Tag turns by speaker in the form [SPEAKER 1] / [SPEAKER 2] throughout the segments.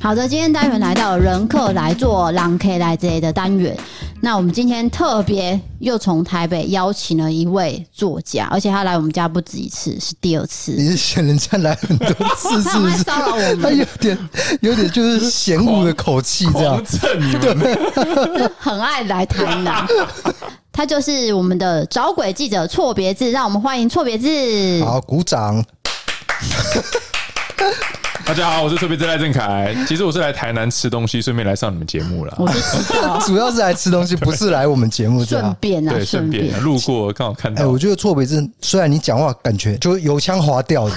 [SPEAKER 1] 好的，今天单元来到人客来做狼 K 来这的单元。那我们今天特别又从台北邀请了一位作家，而且他来我们家不止一次，是第二次。
[SPEAKER 2] 你是嫌人家来很多 次，
[SPEAKER 1] 他
[SPEAKER 2] 是
[SPEAKER 1] 很
[SPEAKER 2] 不
[SPEAKER 1] 爱
[SPEAKER 2] 是？
[SPEAKER 1] 骚扰我
[SPEAKER 2] 他
[SPEAKER 1] 们，
[SPEAKER 2] 有点有点就是嫌恶的口气这样
[SPEAKER 3] 狂。蹭你们，
[SPEAKER 1] 很爱来台南。他就是我们的找鬼记者错别字，让我们欢迎错别字。
[SPEAKER 2] 好，啊鼓掌。
[SPEAKER 3] 大家好，我是特别之赖郑凯。其实我是来台南吃东西，顺便来上你们节目啦。
[SPEAKER 2] 嗯
[SPEAKER 1] 我是知道，
[SPEAKER 2] 主要是来吃东西，不是来我们节目这
[SPEAKER 1] 顺
[SPEAKER 2] 样。
[SPEAKER 1] 便啊，
[SPEAKER 3] 对，顺
[SPEAKER 1] 顺便
[SPEAKER 3] 便。路过刚好看
[SPEAKER 2] 哎、
[SPEAKER 3] 到
[SPEAKER 2] 我，觉得错别字，虽然你讲话感觉就油腔滑调的，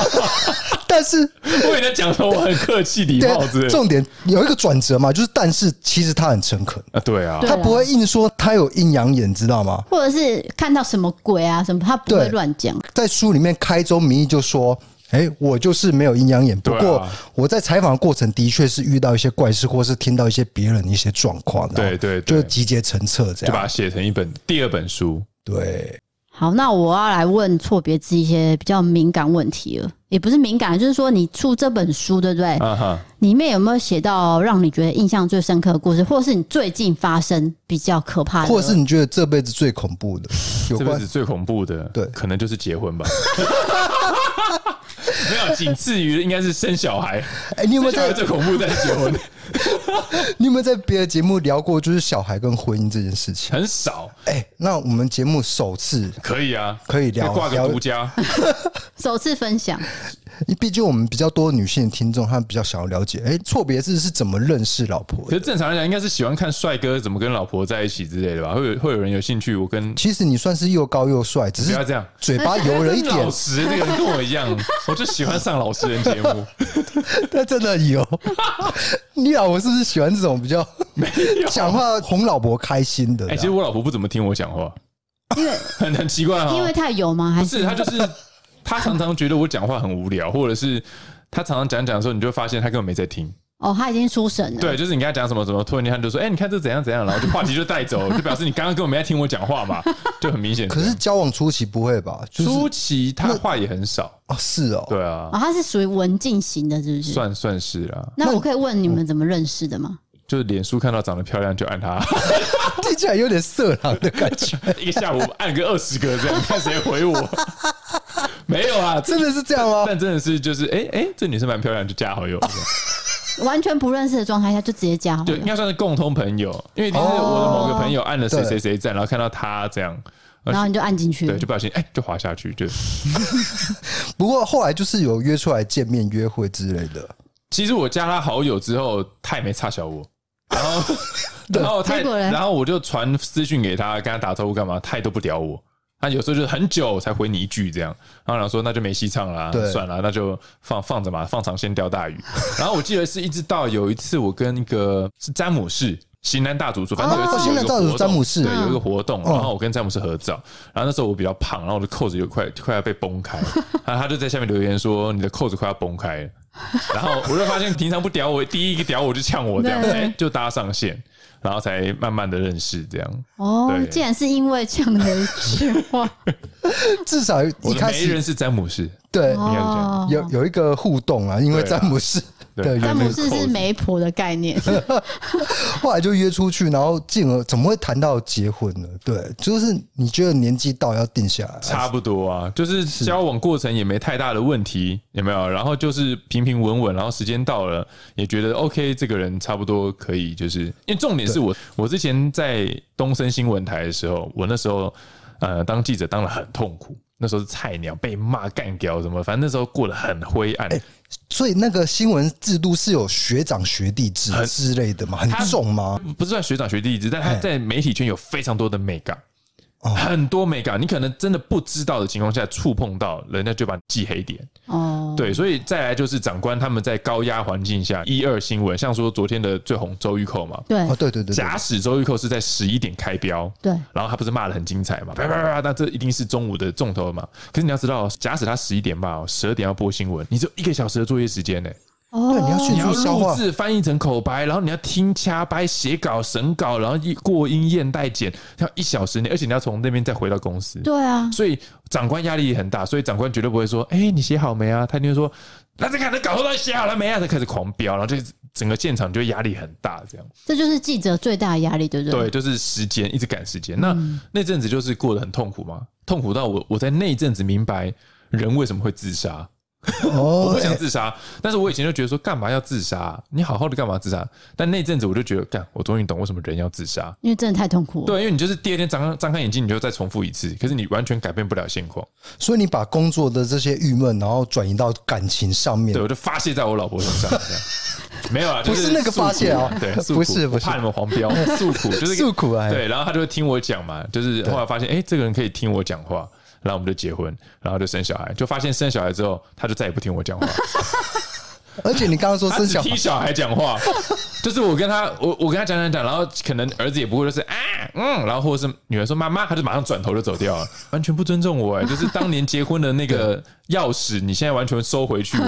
[SPEAKER 2] 但是
[SPEAKER 3] 我以为讲说我很客气礼貌之
[SPEAKER 2] 对，
[SPEAKER 3] 类的
[SPEAKER 2] 重点有一个转折嘛，就是但是其实他很诚恳，
[SPEAKER 3] 啊，对啊
[SPEAKER 1] 对，
[SPEAKER 2] 他不会硬说他有阴阳眼，知道吗？
[SPEAKER 1] 或者是看到什么鬼啊什么，他不会
[SPEAKER 2] 对
[SPEAKER 1] 乱讲。
[SPEAKER 2] 在书里面开宗明义就说。哎、我就是没有阴阳眼，不
[SPEAKER 3] 对啊
[SPEAKER 2] 过我在采访的过程的确是遇到一些怪事，或是听到一些别人的一些状况，然后
[SPEAKER 3] 对对
[SPEAKER 2] 就
[SPEAKER 3] 对
[SPEAKER 2] 集结成册这
[SPEAKER 3] 就把它
[SPEAKER 2] 样。
[SPEAKER 3] 写成一本第二本书。
[SPEAKER 2] 对，
[SPEAKER 1] 好，那我要来问错别字一些比较敏感问题了，也不是敏感，就是说你出这本书，对不
[SPEAKER 2] 哎
[SPEAKER 1] 对？
[SPEAKER 3] 啊哈，
[SPEAKER 1] 里面有没有写到让你觉得印象最深刻的故事，或者是你最近发生比较可怕的？
[SPEAKER 2] 或者是你觉得这辈子最恐 怖的有
[SPEAKER 3] 这辈
[SPEAKER 2] 关
[SPEAKER 3] 子最恐怖的，
[SPEAKER 2] 对
[SPEAKER 3] 可能就是结 婚吧。没有，仅次于应该是生小孩。
[SPEAKER 2] 哎、你有没有
[SPEAKER 3] 生小孩
[SPEAKER 2] 在
[SPEAKER 3] 最恐怖在结婚，
[SPEAKER 2] 你有没有在别的节目聊过，就是小孩跟婚姻这件事情？
[SPEAKER 3] 很少。
[SPEAKER 2] 哎、那我们节目首次，
[SPEAKER 3] 可以啊，
[SPEAKER 2] 可以聊
[SPEAKER 3] 挂个
[SPEAKER 2] 聊
[SPEAKER 3] 独家。
[SPEAKER 1] 首次分享，
[SPEAKER 2] 毕竟我们比较多女性听众，她们比较想要了解，哎、错别字是怎么认识老婆
[SPEAKER 3] 可
[SPEAKER 2] 的？
[SPEAKER 3] 是正常来讲，应该是喜欢看帅哥怎么跟老婆在一起之类的吧？会有会有人有兴趣？我跟
[SPEAKER 2] 其实你算是又高又帅，只
[SPEAKER 3] 不
[SPEAKER 2] 是
[SPEAKER 3] 要这样，
[SPEAKER 2] 嘴巴油了一点
[SPEAKER 3] 老，实，这个人跟我一样， 我就喜欢上老实人节目。
[SPEAKER 2] 他真的油。你老婆是不是喜欢这种比较讲话哄老婆开心的
[SPEAKER 3] 哎、？其实我老婆不怎么听我讲话，
[SPEAKER 1] 因为
[SPEAKER 3] 很很奇怪哈、哦
[SPEAKER 1] 因为太油吗？还
[SPEAKER 3] 不是她就是她常常觉得我讲话很无聊，或者是她常常讲讲的时候，你就会发现她根本没在听。
[SPEAKER 1] 哦，他已经出神了。
[SPEAKER 3] 对，就是你跟她讲什么什么，突然间她就说：“哎、你看这怎样怎样。”然 后就话题就带走，就表示你刚刚根本没在听我讲话 嘛，就很明显。
[SPEAKER 2] 可是交往初期不会吧？就是
[SPEAKER 3] 舒淇她话也很少，
[SPEAKER 2] 哦，是哦，
[SPEAKER 3] 对啊
[SPEAKER 1] 哦，，他是属于文静型的，是不是？
[SPEAKER 3] 算算是啦、
[SPEAKER 1] 那我可以问你们怎么认识的吗？
[SPEAKER 3] 就是脸书看到长得漂亮就按她，
[SPEAKER 2] 听起来有点色狼的感觉，
[SPEAKER 3] 一个下午按个二十个这样，看谁回 我。没有啊，
[SPEAKER 2] 真的是这样哦吗？
[SPEAKER 3] 但真的是就是，哎、哎、这女生蛮漂亮，就加好友，
[SPEAKER 1] 完全不认识的状态下就直接加好
[SPEAKER 3] 就
[SPEAKER 1] 友
[SPEAKER 3] 应，该算是共同朋友，因为一定是我的某个朋友按了谁谁谁赞，然后看到她这样，而
[SPEAKER 1] 然后
[SPEAKER 3] 且
[SPEAKER 1] 你就按进去了
[SPEAKER 3] 对，就不小心哎、就滑下去，就
[SPEAKER 2] 不过后来就是有约出来见面、约会之类的。
[SPEAKER 3] 其实我加她好友之后，她也没差小我。然 后，然后她，
[SPEAKER 1] 结果嘞
[SPEAKER 3] 然后我就传私讯给她，跟她打招呼干嘛？她也都不屌我。她有时候就是很久才回你一句这样，然后我说那就没戏唱啦，
[SPEAKER 2] 对
[SPEAKER 3] 算了，那就放放着嘛，放长线钓 大鱼。然后我记得是一直到有一次我跟一个是詹姆士。型男大主厨，反正有一次
[SPEAKER 2] 哦
[SPEAKER 3] 有一
[SPEAKER 2] 型
[SPEAKER 3] 个
[SPEAKER 2] 男大主
[SPEAKER 3] 活动
[SPEAKER 2] 詹姆士哦
[SPEAKER 3] 对，
[SPEAKER 1] 嗯
[SPEAKER 3] 有一个活动，然后我跟詹姆士合照，然后那时候我比较胖，然后我的扣子就快快要被崩 开，然后他就在下面留言说你的扣子快要崩开了，然后我就发现平常不屌我，第一个屌我就呛我这样，
[SPEAKER 1] 对
[SPEAKER 3] 哎，就搭上线，然后才慢慢的认识这样，
[SPEAKER 1] 哦，
[SPEAKER 3] 对
[SPEAKER 1] 竟然是因为这样的一句话
[SPEAKER 2] 至少
[SPEAKER 3] 我
[SPEAKER 2] 一
[SPEAKER 3] 的
[SPEAKER 2] 开
[SPEAKER 3] 媒人
[SPEAKER 2] 始
[SPEAKER 3] 是詹姆士，
[SPEAKER 2] 对
[SPEAKER 3] 该是这样
[SPEAKER 1] 哦。
[SPEAKER 2] 有有一个互动啊，因为
[SPEAKER 3] 对啊
[SPEAKER 2] 詹姆斯
[SPEAKER 3] 对
[SPEAKER 2] 的
[SPEAKER 1] 詹
[SPEAKER 2] 原
[SPEAKER 1] 姆
[SPEAKER 2] 因，
[SPEAKER 1] 斯是媒婆的概念，
[SPEAKER 2] 后来就约出去，然后进而怎么会谈到结婚呢？对，就是你觉得年纪到要定下来，
[SPEAKER 3] 差不多啊，就是交往过程也没太大的问题，有没有？然后就是平平稳稳，然后时间到了也觉得 OK，这个人差不多可以，就是因为重点是我我之前在东森新闻台的时候，我那时候呃当记者当的很痛苦，那时候是菜鸟被骂干掉什么，反正那时候过得很灰暗。
[SPEAKER 2] 所以那个新闻制度是有学长学弟制之类的嘛，很
[SPEAKER 3] 他嗯
[SPEAKER 2] 重吗？
[SPEAKER 3] 不是算学长学弟制，但他
[SPEAKER 2] 哎
[SPEAKER 3] 在媒体圈有非常多的美感，
[SPEAKER 2] 哦
[SPEAKER 3] 很多美感，你可能真的不知道的情况下触碰到，人家就把你记黑点。
[SPEAKER 1] 哦，
[SPEAKER 3] 对，所以再来就是长官他们在高压环境下，一二新闻，像说昨天的最红周玉蔻嘛，
[SPEAKER 1] 对
[SPEAKER 2] 哦，对对对对，
[SPEAKER 3] 假使周玉蔻是在十一点开标，
[SPEAKER 1] 对
[SPEAKER 3] 然后他不是骂的很精彩嘛，啪啪啪，那这一定是中午的重头嘛。可是你要知道，假使他十一点骂，哦十二点要播新闻，你只有一个小时的作业时间呢、
[SPEAKER 2] 哦对你要
[SPEAKER 3] 你
[SPEAKER 2] 迅
[SPEAKER 1] 哦
[SPEAKER 3] 要
[SPEAKER 2] 速消
[SPEAKER 3] 录
[SPEAKER 2] 化，
[SPEAKER 3] 制翻译成口白，然后你要听掐掰、写稿、审稿，然后一过音验带检，要一小时内，而且你要从那边再回到公司。
[SPEAKER 1] 对啊，
[SPEAKER 3] 所以长官压力也很大，所以长官绝对不会说：“哎、你写好没啊？”他一定会说：“那这看能搞到下了没啊？”他开始狂飙，然后就整个现场就压力很大，这样。
[SPEAKER 1] 这就是记者最大的压力，对不对？
[SPEAKER 3] 对，就是时间一直赶时间。那、那阵子就是过得很痛苦嘛，痛苦到我我在那一阵子明白人为什么会自杀。我
[SPEAKER 2] 哦
[SPEAKER 3] 不，想自杀，但是我以前就觉得说，干嘛要自杀、你好好的干嘛自杀？但那阵子我就觉得，干，我终于懂为什么人要自杀。
[SPEAKER 2] 哦
[SPEAKER 1] 因为真的太痛苦了。
[SPEAKER 3] 对，因为你就是第二天张张开眼睛，你就再重复一次，可是你完全改变不了现况。
[SPEAKER 2] 所以你把工作的这些郁闷，然后转移到感情上面
[SPEAKER 3] 对，，我就发泄在我老婆身上。 这样没有啊，就
[SPEAKER 2] 不是那个
[SPEAKER 3] 诉苦
[SPEAKER 2] 发泄啊
[SPEAKER 3] 嘛对，诉
[SPEAKER 2] 不
[SPEAKER 3] 苦
[SPEAKER 2] 是不
[SPEAKER 3] 我怕
[SPEAKER 2] 是
[SPEAKER 3] 你们 黄标诉苦，就是
[SPEAKER 2] 诉苦啊
[SPEAKER 3] 对，然后他就会听我讲嘛，就是后来发现，哎，这个人可以听我讲话，然后我们就结婚，然后就生小孩，就发现生小孩之后，他就再也不听我讲话，
[SPEAKER 2] 而且你刚刚说
[SPEAKER 3] 他
[SPEAKER 2] 生
[SPEAKER 3] 只
[SPEAKER 2] 小孩
[SPEAKER 3] 听，小孩讲话，就是我跟他，我我跟他讲讲讲，然后可能儿子也不会就是啊嗯，然后或者是女儿说妈妈，他就马上转头就走掉了，完全不尊重我、哎，就是当年结婚的那个钥匙，你现在完全收回去，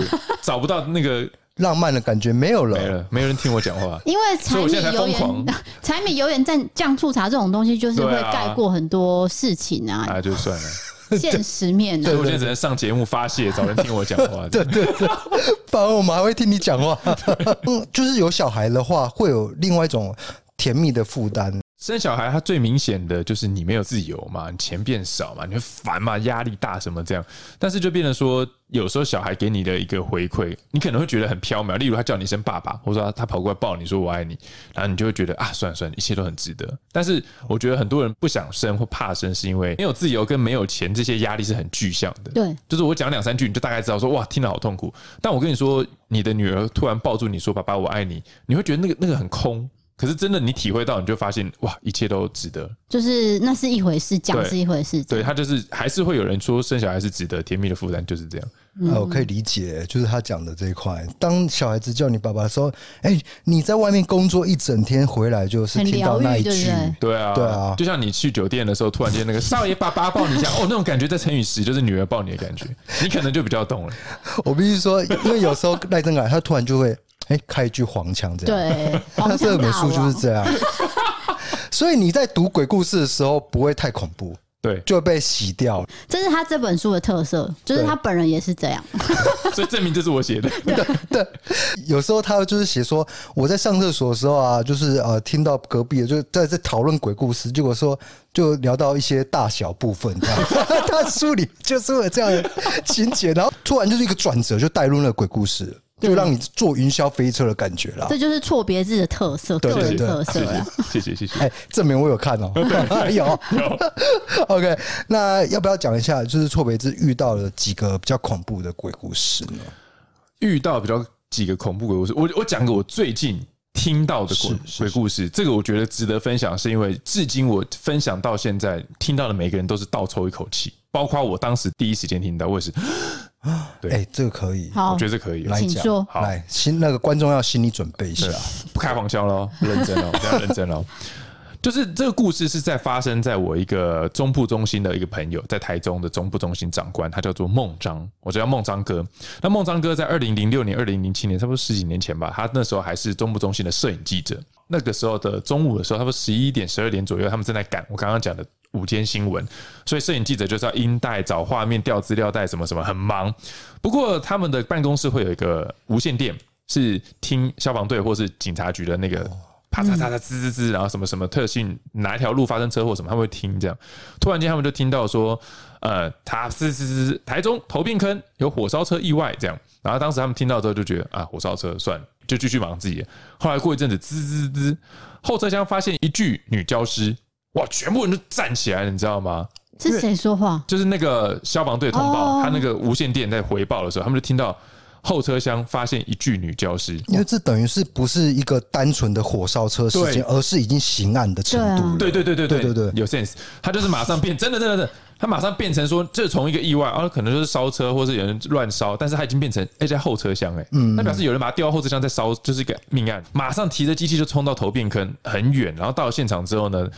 [SPEAKER 3] 找不到那个
[SPEAKER 2] 浪漫的感觉没有了，
[SPEAKER 3] 没了，没有人听我讲话。
[SPEAKER 1] 因为柴
[SPEAKER 3] 所以我
[SPEAKER 1] 米
[SPEAKER 3] 现在才
[SPEAKER 1] 油
[SPEAKER 3] 疯
[SPEAKER 1] 盐
[SPEAKER 3] 狂、
[SPEAKER 1] 柴米油盐蘸酱醋茶这种东西，就是会
[SPEAKER 3] 对啊
[SPEAKER 1] 盖过很多事情啊，
[SPEAKER 3] 啊，就算了，
[SPEAKER 1] 现实面
[SPEAKER 3] 所以
[SPEAKER 1] 啊。
[SPEAKER 3] 我现在只能上节目发泄，找人听我讲话。对，
[SPEAKER 2] 对对， 反而我们还会听你讲话。 嗯，就是有小孩的话，会有另外一种甜蜜的负担。
[SPEAKER 3] 生小孩，他最明显的就是你没有自由嘛，你钱变少嘛，你会烦嘛，压力大什么这样。但是就变成说，有时候小孩给你的一个回馈，你可能会觉得很缥缈。例如他叫你一声爸爸，或者说他跑过来抱你说我爱你，然后你就会觉得啊，算了算了，一切都很值得。但是我觉得很多人不想生或怕生，是因为没有自由跟没有钱这些压力是很具象的。
[SPEAKER 1] 对，
[SPEAKER 3] 就是我讲两三句，你就大概知道说哇，听了好痛苦。但我跟你说，你的女儿突然抱住你说“爸爸，我爱你”，你会觉得那个那个很空。可是真的，你体会到，你就发现哇，一切都值得。
[SPEAKER 1] 就是那是一回事，讲
[SPEAKER 3] 对
[SPEAKER 1] 是一回事。
[SPEAKER 2] 嗯
[SPEAKER 3] 对他就是还是会有人说生小孩是值得，甜蜜的负担就是这样。
[SPEAKER 2] 呃，
[SPEAKER 1] 嗯
[SPEAKER 2] 我可以理解，就是他讲的这一块。当小孩子叫你爸爸的时候，哎、你在外面工作一整天回来，就是
[SPEAKER 1] 很
[SPEAKER 2] 听到
[SPEAKER 1] 疗愈
[SPEAKER 2] 那一
[SPEAKER 1] 对不
[SPEAKER 2] 句，
[SPEAKER 1] 对
[SPEAKER 3] 对啊，
[SPEAKER 2] 对啊
[SPEAKER 3] 就像你去酒店的时候，突然间那个少爷爸爸抱你一下， 哦，那种感觉在乘以十就是女儿抱你的感觉，你可能就比较懂了。
[SPEAKER 2] 我必须说，因为有时候赖正凯他突然就会哎、开一句黄腔这样。
[SPEAKER 1] 对，
[SPEAKER 2] 他
[SPEAKER 1] 黄
[SPEAKER 2] 这
[SPEAKER 1] 腔
[SPEAKER 2] 本
[SPEAKER 1] 大
[SPEAKER 2] 书就是
[SPEAKER 1] 王。
[SPEAKER 2] 这样。 所以你在读鬼故事的时候不会太恐怖，
[SPEAKER 3] 对，
[SPEAKER 2] 就会被洗掉。
[SPEAKER 1] 这是他这本书的特色，就是
[SPEAKER 2] 对
[SPEAKER 1] 他本人也是这样。
[SPEAKER 3] 所以证明这是我写的。
[SPEAKER 2] 对，啊有时候他就是写说，我在上厕所的时候啊，就是呃，听到隔壁就在在讨论鬼故事，结果说就聊到一些大小部分这样。他书里就是有这样的情节，然后突然就是一个转折，就带入那个鬼故事，就让你坐云霄飞车的感觉啦
[SPEAKER 1] 这。就是错别字的特色，
[SPEAKER 2] 对
[SPEAKER 1] 个人
[SPEAKER 3] 谢谢
[SPEAKER 1] 特色啊啦。
[SPEAKER 3] 谢谢，谢谢，谢谢。
[SPEAKER 2] 哎，证明我有看哦， 有。
[SPEAKER 3] 有
[SPEAKER 2] OK，那要不要讲一下，就是错别字遇到了几个比较恐怖的鬼故事呢？
[SPEAKER 3] 遇到比较几个恐怖鬼故事，我我讲个我最近听到的鬼鬼故事，这个我觉得值得分享，是因为至今我分享到现在听到的每个人都是倒抽一口气，包括我当时第一时间听到，我也是，对
[SPEAKER 2] 哎、这个可以，
[SPEAKER 1] 好
[SPEAKER 3] 我觉，得这可以，
[SPEAKER 2] 来
[SPEAKER 1] 请
[SPEAKER 2] 讲
[SPEAKER 1] 说。
[SPEAKER 3] 好
[SPEAKER 2] 来，心那个观众要心理准备一下。
[SPEAKER 3] 不开黄腔喽，认真哦，我要认真哦。就是这个故事是在发生在我一个中部中心的一个朋友，在台中的中部中心长官，他叫做孟章，我叫孟章哥。那孟章哥在二零零六年、二零零七年，差不多十几年前吧，他那时候还是中部中心的摄影记者。那个时候的中午的时候，差不多十一点、十二点左右，他们正在赶我刚刚讲的午间新闻，所以摄影记者就是要音带、找画面、调资料带什么什么，很忙。不过他们的办公室会有一个无线电，是听消防队或是警察局的那个啪嚓嚓嚓滋滋滋，然后什么什么特性哪一条路发生车祸什么，他们会听这样。突然间他们就听到说，呃，他滋滋滋，台中头变坑有火烧车意外这样。然后当时他们听到之后就觉得啊，火烧车算了，就继续忙自己的。后来过一阵子，滋滋滋，后车厢发现一具女教师，哇，全部人都站起来了，你知道吗？
[SPEAKER 1] 是谁说话？
[SPEAKER 3] 就是那个消防队通报，
[SPEAKER 1] 哦
[SPEAKER 3] 他那个无线电在回报的时候，他们就听到后车厢发现一具女教师。
[SPEAKER 2] 因为这等于是不是一个单纯的火烧车事件，
[SPEAKER 3] 对
[SPEAKER 2] 而是已经刑案的程度了。
[SPEAKER 3] 对对对对对
[SPEAKER 2] 对对对
[SPEAKER 3] 有 sense。他就是马上变，真的真的真的，他马上变成说，这从一个意外啊，可能就是烧车，或是有人乱烧，但是他已经变成哎、在后车厢哎、
[SPEAKER 2] 嗯
[SPEAKER 3] 那表示有人把他丢到后车厢在烧，就是一个命案。马上提着机器就冲到头变坑很远，然后到了现场之后呢。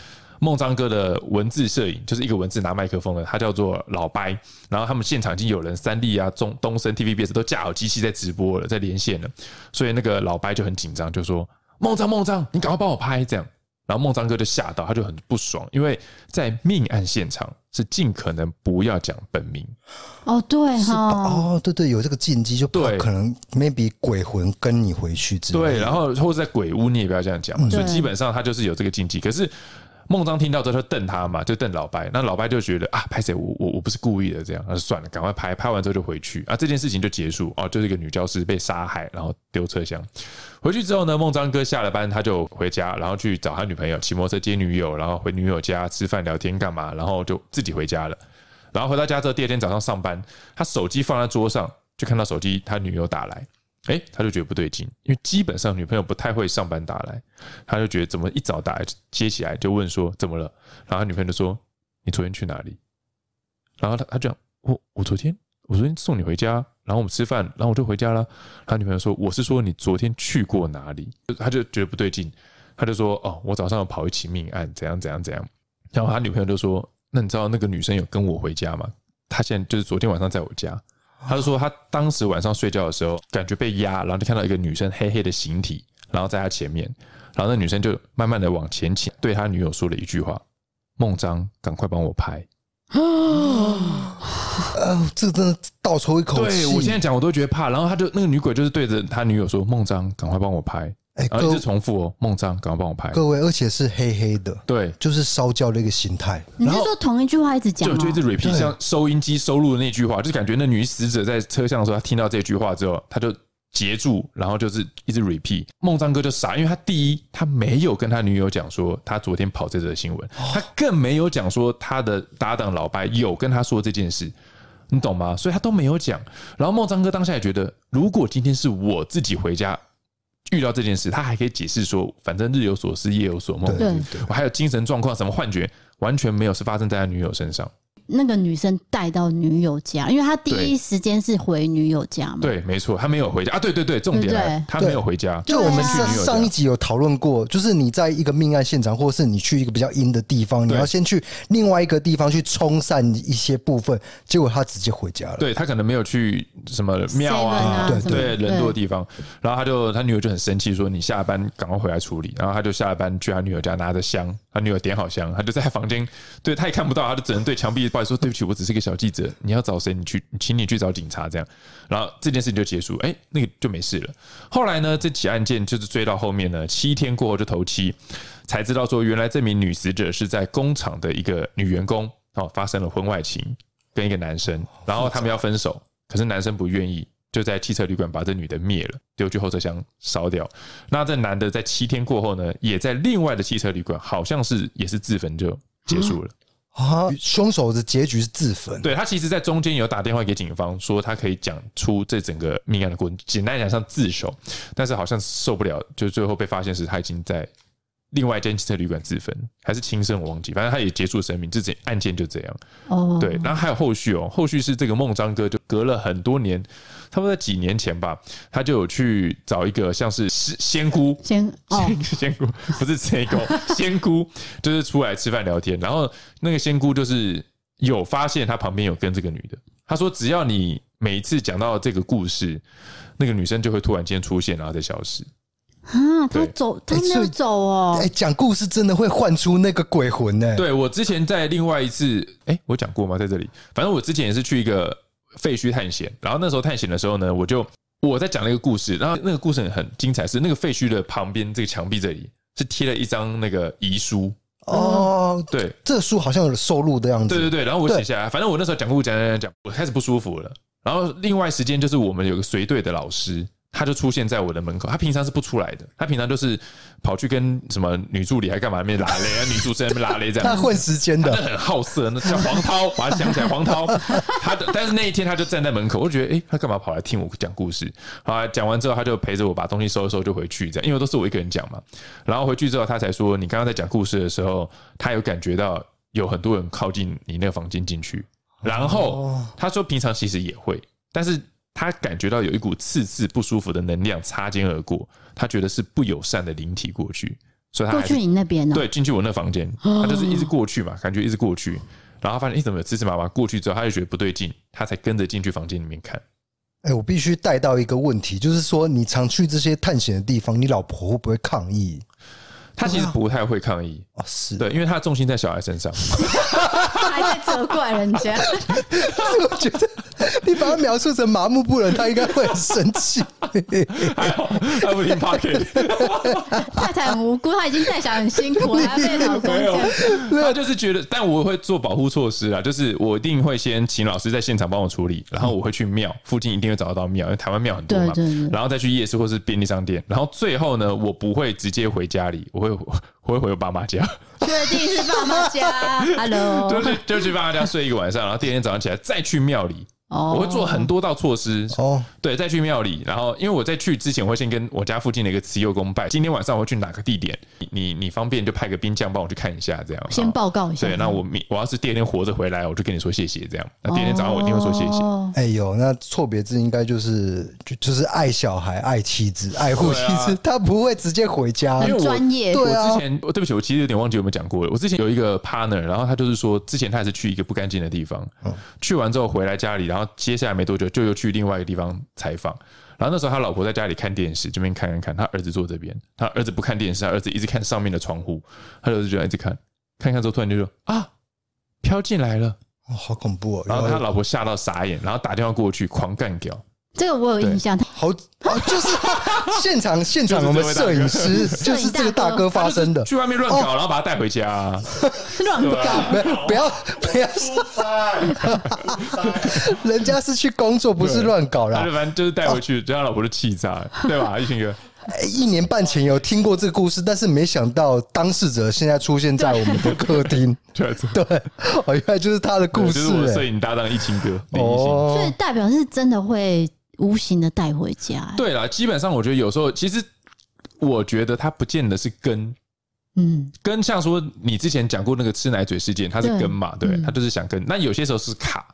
[SPEAKER 3] 孟章哥的文字摄影就是一个文字拿麦克风的，他叫做老白。然后他们现场已经有人三立啊、中东森、TVBS 都架好机器在直播了，在连线了，所以那个老白就很紧张，就说：“孟章，孟章，你赶快帮我拍！”这样，然后孟章哥就吓到，他就很不爽，因为在命案现场是尽可能不要讲本名，
[SPEAKER 1] 哦，对
[SPEAKER 2] 是吧？
[SPEAKER 1] 哈，
[SPEAKER 2] 哦，对对，有这个禁忌，就怕
[SPEAKER 3] 对
[SPEAKER 2] 可能 maybe 鬼魂跟你回去之类的。
[SPEAKER 3] 对，然后或者在鬼屋你也不要这样讲嘛，所以基本上他就是有这个禁忌。可是孟章听到之后，他瞪他嘛，就瞪老白，那老白就觉得啊，拍谁我我我不是故意的，这样，那就算了，赶快拍，拍完之后就回去啊，这件事情就结束哦，就是一个女教师被杀害，然后丢车厢。回去之后呢，孟章哥下了班他就回家，然后去找他女朋友，骑摩托车接女友，然后回女友家吃饭聊天干嘛，然后就自己回家了。然后回到家之后，第二天早上上班，他手机放在桌上，就看到手机他女友打来，哎、他就觉得不对劲，因为基本上女朋友不太会上班打来，他就觉得怎么一早打来接起来就问说怎么了，然后他女朋友就说你昨天去哪里？然后他他就讲我我昨天我昨天送你回家，然后我们吃饭，然后我就回家了。他女朋友说我是说你昨天去过哪里？他就觉得不对劲，他就说哦我早上有跑一起命案怎样怎样怎样，然后他女朋友就说那你知道那个女生有跟我回家吗？她现在就是昨天晚上在我家，他就说他当时晚上睡觉的时候，感觉被压，然后就看到一个女生黑黑的形体，然后在他前面，然后那女生就慢慢的往前倾，对他女友说了一句话：“孟章，赶快帮我拍。
[SPEAKER 2] 哦，这个真的倒抽一”口哦气。
[SPEAKER 3] 对我现在讲我都觉得怕，然后他就那个女鬼就是对着他女友说：“孟章，赶快帮我拍。
[SPEAKER 2] 哎，”
[SPEAKER 3] 然后一
[SPEAKER 2] 各
[SPEAKER 3] 直重复哦：“孟章，赶快帮我拍。
[SPEAKER 2] 各位，而且是黑黑的，”
[SPEAKER 3] 对，
[SPEAKER 2] 就是烧焦的一个形态。
[SPEAKER 1] 你
[SPEAKER 2] 然
[SPEAKER 1] 是
[SPEAKER 2] 后
[SPEAKER 1] 说同一句话一直讲
[SPEAKER 3] 就
[SPEAKER 1] 吗
[SPEAKER 3] 就一？直 repeat
[SPEAKER 2] 对
[SPEAKER 3] 像收音机收录的那句话，就是感觉那女死者在车厢的时候，她听到这句话之后，她就截住，然后就是一直 repeat。孟章哥就傻，因为他第一，他没有跟他女友讲说他昨天跑这则新闻，他更没有讲说他的搭档老白有跟他说这件事。你懂吗？所以他都没有讲。然后孟章哥当下也觉得，如果今天是我自己回家遇到这件事，他还可以解释说，反正日有所思，夜有所梦，
[SPEAKER 1] 对
[SPEAKER 3] 我还有精神状况，什么幻觉，完全没有是发生在他女友身上。
[SPEAKER 1] 那个女生带到女友家，因为她第一时间是回女友家嘛。
[SPEAKER 3] 对，没错，他没有回家啊。对对对，重点来
[SPEAKER 1] 对不对
[SPEAKER 3] 他没有回家，
[SPEAKER 2] 就我们
[SPEAKER 1] 对啊
[SPEAKER 2] 上
[SPEAKER 3] 去女友家
[SPEAKER 2] 上一集有讨论过，就是你在一个命案现场，或者是你去一个比较阴的地方，你
[SPEAKER 3] 对
[SPEAKER 2] 要先去另外一个地方去冲散一些部分，结果他直接回家了。
[SPEAKER 3] 对他可能没有去什么庙
[SPEAKER 1] Seven
[SPEAKER 3] 啊
[SPEAKER 1] 啊，
[SPEAKER 2] 对
[SPEAKER 1] 什么的
[SPEAKER 3] 对人多的地方，然后他就他女友就很生气，说你下班赶快回来处理。然啊后他就下了班去他女友家拿着香，他女友点好香，他就在房间，对他也看不到，他就只能对墙壁不好意思说对不起，我只是个小记者，你要找谁你去，请你去找警察这样。然后这件事情就结束，哎，那个就没事了。后来呢，这起案件就是追到后面呢，七天过后就头七，才知道说原来这名女死者是在工厂的一个女员工哦发生了婚外情，跟一个男生，然后他们要分手，可是男生不愿意，就在汽车旅馆把这女的灭了，丢去后车厢烧掉。那这男的在七天过后呢，也在另外的汽车旅馆，好像是也是自焚就结束了。
[SPEAKER 2] 啊，凶手的结局是自焚。
[SPEAKER 3] 对他其实，在中间有打电话给警方，说他可以讲出这整个命案的过程，简单讲像自首，但是好像受不了，就最后被发现时，他已经在另外一间汽车旅馆自焚，还是轻生，我忘记，反正他也结束生命，这件案件就这样。
[SPEAKER 1] 哦，
[SPEAKER 3] 对，然后还有后续哦，后续是这个孟章哥就隔了很多年，差不多在几年前吧，他就有去找一个像是仙仙姑。
[SPEAKER 1] 先哦，
[SPEAKER 3] 仙姑不是 仙姑，仙姑就是出来吃饭聊天，然后那个仙姑就是有发现他旁边有跟这个女的，他说只要你每一次讲到这个故事，那个女生就会突然间出现，然后再消失。
[SPEAKER 1] 啊，她
[SPEAKER 3] 对
[SPEAKER 1] 走，她
[SPEAKER 2] 哎
[SPEAKER 1] 没
[SPEAKER 2] 所
[SPEAKER 1] 有
[SPEAKER 2] 以
[SPEAKER 1] 走哦
[SPEAKER 2] 哎、。讲故事真的会唤出那个鬼魂呢、
[SPEAKER 3] 对我之前在另外一次，哎、我讲过吗？在这里，反正我之前也是去一个废墟探险，然后那时候探险的时候呢，我就我在讲那个故事，然后那个故事很很精彩，是那个废墟的旁边这个墙壁这里是贴了一张那个遗书，
[SPEAKER 2] 哦，
[SPEAKER 3] 对
[SPEAKER 2] 这书好像有收录的样子。
[SPEAKER 3] 对对对，然后我
[SPEAKER 2] 对
[SPEAKER 3] 写下来，反正我那时候讲故事讲讲讲讲，我开始不舒服了，然后另外时间就是我们有个随队的老师。他就出现在我的门口，他平常是不出来的，他平常就是跑去跟什么女助理还干嘛那边拉雷啊，女主持人那边拉 雷这样。
[SPEAKER 2] 他混时间
[SPEAKER 3] 他
[SPEAKER 2] 的，
[SPEAKER 3] 很好色，那叫黄涛，把他想起来，黄涛，他的，但是那一天他就站在门口，我就觉得，哎、他干嘛跑来听我讲故事？啊，讲完之后，他就陪着我把东西收一收就回去，这样，因为都是我一个人讲嘛。然后回去之后，他才说，你刚刚在讲故事的时候，他有感觉到有很多人靠近你那个房间进去，然后
[SPEAKER 2] 哦
[SPEAKER 3] 他说平常其实也会，但是他感觉到有一股刺刺不舒服的能量擦肩而过，他觉得是不友善的灵体过去，所以他
[SPEAKER 1] 过
[SPEAKER 3] 还是
[SPEAKER 1] 去你那边哦呢？
[SPEAKER 3] 哎对，进去我那房间，
[SPEAKER 1] 哦
[SPEAKER 3] 他就是一直过去嘛，感觉一直过去，然后发现哎、诶怎么有芝芝麻麻？过去之后，他就觉得不对劲，他才跟着进去房间里面看。
[SPEAKER 2] 哎、我必须带到一个问题，就是说你常去这些探险的地方，你老婆会不会抗议？
[SPEAKER 3] 他
[SPEAKER 1] 哦
[SPEAKER 3] 其实不太会抗议，
[SPEAKER 2] 哦，是
[SPEAKER 3] 对，因为他的重心在小孩身上。
[SPEAKER 1] 还在责怪人家，
[SPEAKER 2] 我觉得你把他描述成麻木不仁，他应该会很生气。
[SPEAKER 3] 还好他不听 Pocket，
[SPEAKER 1] 太太很无辜，她已经带小孩很辛苦了，还要被老公
[SPEAKER 3] 没有
[SPEAKER 1] 讲。，
[SPEAKER 3] 他就是觉得，但我会做保护措施啊，就是我一定会先请老师在现场帮我处理，然后我会去庙附近一定会找得到庙，因为台湾庙很多嘛，
[SPEAKER 1] 对对对
[SPEAKER 3] 然后再去夜市或是便利商店，然后最后呢，我不会直接回家里，我会我会回我爸妈家，
[SPEAKER 1] 确定是爸妈家
[SPEAKER 3] 就
[SPEAKER 1] ，Hello，
[SPEAKER 3] 去就去爸妈家睡一个晚上， 然后第二天早上起来再去庙里。
[SPEAKER 1] 哦
[SPEAKER 3] 我会做很多道措施
[SPEAKER 2] 哦
[SPEAKER 3] 哦，对，再去庙里，然后因为我在去之前，我会先跟我家附近的一个慈幼宫拜，今天晚上我会去哪个地点，你你你方便就派个兵将帮我去看一下，这样
[SPEAKER 1] 先报告一下
[SPEAKER 3] 对，那我明我要是第二天活着回来，我就跟你说谢谢，这样。那第二天早上我一定会说谢谢。
[SPEAKER 1] 哦
[SPEAKER 2] 哎呦，那错别字应该就是就就是爱小孩、爱妻子、爱护妻子，
[SPEAKER 3] 对啊
[SPEAKER 2] 他不会直接回家。
[SPEAKER 3] 因为我
[SPEAKER 1] 专业
[SPEAKER 2] 对啊
[SPEAKER 3] 我之前，我哦对不起，我其实有点忘记有没有讲过了。我之前有一个 partner，然后他就是说，之前他也是去一个不干净的地方，
[SPEAKER 2] 嗯
[SPEAKER 3] 去完之后回来家里，然后接下来没多久就又去另外一个地方采访。然后那时候他老婆在家里看电视，这边看看看，他儿子坐这边，他儿子不看电视，他儿子一直看上面的窗户，他儿子就一直看，看看之后突然就说啊，飘进来了，
[SPEAKER 2] 哦好恐怖哦！
[SPEAKER 3] 然后他老婆吓到傻眼，然后打电话过去狂 干掉。
[SPEAKER 1] 这个我有印象，
[SPEAKER 2] 好啊，就是现场 现场我们 摄影师
[SPEAKER 1] 这位大哥
[SPEAKER 2] 就是这个大哥发生的，
[SPEAKER 3] 去外面乱搞，然后把他带回家、啊。
[SPEAKER 1] 乱搞。
[SPEAKER 2] 没有不要不要，人家是去工作，不是乱搞
[SPEAKER 3] 他
[SPEAKER 2] 啦
[SPEAKER 3] 就。反正就是带回
[SPEAKER 2] 哦
[SPEAKER 3] 去，就他老婆就气炸了，对吧？一群哥，
[SPEAKER 2] 哎一年半前有听过这个故事，但是没想到当事者现在出现在我们的客 厅。
[SPEAKER 3] 对啊，
[SPEAKER 2] 对，哦，原来就是他的故
[SPEAKER 3] 就
[SPEAKER 2] 事
[SPEAKER 3] 是我的摄
[SPEAKER 2] 哎。
[SPEAKER 3] 影搭档一清哥，林一清。
[SPEAKER 1] 所以
[SPEAKER 2] 哦，
[SPEAKER 1] 代表是真的会无形的带回家。
[SPEAKER 3] 对啦，基本上我觉得有时候，其实我觉得他不见得是跟
[SPEAKER 1] 嗯，
[SPEAKER 3] 跟像说你之前讲过那个吃奶嘴事件，他是
[SPEAKER 1] 对
[SPEAKER 3] 跟嘛，对，
[SPEAKER 1] 嗯
[SPEAKER 3] 他就是想跟。那有些时候是卡。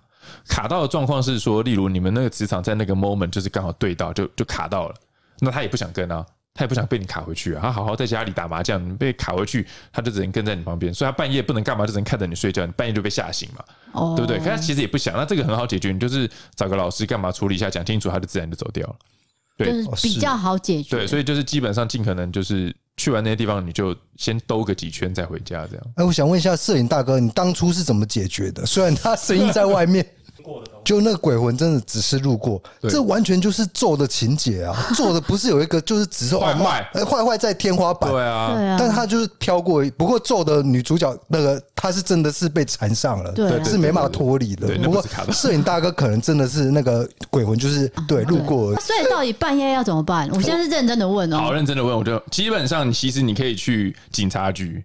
[SPEAKER 3] 卡到的状况是说，例如你们那个磁场在那个 moment 就是刚好对到，就就卡到了，那他也不想跟啊，他也不想被你卡回去啊，他好好在家里打麻将，你被卡回去，他就只能跟在你旁边，所以他半夜不能干嘛，就只能看着你睡觉，你半夜就被吓醒嘛。
[SPEAKER 1] 哦，
[SPEAKER 3] 对不对？可他其实也不想，啊那这个很好解决，你就是找个老师干嘛处理一下，讲清楚，他就自然就走掉了。对
[SPEAKER 1] 就是比较好解决。
[SPEAKER 3] 对，所以就是基本上尽可能就是去完那些地方，你就先兜个几圈再回家，这样。
[SPEAKER 2] 哎，我想问一下摄影大哥，你当初是怎么解决的？ 虽然他声音在外 面。就那个鬼魂真的只是路过，
[SPEAKER 3] 对
[SPEAKER 2] 这完全就是做的情节啊！做的不是有一个就是只是
[SPEAKER 3] 坏
[SPEAKER 2] 哦妈
[SPEAKER 3] 坏
[SPEAKER 2] 哎坏坏在天花板，
[SPEAKER 3] 对啊，
[SPEAKER 1] 对啊，
[SPEAKER 2] 但他就是飘过，不过咒的女主角那个她是真的是被缠上了，
[SPEAKER 1] 对啊对
[SPEAKER 2] 是没办法脱离的
[SPEAKER 3] 对。那
[SPEAKER 2] 不
[SPEAKER 3] 不
[SPEAKER 2] 过
[SPEAKER 3] 是卡的
[SPEAKER 2] 摄影大哥可能真的是那个鬼魂，就是
[SPEAKER 1] 啊
[SPEAKER 2] 对路过而已
[SPEAKER 1] 所以到底半夜要怎么办？我现在是认真的问
[SPEAKER 3] 好
[SPEAKER 1] 哦。
[SPEAKER 3] 认真的问，我就基本上其实你可以去警察局。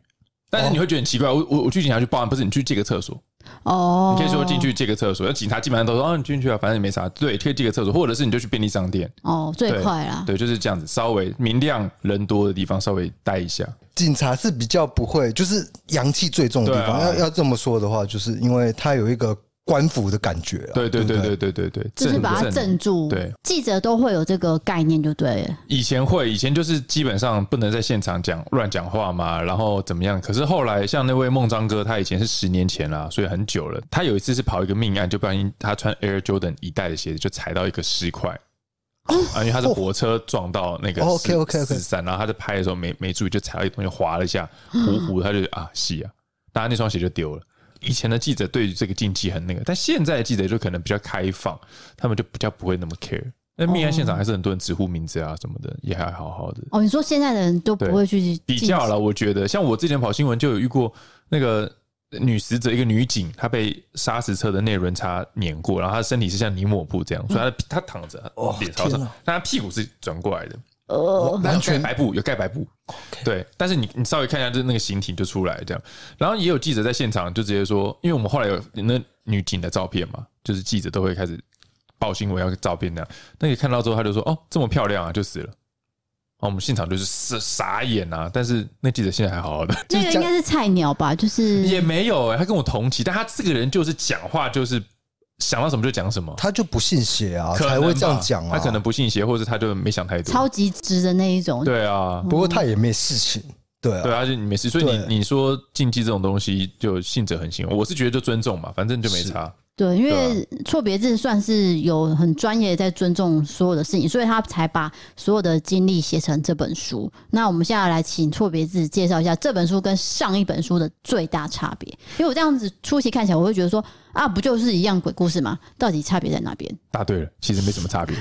[SPEAKER 3] 但是你会觉得很奇怪，我我我去警察局报案，不是你去借个厕所，
[SPEAKER 1] 哦，
[SPEAKER 3] 你可以说进去借个厕所，那警察基本上都说，哦，你进去啊，反正也没啥，对，可以借个厕所，或者是你就去便利商店，
[SPEAKER 1] 哦，最快啦。
[SPEAKER 3] 对，就是这样子，稍微明亮人多的地方稍微待一下，
[SPEAKER 2] 警察是比较不会，就是阳气最重的地方。
[SPEAKER 3] 对啊
[SPEAKER 2] 要要这么说的话，就是因为他有一个官府的感觉啊。
[SPEAKER 3] 对对
[SPEAKER 2] 不
[SPEAKER 3] 对对对对对，
[SPEAKER 1] 就是把它镇住，
[SPEAKER 3] 对，
[SPEAKER 1] 记者都会有这个概念，就对了。
[SPEAKER 3] 以前会，以前就是基本上不能在现场讲乱讲话嘛，然后怎么样？可是后来像那位孟章哥，他以前是十年前啦，所以很久了。他有一次是跑一个命案，就不小心他穿 Air Jordan 一代的鞋子就踩到一个尸块，啊，因为他是火车撞到那个
[SPEAKER 2] 哦
[SPEAKER 3] 四
[SPEAKER 2] OK，OK，OK
[SPEAKER 3] 四三，然后他在拍的时候没没注意，就踩到一个东西滑了一下，糊糊他就啊是啊，那他那双鞋就丢了。以前的记者对于这个禁忌很那个，但现在的记者就可能比较开放，他们就比较不会那么 care。那命案现场还是很多人直呼名字啊什么的，也还好好的。
[SPEAKER 1] 哦，你说现在的人都不会去禁止
[SPEAKER 3] 比较了，我觉得像我之前跑新闻就有遇过那个女死者，一个女警，她被砂石车的内轮差碾过，然后她的身体是像泥抹布这样，所以她的她躺着，
[SPEAKER 2] 哦
[SPEAKER 3] 脸朝上
[SPEAKER 2] 天啊，
[SPEAKER 3] 但她屁股是转过来的，
[SPEAKER 1] 呃，
[SPEAKER 3] 完全白布有盖白布，对。但是你你稍微看一下，就是那个形体就出来这样。然后也有记者在现场就直接说，因为我们后来有那女警的照片嘛，就是记者都会开始报新闻要照片那样。那个看到之后，他就说：“哦，这么漂亮啊，就死了。”哦，我们现场就是傻傻眼啊！但是那记者现在还好好的，
[SPEAKER 1] 那个应该是菜鸟吧？就是
[SPEAKER 3] 也没有、欸、他跟我同期，但他这个人就是讲话就是想到什么就讲什么，
[SPEAKER 2] 他就不信邪啊，
[SPEAKER 3] 可能
[SPEAKER 2] 才会这样
[SPEAKER 3] 吧
[SPEAKER 2] 讲啊。
[SPEAKER 3] 他可能不信邪，或者他就没想太多。
[SPEAKER 1] 超级直的那一种，
[SPEAKER 3] 对啊，
[SPEAKER 2] 不过他也没事情，对
[SPEAKER 3] 对
[SPEAKER 2] 啊，
[SPEAKER 3] 啊，而且你没事，所以
[SPEAKER 2] 对
[SPEAKER 3] 你你说禁忌这种东西，就信者恒信。我是觉得就尊重嘛，反正就没差。
[SPEAKER 1] 对，因
[SPEAKER 3] 对啊
[SPEAKER 1] 为错别字算是有很专业在尊重所有的事情，所以他才把所有的经历写成这本书。那我们现在来请错别字介绍一下这本书跟上一本书的最大差别，因为我这样子初期看起来，我会觉得说啊，不就是一样鬼故事吗？到底差别在哪边？
[SPEAKER 3] 答对了，其实没什么 差别。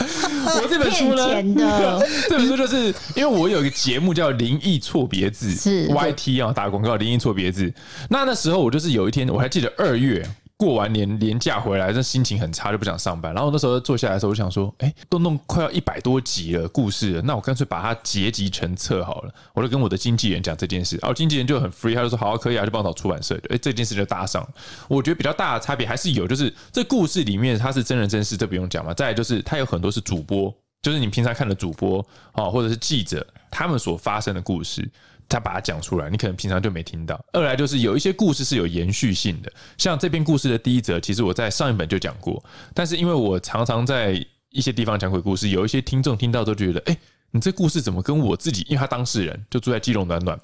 [SPEAKER 3] 我这本
[SPEAKER 1] 骗
[SPEAKER 3] 书呢，
[SPEAKER 1] 钱的，
[SPEAKER 3] 这本书就是因为我有一个节目叫《灵异错别字》，
[SPEAKER 1] 是
[SPEAKER 3] YT 啊、打广告《灵异错别字》。那那时候我就是有一天，我还记得二月过完年年假回来，这心情很差，就不想上班。然后那时候坐下来的时候，我就想说，哎、都弄快要一百多集了故事了，那我干脆把它结集成册好了。我就跟我的经纪人讲这件事，然后经纪人就很 free，他就说好、啊，可以啊，就帮我找出版社。哎、这件事就搭上了。我觉得比较大的差别还是有，就是这故事里面它是真人真事，这不用讲嘛。再来就是它有很多是主播。就是你平常看的主播哦，或者是记者他们所发生的故事，他把它讲出来，你可能平常就没听到。二来就是有一些故事是有延续性的，像这篇故事的第一则，其实我在上一本就讲过，但是因为我常常在一些地方讲鬼故事，有一些听众听到都觉得，哎、你这故事怎么跟我自己？因为他当事人就住在基隆暖暖，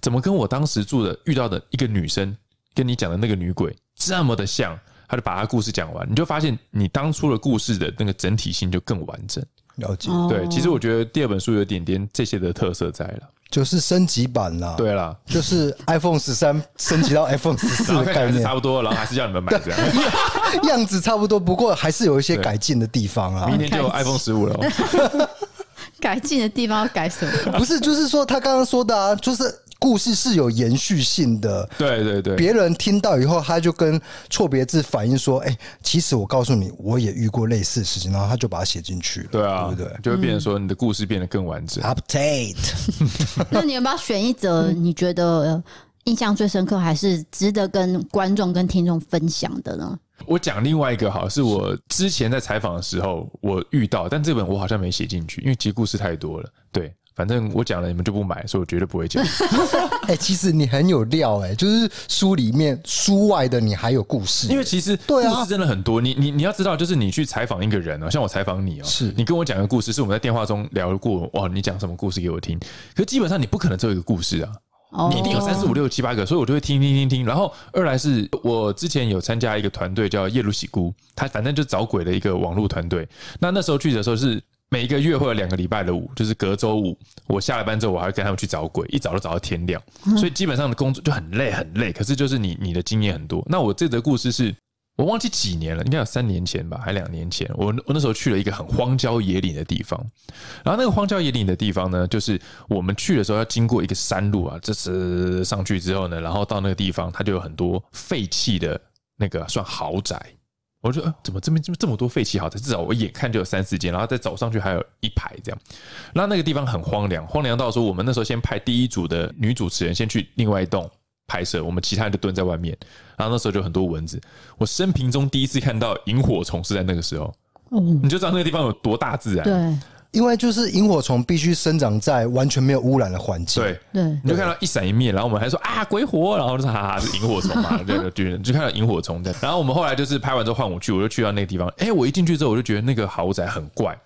[SPEAKER 3] 怎么跟我当时住的遇到的一个女生跟你讲的那个女鬼这么的像？他就把他故事讲完，你就发现你当初的故事的那个整体性就更完整。
[SPEAKER 2] 了解，
[SPEAKER 1] 哦
[SPEAKER 3] 对，其实我觉得第二本书有点点这些的特色在了。
[SPEAKER 2] 就是升级版啦。，
[SPEAKER 3] 对啦，
[SPEAKER 2] 就是 iPhone 十三升 级到 iPhone 十四
[SPEAKER 3] 然后
[SPEAKER 2] 的
[SPEAKER 3] 看起
[SPEAKER 2] 概
[SPEAKER 3] 来是
[SPEAKER 2] 念
[SPEAKER 3] 差，不多，然后还是叫你们买 这样。
[SPEAKER 2] 样子差不多，不过还是有一些
[SPEAKER 3] 对
[SPEAKER 2] 改进的地方啊。
[SPEAKER 3] 明天 就有 iPhone 十五了哦，
[SPEAKER 1] 改进的地方要改什么？
[SPEAKER 2] 不是，就是说他刚刚说的啊，就是故事是有延续性的。
[SPEAKER 3] 对对对，
[SPEAKER 2] 别人听到以后，他就跟错别字反映说：“哎、其实我告诉你，我也遇过类似的事情。”然后他就把它写进去了，
[SPEAKER 3] 对啊，
[SPEAKER 2] 对不对嗯
[SPEAKER 3] 就会变成说你的故事变得更完整。
[SPEAKER 2] ？Update，
[SPEAKER 1] 那你有没有选一则你觉得印象最深刻，还是值得跟观众跟听众分享的呢？
[SPEAKER 3] 我讲另外一个好，是我之前在采访的时候我遇到，但这本我好像没写进去，因为其实故事太多了。对，反正我讲了你们就不买，所以我绝对不会讲。
[SPEAKER 2] 哎、其实你很有料哎、就是书里面、书外的你还有故事，
[SPEAKER 3] 因为其实故
[SPEAKER 2] 对啊
[SPEAKER 3] 事真的很多，你你你要知道，就是你去采访一个人哦、像我采访你哦、
[SPEAKER 2] 是
[SPEAKER 3] 你跟我讲个故事，是我们在电话中聊过，哇，你讲什么故事给我听？可基本上你不可能只有一个故事啊，
[SPEAKER 1] 哦
[SPEAKER 3] 你一定有三四五六七八个，所以我就会听听听听。然后二来是我之前有参加一个团队叫夜路喜姑，他反正就找鬼的一个网络团队。那那时候去的时候是。每一个月会有两个礼拜的五，就是隔周五，我下了班之后，我还会跟他们去找鬼，一找就找到天亮，所以基本上的工作就很累很累。可是就是你你的经验很多。那我这则故事是我忘记几年了，应该有三年前吧，还两年前。我我那时候去了一个很荒郊野岭的地方，然后那个荒郊野岭的地方呢，就是我们去的时候要经过一个山路啊，这次上去之后呢，然后到那个地方，它就有很多废弃的那个算豪宅。我就说、呃怎么这边这么这么多废弃豪宅？至少我眼看就有三四间，然后再走上去还有一排这样。然后那个地方很荒凉，荒凉到说我们那时候先派第一组的女主持人先去另外一栋拍摄，我们其他人就蹲在外面。然后那时候就很多蚊子，我生平中第一次看到萤火虫是在那个时候，
[SPEAKER 1] 嗯，
[SPEAKER 3] 你就知道那个地方有多大自然。
[SPEAKER 1] 对
[SPEAKER 2] 因为就是萤火虫必须生长在完全没有污染的环境，
[SPEAKER 3] 对，
[SPEAKER 1] 对，
[SPEAKER 3] 你就看到一闪一灭，然后我们还说啊鬼火，然后就是哈哈是萤火虫嘛，对对对，你就看到萤火虫的。然后我们后来就是拍完之后换我去，我就去到那个地方，哎、我一进去之后我就觉得那个豪宅很怪。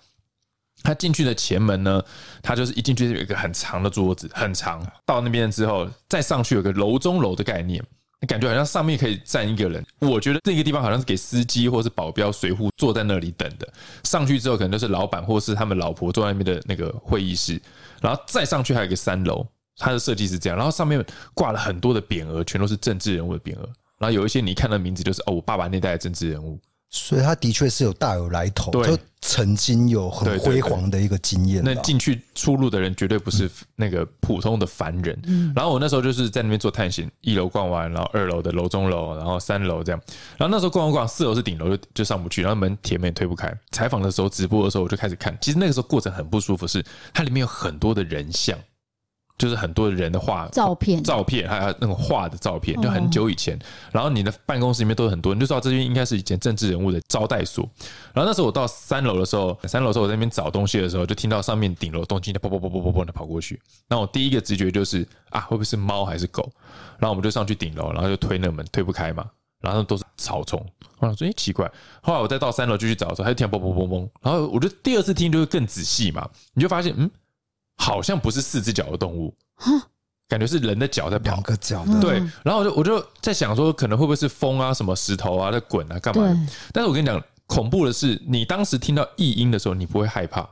[SPEAKER 3] 他进去的前门呢，他就是一进去有一个很长的桌子，很长。到那边之后，再上去有个楼中楼的概念，感觉好像上面可以站一个人。我觉得那个地方好像是给司机或是保镖、随护坐在那里等的。上去之后，可能就是老板或是他们老婆坐在那边的那个会议室，然后再上去还有一个三楼，它的设计是这样。然后上面挂了很多的匾额，全都是政治人物的匾额。然后有一些你看到名字就是哦，我爸爸那代的政治人物。
[SPEAKER 2] 所以他的确是有大有来头，
[SPEAKER 3] 对
[SPEAKER 2] 就曾经有很
[SPEAKER 3] 对对
[SPEAKER 2] 辉
[SPEAKER 3] 对
[SPEAKER 2] 煌的一个经验啦。
[SPEAKER 3] 那
[SPEAKER 1] 哦
[SPEAKER 3] 进去出入的人绝对不
[SPEAKER 1] 嗯
[SPEAKER 3] 是那个普通的凡人。然后我那时候就是在那边做探险，一楼逛完，然后二楼的楼中楼，然后三楼这样。然后那时候逛完逛，四楼是顶楼就就上不去，然后门铁门也推不开。采访的时候，直播的时候我就开始看，其实那个时候过程很不舒服是，它里面有很多的人像，就是很多人的画
[SPEAKER 1] 照片
[SPEAKER 3] 照片，还有那种画的照片，就很久以前。然后你的办公室里面都有很多，你就知道这边应该是以前政治人物的招待所。然后那时候我到三楼的时候，三楼的时候我在那边找东西的时候，就听到上面顶楼的东西在砰砰砰砰砰砰的跑过去。那我第一个直觉就是啊，会不会是猫还是狗？然后我们就上去顶楼，然后就推那个门，推不开嘛。然后都是草丛，我想说，哎、奇怪。后来我再到三楼继续找的时候，它就听到砰砰砰砰，然后我就第二次听就会更仔细嘛，你就发现，嗯，好像不是四只脚的动物，感觉是人的脚在跑
[SPEAKER 2] 两，个脚的，
[SPEAKER 3] 对，然后我就我就在想说，可能会不会是风啊、什么石头啊在滚啊、干嘛的
[SPEAKER 1] 对？
[SPEAKER 3] 但是我跟你讲，恐怖的是，你当时听到异音的时候，你不会害怕，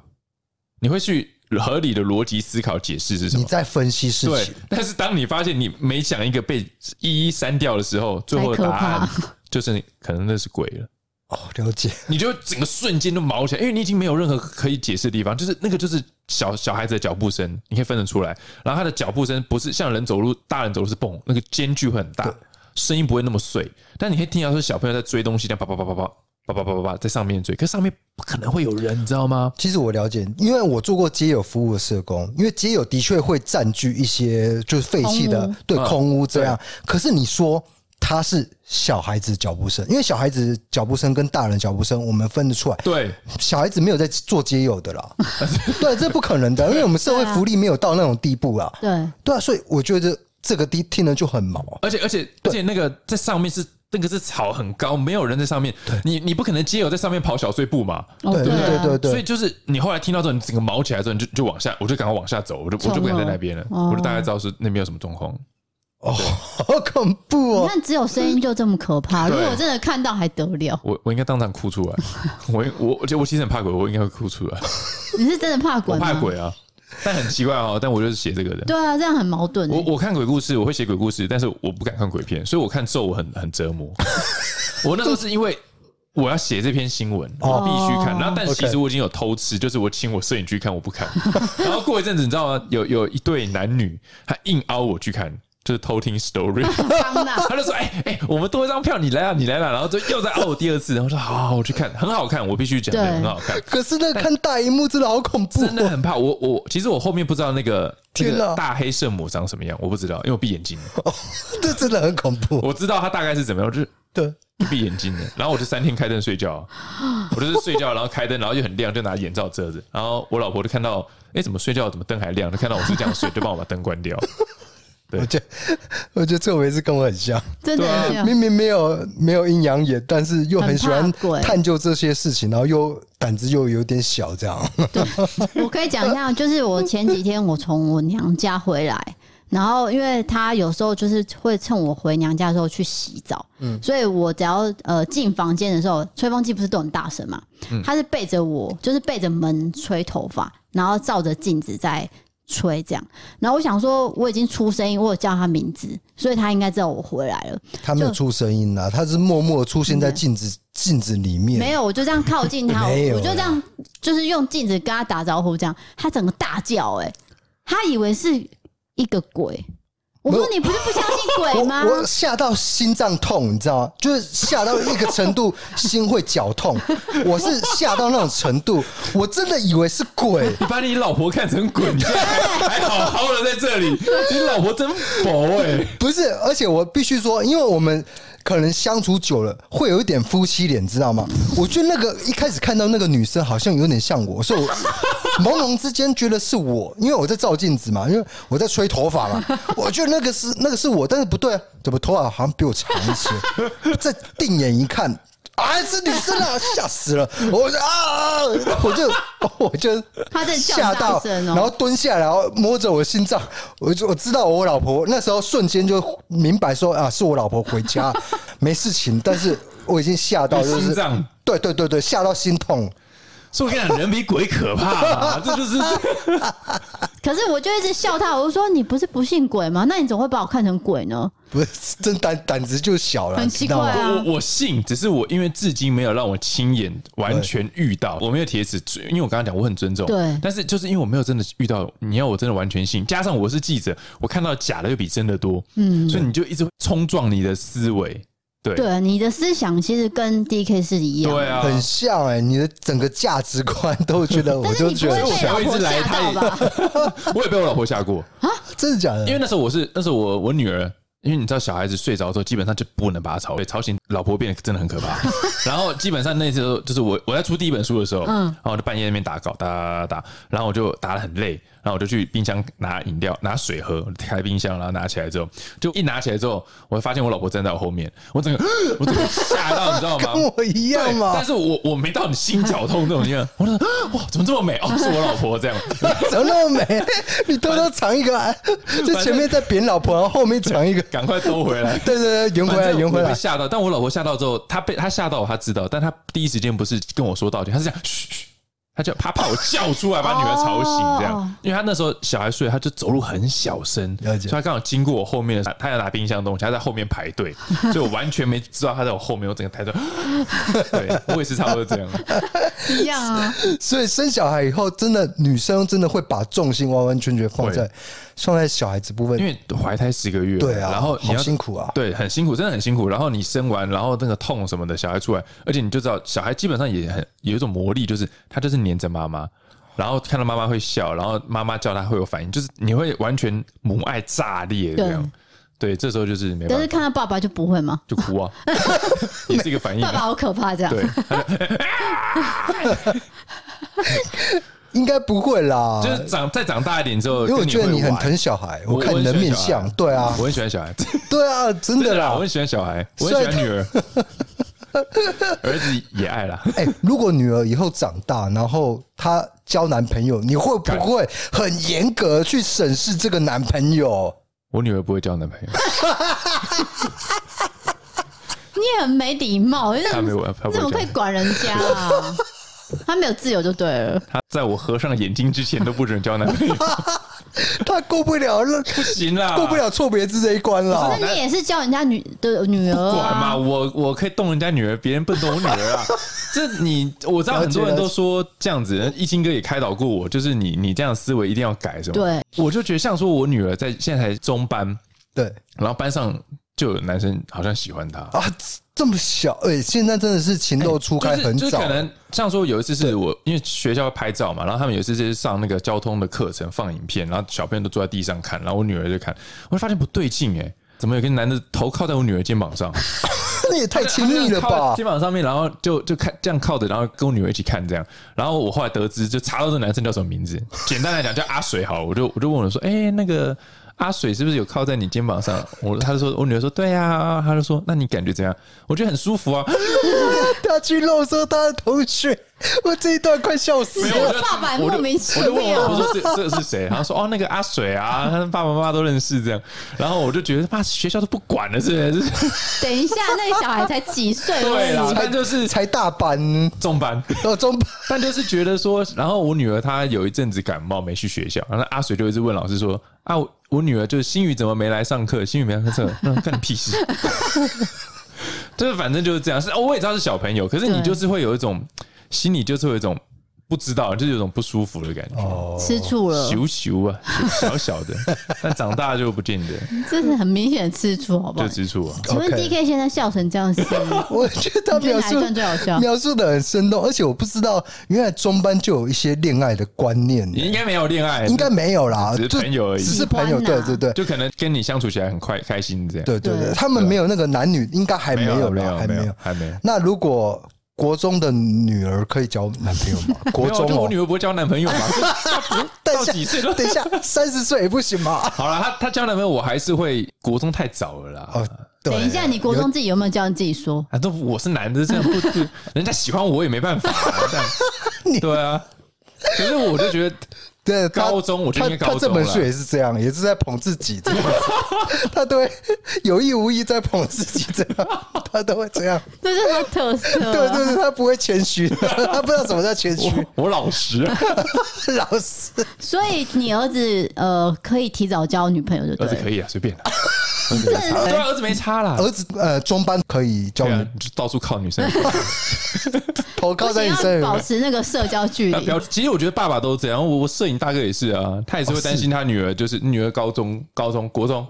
[SPEAKER 3] 你会去合理的逻辑思考解释是什
[SPEAKER 2] 你
[SPEAKER 3] 么。
[SPEAKER 2] 在分析事
[SPEAKER 3] 对
[SPEAKER 2] 情，，
[SPEAKER 3] 但是当你发现你每讲一个被一一删掉的时候，最后的答案
[SPEAKER 1] 太
[SPEAKER 3] 就是你可能那是鬼了，
[SPEAKER 2] 哦，了解，
[SPEAKER 3] 你就整个瞬间都毛起来，因为你已经没有任何可以解释的地方，就是那个就是小小孩子的脚步声，你可以分得出来。然后他的脚步声不是像人走路，大人走路是蹦，那个间距会很大，声音不会那么碎，但你可以听到说小朋友在追东西，这样叭叭叭叭叭叭叭叭叭叭在上面追，可上面不可能会有人，你知道吗？
[SPEAKER 2] 其实我了解，因为我做过街友服务的社工，因为街友的确会占据一些就是废弃的
[SPEAKER 1] 空屋
[SPEAKER 2] 对
[SPEAKER 3] 嗯
[SPEAKER 2] 空屋这样。可是你说它是小孩子脚步声，因为小孩子脚步声跟大人脚步声我们分得出来，
[SPEAKER 3] 对，
[SPEAKER 2] 小孩子没有在做街友的啦，对，这不可能的，因为我们社会福利没有到那种地步啦。
[SPEAKER 1] 对，
[SPEAKER 2] 对啊，所以我觉得这个地听了就很毛啊。
[SPEAKER 3] 而且而且而且那个在上面是那个是草很高，没有人在上面，你你不可能街友在上面跑小碎步嘛。
[SPEAKER 1] 哦
[SPEAKER 2] 对
[SPEAKER 1] 啊
[SPEAKER 2] 对对对
[SPEAKER 3] 所以就是你后来听到之后，你整个毛起来之后，你就就往下，我就赶快往下走，我就我就不敢在那边了，
[SPEAKER 1] 冲了哦
[SPEAKER 3] 我就大概知道是那边有什么状况。
[SPEAKER 2] 哦，好恐怖
[SPEAKER 1] 你
[SPEAKER 2] 哦！
[SPEAKER 1] 看，只有声音就这么可怕，如
[SPEAKER 3] 对
[SPEAKER 1] 果真的看到还得了？
[SPEAKER 3] 我我应该当场哭出来，我我而且我其实很怕鬼，我应该会哭出来，
[SPEAKER 1] 你是真的怕 鬼
[SPEAKER 3] 我
[SPEAKER 1] 吗？
[SPEAKER 3] 怕鬼啊。但很奇怪哦，但我就是写这个的。
[SPEAKER 1] 对啊，这样很矛盾欸。
[SPEAKER 3] 我我看鬼故事，我会写鬼故事，但是我不敢看鬼片，所以我看咒我很很折磨。我那时候是因为我要写这篇新闻，我必须看。然后，但其实
[SPEAKER 2] OK
[SPEAKER 3] 我已经有偷吃，就是我请我摄影去看，我不看。 然后过一阵子，你知道吗？有有一对男女，他硬凹我去看，就是偷听 story。
[SPEAKER 1] 当然，
[SPEAKER 3] 他就说：“哎、哎、我们多一张票，你来啊，你来啦、然后就又再凹我第二次，然后说：“好好好，我去看，很好看，我必须讲，
[SPEAKER 1] 对
[SPEAKER 3] 很好看。”
[SPEAKER 2] 可是那个看大荧幕真的好恐怖、
[SPEAKER 3] 真的
[SPEAKER 2] 哦，
[SPEAKER 3] 很怕我我其实我后面不知道那个这
[SPEAKER 2] 天哪
[SPEAKER 3] 个大黑圣母长什么样，我不知道，因为我闭眼睛了。
[SPEAKER 2] 这真的很恐怖。
[SPEAKER 3] 我知道他大概是怎么样，我就
[SPEAKER 2] 对，
[SPEAKER 3] 就闭眼睛的， 然后我就三天开灯睡觉，我就是睡觉，然后开灯，然后就很亮，就拿眼罩遮着，然后我老婆就看到，哎、怎么睡觉怎么灯还亮，就看到我是这样睡，就帮我把灯关掉。对
[SPEAKER 2] 我觉得 我觉得这回是跟我很像，
[SPEAKER 1] 真的很像
[SPEAKER 2] 明明没有没有阴阳眼，但是又很喜欢
[SPEAKER 1] 啊很怕鬼
[SPEAKER 2] 探究这些事情，然后又胆子又有点小，这样
[SPEAKER 1] 我可以讲一下，就是我前几天我从我娘家回来，然后因为她有时候就是会趁我回娘家的时候去洗澡，所以我只要呃进房间的时候，吹风机不是都很大声嘛，她是背着我，就是背着门吹头发，然后照着镜子在。吹这样，然后我想说我已经出声音，我有叫她名字，所以她应该知道我回来了。
[SPEAKER 2] 他没有出声音啊，他是默默出现在镜子镜子里面，
[SPEAKER 1] 没有，我就这样靠近他，
[SPEAKER 2] 没有啊
[SPEAKER 1] 我就这样，就是用镜子跟他打招呼，这样他整个大叫、欸，哎，他以为是一个鬼。我
[SPEAKER 2] 没有
[SPEAKER 1] 说你不是不相信鬼
[SPEAKER 2] 我
[SPEAKER 1] 吗？
[SPEAKER 2] 我吓到心脏痛，你知道吗？就是吓到一个程 度，心会绞痛。我是吓到那种程度，我真的以为是鬼，
[SPEAKER 3] 你把你老婆看成鬼，你现在 还还好好的在这里，你老婆真佛哎、
[SPEAKER 2] 不是，而且我必须说，因为我们可能相处久了，会有一点夫妻脸，知道吗？我觉得那个一开始看到那个女生好像有点像我，所以我朦胧之间觉得是我，因为我在照镜子嘛，因为我在吹头发 嘛，我觉得那个是那个是我，但是不对、啊，怎么头发好像比我长一些？再定眼一看。啊，是女生啊，吓死了！我就啊，我就哦我就
[SPEAKER 1] 她在叫
[SPEAKER 2] 吓
[SPEAKER 1] 大
[SPEAKER 2] 到，
[SPEAKER 1] 声哦
[SPEAKER 2] 然后蹲下来，然后摸着我心脏，我就我知道我老婆那时候瞬间就明白说啊，是我老婆回 家没事情，但是我已经吓到就
[SPEAKER 3] 心
[SPEAKER 2] 是
[SPEAKER 3] 脏，
[SPEAKER 2] 对对对对，吓到心痛。
[SPEAKER 3] 所以我跟你讲，人比鬼可怕、啊，这就是
[SPEAKER 1] 可是我就一直笑他，我就说你不是不信鬼吗？那你怎么会把我看成鬼呢？
[SPEAKER 2] 不是真胆胆子就小了，
[SPEAKER 1] 很
[SPEAKER 2] 你
[SPEAKER 1] 奇
[SPEAKER 2] 知道吗
[SPEAKER 1] 怪啊
[SPEAKER 3] 我我信，只是我因为至今没有让我亲眼完全遇到，我没有铁齿，因为我刚刚讲我很尊重，
[SPEAKER 1] 对
[SPEAKER 3] 但是就是因为我没有真的遇到，你要我真的完全信，加上我是记者，我看到假的又比真的多，
[SPEAKER 1] 嗯，
[SPEAKER 3] 所以你就一直会冲撞你的思维，对
[SPEAKER 1] 对，啊你的思想其实跟 D K 是一样。
[SPEAKER 3] 对啊，
[SPEAKER 2] 很像哎、你的整个价值观都觉得，我
[SPEAKER 1] 但是
[SPEAKER 2] 就
[SPEAKER 1] 你
[SPEAKER 2] 觉
[SPEAKER 1] 不
[SPEAKER 2] 得啊
[SPEAKER 1] 会被
[SPEAKER 2] 像
[SPEAKER 1] 老婆吓到 吧？
[SPEAKER 3] 我也被我老婆吓过，
[SPEAKER 2] 真的假的？
[SPEAKER 3] 因为那时候我是那时候我我女儿。因为你知道，小孩子睡着之后，基本上就不能把他吵，对，吵醒老婆变得真的很 可怕。然后基本上那时候就是我我在出第一本书的时候，嗯，然后我就半夜在那边打稿，打打打，然后我就打的很累，然后我就去冰箱拿饮料、拿水喝，我就开冰箱，然后拿起来之后，就一拿起来之后，我发现我老婆站在我后面，我整个我整个吓到，你知道吗？
[SPEAKER 2] 跟我一样嘛
[SPEAKER 3] 对但是我我没到你心绞痛这种地步，我就说哇，怎么这么美？哦，是我老婆这样。
[SPEAKER 2] 怎么那么美？你偷偷藏一个啊，就前面在扁老婆，然后后面藏一个，
[SPEAKER 3] 赶快兜回来。
[SPEAKER 2] 对对对，圆回来，圆回
[SPEAKER 3] 我
[SPEAKER 2] 来
[SPEAKER 3] 被。吓到，但我老婆吓到之后，她被她吓到，她知道，但她第一时间不是跟我说道歉，她是这样，嘘嘘，她就她怕我叫出来把女儿吵醒，这
[SPEAKER 1] 哦
[SPEAKER 3] 样，因为她那时候小孩睡，她就走路很小声，所
[SPEAKER 2] 了
[SPEAKER 3] 以
[SPEAKER 2] 解
[SPEAKER 3] 她刚好经过我后面的时候，她要拿冰箱东西，她在后面排 队，所以我完全没知道她在我后面，我整个抬头， 对我也是差不多这样，
[SPEAKER 1] 一样啊，
[SPEAKER 2] 所以生小孩以后，真的女生真的会把重心完完全全放在放在小孩子部分。
[SPEAKER 3] 因为怀胎十个月，
[SPEAKER 2] 对啊，
[SPEAKER 3] 然后你
[SPEAKER 2] 好
[SPEAKER 3] 要
[SPEAKER 2] 辛苦啊。
[SPEAKER 3] 对，很辛苦，真的很辛苦。然后你生完，然后那个痛什么的，小孩出来，而且你就知道，小孩基本上也很有一种魔力，就是他就是黏着妈妈，然后看到妈妈会笑，然后妈妈叫他会有反应，就是你会完全母爱炸裂这样。对，这时候就是没
[SPEAKER 1] 但
[SPEAKER 3] 办
[SPEAKER 1] 是
[SPEAKER 3] 法，
[SPEAKER 1] 看到爸爸就不会吗？
[SPEAKER 3] 就哭 啊，也是一个反应、
[SPEAKER 1] 爸爸
[SPEAKER 3] 啊。
[SPEAKER 1] 好可怕，这样
[SPEAKER 3] 对，
[SPEAKER 2] 应该不会啦，
[SPEAKER 3] 就是长再长大一点之后，
[SPEAKER 2] 因为我
[SPEAKER 3] 跟
[SPEAKER 2] 觉得
[SPEAKER 3] 会
[SPEAKER 2] 你很
[SPEAKER 3] 玩
[SPEAKER 2] 疼小孩，
[SPEAKER 3] 我
[SPEAKER 2] 我看你的面相，对啊
[SPEAKER 3] 我，很喜欢 小孩，真
[SPEAKER 2] 对啊，真的
[SPEAKER 3] 的啦，
[SPEAKER 2] 啦
[SPEAKER 3] 我。很喜欢小孩，我
[SPEAKER 2] 虽
[SPEAKER 3] 很
[SPEAKER 2] 然
[SPEAKER 3] 喜欢女 儿，儿子也爱啦。
[SPEAKER 2] 哎，如果女儿以后长大，然后她交男朋友，你会不会很严格地去审视这个男朋友？
[SPEAKER 3] 我女儿不会交男朋友，
[SPEAKER 1] 你也很没礼貌，你
[SPEAKER 3] 她
[SPEAKER 1] 怎
[SPEAKER 3] 没
[SPEAKER 1] 么
[SPEAKER 3] 有，她
[SPEAKER 1] 你怎么可
[SPEAKER 3] 不会交男朋
[SPEAKER 1] 以
[SPEAKER 3] 友。
[SPEAKER 1] 管人家 啊？他没有自由就对了，
[SPEAKER 3] 他在我合上眼睛之前都不准交男朋友，
[SPEAKER 2] 她过不了那
[SPEAKER 3] 不 啊行啦，
[SPEAKER 2] 过不了错别字这一关
[SPEAKER 1] 那
[SPEAKER 2] 啦。
[SPEAKER 1] 你也是教人家女的女儿
[SPEAKER 3] 哦管嘛，
[SPEAKER 1] 啊？
[SPEAKER 3] 我我可以动人家女儿，别人不能动我女儿 啊。这你我知道很多人都说这样子，一清哥也开导过我，就是你你这样思维一定要改什么。，
[SPEAKER 1] 对，
[SPEAKER 3] 我就觉得像说我女儿在现在才中班，
[SPEAKER 2] 对
[SPEAKER 3] 然后班上就有男生好像喜欢她。
[SPEAKER 2] 啊，这么小，哎，现在真的是情窦初开很
[SPEAKER 3] 哎就是就是
[SPEAKER 2] 早
[SPEAKER 3] 可，能像说有一次是我因为学校要拍照嘛，然后他们有一次是上那个交通的课程放影片，然后小朋友都坐在地上看，然后我女儿就看，我就发现不对劲哎、怎么有个男的头靠在我女儿肩膀上？
[SPEAKER 2] 那也太 亲密了
[SPEAKER 3] 他就靠
[SPEAKER 2] 吧
[SPEAKER 3] 在？肩膀上面，然后就就看这样靠着，然后跟我女儿一起看这样。然后我后来得知，就查到这男生叫什么 名字。简单来讲，叫阿水好了。我就我就问我说，哎、那个阿水是不是有靠在你肩膀上？我他就说，我女儿说对啊，他就说，那你感觉怎样？我觉得很舒服啊。
[SPEAKER 2] 他去肉搜他的同学，我这一段快笑死
[SPEAKER 3] 没
[SPEAKER 2] 了。
[SPEAKER 3] 有，我就
[SPEAKER 1] 爸爸
[SPEAKER 3] 我就
[SPEAKER 1] 莫名其
[SPEAKER 3] 我就问我
[SPEAKER 1] 妙
[SPEAKER 3] 老婆说这这是谁？然后说哦，那个阿水啊，他爸爸妈妈都认识这样。然后我就觉得，爸，学校都不管了，是不是？
[SPEAKER 1] 等一下，那小孩才几岁？
[SPEAKER 3] 对啦， 但就是
[SPEAKER 2] 才大班，
[SPEAKER 3] 重班。
[SPEAKER 2] 到中班，
[SPEAKER 3] 但就是觉得说，然后我女儿她有一阵子感冒没去学校，然后阿水就一直问老师说：“啊，我我女儿就是心宇怎么没来上课？心宇没来上 课，那干你屁事！”就是反正就是这样，是哦我也知道是小朋友，可是你
[SPEAKER 1] 对
[SPEAKER 3] 就是会有一种心里就是会有一种不知道，就是有一种不舒服的感觉，
[SPEAKER 1] 吃醋了，
[SPEAKER 3] 羞羞啊，小 小的，但长大就不见得
[SPEAKER 1] 这是很明显的吃醋，好不好
[SPEAKER 3] 就？吃醋啊。
[SPEAKER 1] 请问
[SPEAKER 2] OK
[SPEAKER 1] D K 现在笑成这 样子，
[SPEAKER 2] 我觉得他
[SPEAKER 1] 你觉得
[SPEAKER 2] 描
[SPEAKER 1] 哪一
[SPEAKER 2] 述
[SPEAKER 1] 段最好笑？
[SPEAKER 2] 描述的很生动，而且我不知道原来中班就有一些恋爱的观念
[SPEAKER 3] 你，应该没有恋爱，
[SPEAKER 2] 应该没有啦，
[SPEAKER 3] 只是
[SPEAKER 2] 就
[SPEAKER 3] 朋友而已
[SPEAKER 2] 只是朋友，
[SPEAKER 1] 喜欢
[SPEAKER 2] 对
[SPEAKER 1] 啊
[SPEAKER 2] 对对
[SPEAKER 3] 就可能跟你相处起来很快开心这样。
[SPEAKER 2] 对对
[SPEAKER 1] 对
[SPEAKER 2] 对，他们没有那个男女，应该还没有
[SPEAKER 3] 没
[SPEAKER 2] 啦，
[SPEAKER 3] 有
[SPEAKER 2] 还
[SPEAKER 3] 没
[SPEAKER 2] 没
[SPEAKER 3] 有
[SPEAKER 2] 有。
[SPEAKER 3] 还没有。
[SPEAKER 2] 那如果国中的女儿可以交男朋友吗？国
[SPEAKER 3] 没有啊
[SPEAKER 2] 中
[SPEAKER 3] 就我女
[SPEAKER 2] 哦，
[SPEAKER 3] 儿不会交男朋友 嘛？就她不是
[SPEAKER 2] 等
[SPEAKER 3] 到
[SPEAKER 2] 一下
[SPEAKER 3] 几 岁都
[SPEAKER 2] 等一下，三十岁也不行吗？
[SPEAKER 3] 好了，她她交男朋友，我还是会国中太早了啦。
[SPEAKER 2] 哦，对
[SPEAKER 1] 等一下，你国中自己有没有教你自己 说？
[SPEAKER 3] 啊，都我是男的，这样不 不，人家喜欢我也没办法、啊。这样对啊，可是我就觉得
[SPEAKER 2] 对，他
[SPEAKER 3] 高中我觉得应该
[SPEAKER 2] 他
[SPEAKER 3] 高
[SPEAKER 2] 他这
[SPEAKER 3] 中
[SPEAKER 2] 本
[SPEAKER 3] 啦
[SPEAKER 2] 书也是这样，也是在捧自己这样子， 他都会有意无意在捧自己这样， 他都会这样。
[SPEAKER 1] 这是他的特色
[SPEAKER 2] 对
[SPEAKER 1] 啊。
[SPEAKER 2] 对对，他不会谦虚，他不知道什么叫谦 虚，
[SPEAKER 3] 我我老实、啊，
[SPEAKER 2] 老师。
[SPEAKER 1] 所以你儿子呃可以提早交女朋友就
[SPEAKER 3] 儿
[SPEAKER 1] 对
[SPEAKER 3] 子
[SPEAKER 1] 了
[SPEAKER 3] 可。以啊，随便啊。儿子没差 对啊，儿子没差啦。
[SPEAKER 2] 儿子呃，中班可以教
[SPEAKER 3] 对
[SPEAKER 2] 你
[SPEAKER 3] 啊，你就到处靠女 生，
[SPEAKER 2] 投
[SPEAKER 1] 不
[SPEAKER 2] 靠在
[SPEAKER 1] 行，
[SPEAKER 2] 你身
[SPEAKER 1] 要保
[SPEAKER 2] 上，
[SPEAKER 1] 持那个社交距
[SPEAKER 3] 那
[SPEAKER 1] 离
[SPEAKER 3] 啊不。要。其实我觉得爸爸都这样，我我摄影大哥也是啊，他也是会担心他女儿，就是女儿高中、高中、国中，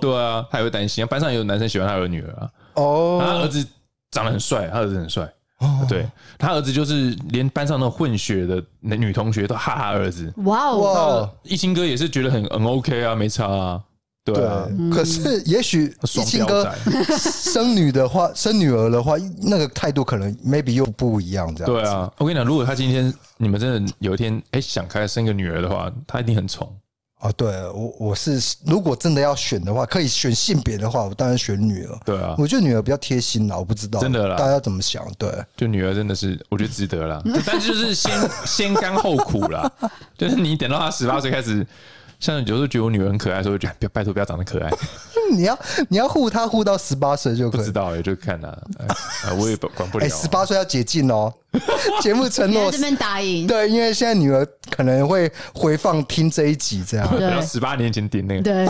[SPEAKER 3] 对啊，他也会担心。班上也有男生喜欢他的女儿啊，他儿
[SPEAKER 2] 哦，
[SPEAKER 3] 子长得很帅，他儿子很帅。对他儿子就是连班上那种混血的男女同学都哈哈儿子。
[SPEAKER 1] 哇哦，
[SPEAKER 2] 哇
[SPEAKER 3] 哦，一清哥也是觉得很很 OK 啊，没差啊。对啊，
[SPEAKER 1] 嗯
[SPEAKER 2] 可是也许
[SPEAKER 3] 爽
[SPEAKER 2] 信
[SPEAKER 3] 表
[SPEAKER 2] 哥
[SPEAKER 3] 仔
[SPEAKER 2] 生女的话，生女儿的话，那个态度可能 maybe 又不一样，这样
[SPEAKER 3] 对啊，我跟你讲，如果他今天你们真的有一天哎、想开生个女儿的话，他一定很宠。
[SPEAKER 2] 哦，对我我是如果真的要选的话，可以选性别的话，我当然选女儿。
[SPEAKER 3] 对啊，
[SPEAKER 2] 我觉得女儿比较贴心啦，我不知道
[SPEAKER 3] 真的啦
[SPEAKER 2] 大家怎么想？对，嗯
[SPEAKER 3] 就女儿真的是，我觉得值得啦。 但是就是先先甘后苦 啦，就是你等到她十八岁开始，像有时候觉得我女儿很可爱的时候，就觉得哎不要拜托不要长得可爱，
[SPEAKER 2] 你要你要护她护到十八岁就
[SPEAKER 3] 不
[SPEAKER 2] 可
[SPEAKER 3] 知
[SPEAKER 2] 以。
[SPEAKER 3] 道也、就看啦、哎啊我也不管不了、
[SPEAKER 2] 哎，十八岁要解禁 哦，节目承
[SPEAKER 1] 你在
[SPEAKER 2] 诺
[SPEAKER 1] 这。边答应，
[SPEAKER 2] 对，因为现在女儿可能会回放听这一集，这样。
[SPEAKER 3] 不要
[SPEAKER 1] 对
[SPEAKER 3] 十八年前点那个，
[SPEAKER 1] 对，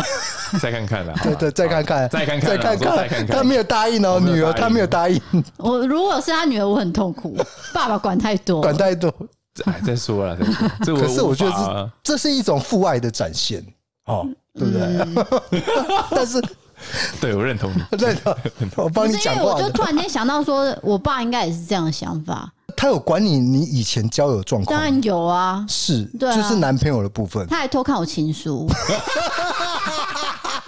[SPEAKER 3] 再看看啦。好吧
[SPEAKER 2] 对对，再看看，
[SPEAKER 3] 再看看
[SPEAKER 2] 再
[SPEAKER 3] 啦
[SPEAKER 2] 看
[SPEAKER 3] 我说再
[SPEAKER 2] 看，
[SPEAKER 3] 看看
[SPEAKER 2] 他没有答应哦，
[SPEAKER 3] 我没有
[SPEAKER 2] 女儿
[SPEAKER 3] 答应
[SPEAKER 2] 她没有答 应，
[SPEAKER 1] 我如果是他女儿，我很痛苦，爸爸管太多，
[SPEAKER 2] 管太多。
[SPEAKER 3] 哎，再说了，再说这我
[SPEAKER 2] 可是我觉
[SPEAKER 3] 无法啊
[SPEAKER 2] 得这这是一种父爱的展现，哦，对不对？
[SPEAKER 1] 嗯
[SPEAKER 2] 但是
[SPEAKER 3] 对我认同你，
[SPEAKER 2] 对的，我
[SPEAKER 1] 不
[SPEAKER 2] 帮你
[SPEAKER 1] 是因
[SPEAKER 2] 讲
[SPEAKER 1] 为
[SPEAKER 2] 话
[SPEAKER 1] 我就
[SPEAKER 2] 的，
[SPEAKER 1] 突然间想到说，我爸应该也是这样的想法，
[SPEAKER 2] 他有管你你以前交友状
[SPEAKER 1] 当
[SPEAKER 2] 况吗，
[SPEAKER 1] 然有啊，
[SPEAKER 2] 是
[SPEAKER 1] 对啊
[SPEAKER 2] 就是男朋友的部分，
[SPEAKER 1] 他还偷看我情 书。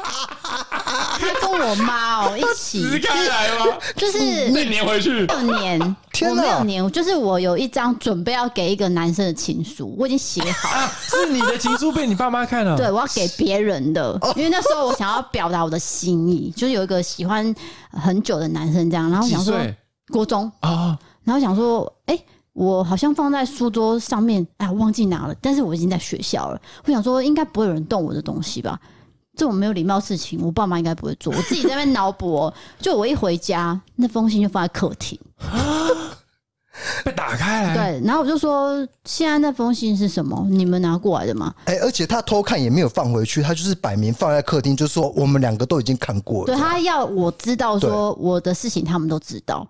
[SPEAKER 1] 他跟我妈哦一
[SPEAKER 3] 撕
[SPEAKER 1] 起，
[SPEAKER 3] 开来吗？
[SPEAKER 1] 就是
[SPEAKER 3] 再粘回去，
[SPEAKER 1] 六年，
[SPEAKER 2] 天
[SPEAKER 1] 我
[SPEAKER 2] 哪
[SPEAKER 1] 六年，就是我有一张准备要给一个男生的情书，我已经写好，
[SPEAKER 3] 是你的情书被你爸妈看了，
[SPEAKER 1] 对，我要给别人的，
[SPEAKER 2] 哦
[SPEAKER 1] 因为那时候我想要表达我的心意，就是有一个喜欢很久的男生这样，然后我
[SPEAKER 3] 几
[SPEAKER 1] 想说
[SPEAKER 3] 岁
[SPEAKER 1] 国中，
[SPEAKER 3] 啊？
[SPEAKER 1] 然后想说，哎、我好像放在书桌上面，哎，忘记拿了，但是我已经在学校了。我想说，应该不会有人动我的东西吧？这种没有礼貌的事情，我爸妈应该不会做。我自己在那边脑补哦，就我一回家，那封信就放在客厅。
[SPEAKER 3] 被打开来，
[SPEAKER 1] 对，然后我就说，现在那封信是什么？你们拿过来的吗？
[SPEAKER 2] 哎，而且他偷看也没有放回去，他就是摆明放在客厅，就说我们两个都已经看过了
[SPEAKER 1] 对
[SPEAKER 2] 这样，
[SPEAKER 1] 他要我知道说我的事情，他们都知道，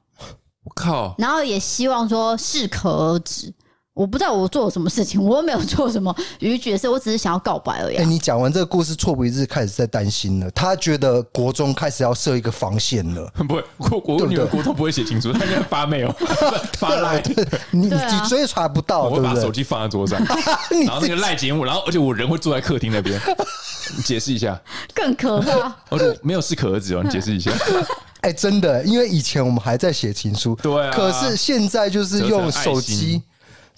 [SPEAKER 3] 我靠！
[SPEAKER 1] 然后也希望说适可而止。我不知道我做了什么事情，我又没有做什么逾矩的事，我只是想要告白而已啊、
[SPEAKER 2] 哎、你讲完这个故事，错不一致开始在担心了。他觉得国中开始要设一个防线了。
[SPEAKER 3] 不会，我
[SPEAKER 2] 对
[SPEAKER 3] 我
[SPEAKER 2] 不对
[SPEAKER 3] 女儿国中不会写情书，她应该 发 mail 发赖，
[SPEAKER 2] 你你
[SPEAKER 1] 对啊
[SPEAKER 2] 你追查不到，
[SPEAKER 3] 哎我
[SPEAKER 2] 啊对
[SPEAKER 3] 会把
[SPEAKER 2] 不
[SPEAKER 3] 手
[SPEAKER 2] 对？
[SPEAKER 3] 机放在 桌上，然后那个赖节目，然后而且我人会坐在客厅那边，你解释一下，
[SPEAKER 1] 更可怕。
[SPEAKER 3] 而且没有适可而止哦， 你解释一下，
[SPEAKER 2] 哎、真的，因为以前我们还在写情书，
[SPEAKER 3] 对啊
[SPEAKER 2] 可是现在就是用手
[SPEAKER 3] 折成爱
[SPEAKER 2] 机。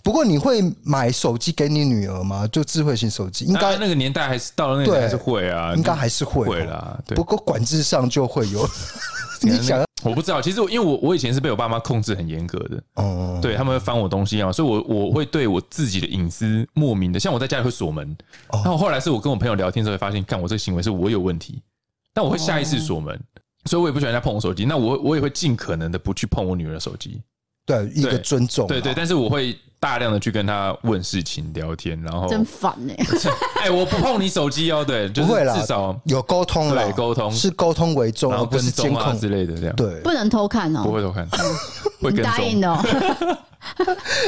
[SPEAKER 2] 不过你会买手机给你女儿吗？就智慧型手机，应
[SPEAKER 3] 当
[SPEAKER 2] 该、
[SPEAKER 3] 然那个年代还是到了那个年代还是会啊，
[SPEAKER 2] 应该还是会哦
[SPEAKER 3] 会啦对
[SPEAKER 2] 不过管制上就会 有。
[SPEAKER 3] 可
[SPEAKER 2] 你
[SPEAKER 3] 能那
[SPEAKER 2] 想
[SPEAKER 3] 个
[SPEAKER 2] 要，
[SPEAKER 3] 我不知道，其实我因为我我以前是被我爸妈控制很严格的，
[SPEAKER 2] 嗯，
[SPEAKER 3] 对他们会翻我东西啊，所以我我会对我自己的隐私莫名的，像我在家里会锁门，
[SPEAKER 2] 哦
[SPEAKER 3] 然后后来是我跟我朋友聊天之后才发现，干我这个行为是我有问题，但我会下意识锁门，
[SPEAKER 2] 哦
[SPEAKER 3] 所以我也不喜欢人家碰我手机，那我我也会尽可能的不去碰我女儿的手机，
[SPEAKER 2] 对，一个尊重啦，
[SPEAKER 3] 对对，但是我会大量的去跟她问事情、聊天，然后
[SPEAKER 1] 真烦哎、
[SPEAKER 3] 哎、我不碰你手机哦， 对，就
[SPEAKER 2] 不会
[SPEAKER 3] 是
[SPEAKER 2] 啦，
[SPEAKER 3] 至少
[SPEAKER 2] 有沟通啦，
[SPEAKER 3] 对沟通
[SPEAKER 2] 是沟通为重，
[SPEAKER 3] 然
[SPEAKER 2] 而
[SPEAKER 3] 后
[SPEAKER 2] 不
[SPEAKER 3] 跟
[SPEAKER 2] 是监
[SPEAKER 3] 踪啊
[SPEAKER 2] 控
[SPEAKER 3] 之类的这样，
[SPEAKER 2] 对， 啊
[SPEAKER 1] 不能偷看
[SPEAKER 3] 不
[SPEAKER 1] 哦、
[SPEAKER 3] 会偷 看，会
[SPEAKER 1] 你
[SPEAKER 3] 跟
[SPEAKER 1] 答应
[SPEAKER 3] 踪。
[SPEAKER 1] 的哦、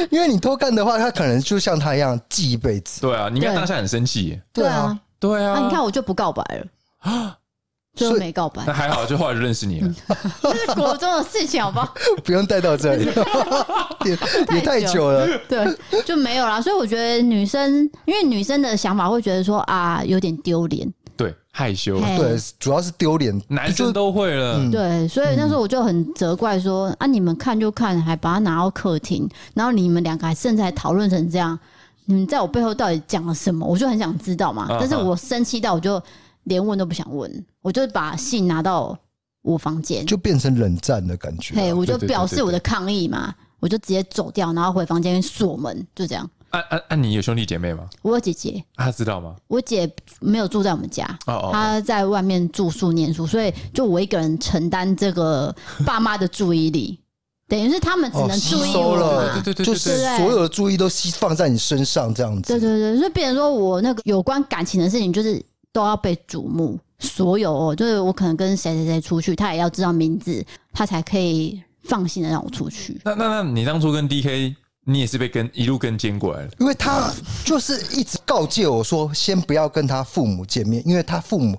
[SPEAKER 2] 因为你偷看的话，他可能就像他一样记一辈子。
[SPEAKER 3] 对啊，你应该
[SPEAKER 1] 对
[SPEAKER 3] 当下很生气耶。
[SPEAKER 1] 对啊，
[SPEAKER 3] 对
[SPEAKER 1] 啊，
[SPEAKER 3] 啊，
[SPEAKER 1] 你看我就不告白了，最后
[SPEAKER 2] 所以
[SPEAKER 1] 没告白
[SPEAKER 3] 那，还好，就后来就认识你了。
[SPEAKER 1] 这是国中的事情，好不 好？
[SPEAKER 2] 不用带到 这里，也也太久了。
[SPEAKER 1] 对，就没有啦。所以我觉得女生，因为女生的想法会觉得说啊，有点丢脸，
[SPEAKER 3] 对，害羞，
[SPEAKER 1] 嘿嗯
[SPEAKER 2] 对，主要是丢脸，
[SPEAKER 3] 男生都会了。
[SPEAKER 1] 对，所以那时候我就很责怪说
[SPEAKER 3] 嗯
[SPEAKER 1] 啊，你们看就看，还把它拿到客厅，然后你们两个还甚至还讨论成这样，你们在我背后到底讲了什么？我就很想知道嘛。
[SPEAKER 3] 嗯
[SPEAKER 1] 但是我生气到我就连问都不想问，我就把信拿到我房间，
[SPEAKER 2] 就变成冷战的感觉。
[SPEAKER 1] 嘿，我就
[SPEAKER 3] 对对对
[SPEAKER 1] 表示我
[SPEAKER 3] 对
[SPEAKER 1] 的抗议嘛，我就直接走掉，然后回房间锁门，就这样。
[SPEAKER 3] 啊啊啊！你有兄弟姐妹吗？
[SPEAKER 1] 我有姐姐，
[SPEAKER 3] 啊他知道吗？
[SPEAKER 1] 我姐没有住在我们家，
[SPEAKER 3] 哦哦哦，
[SPEAKER 1] 她在外面住宿念书，所以就我一个人承担这个爸妈的注意力， 等于是他们只
[SPEAKER 2] 哦，
[SPEAKER 1] 能
[SPEAKER 2] 吸
[SPEAKER 1] 注意
[SPEAKER 2] 收
[SPEAKER 1] 我
[SPEAKER 2] 了，
[SPEAKER 1] 嘛。
[SPEAKER 3] 对对对对对
[SPEAKER 2] 就是
[SPEAKER 1] 对
[SPEAKER 2] 所有的注意都吸放在你身上，这样子。
[SPEAKER 1] 对对对，所以变成说我那个有关感情的事情，就是都要被瞩目，所有哦，就是我可能跟谁谁谁出去，他也要知道名字，他才可以放心的让我出去。
[SPEAKER 3] 那那那你当初跟 DK，你也是被跟一路跟监过来的。
[SPEAKER 2] 因为他就是一直告诫我说，先不要跟他父母见面，因为他父母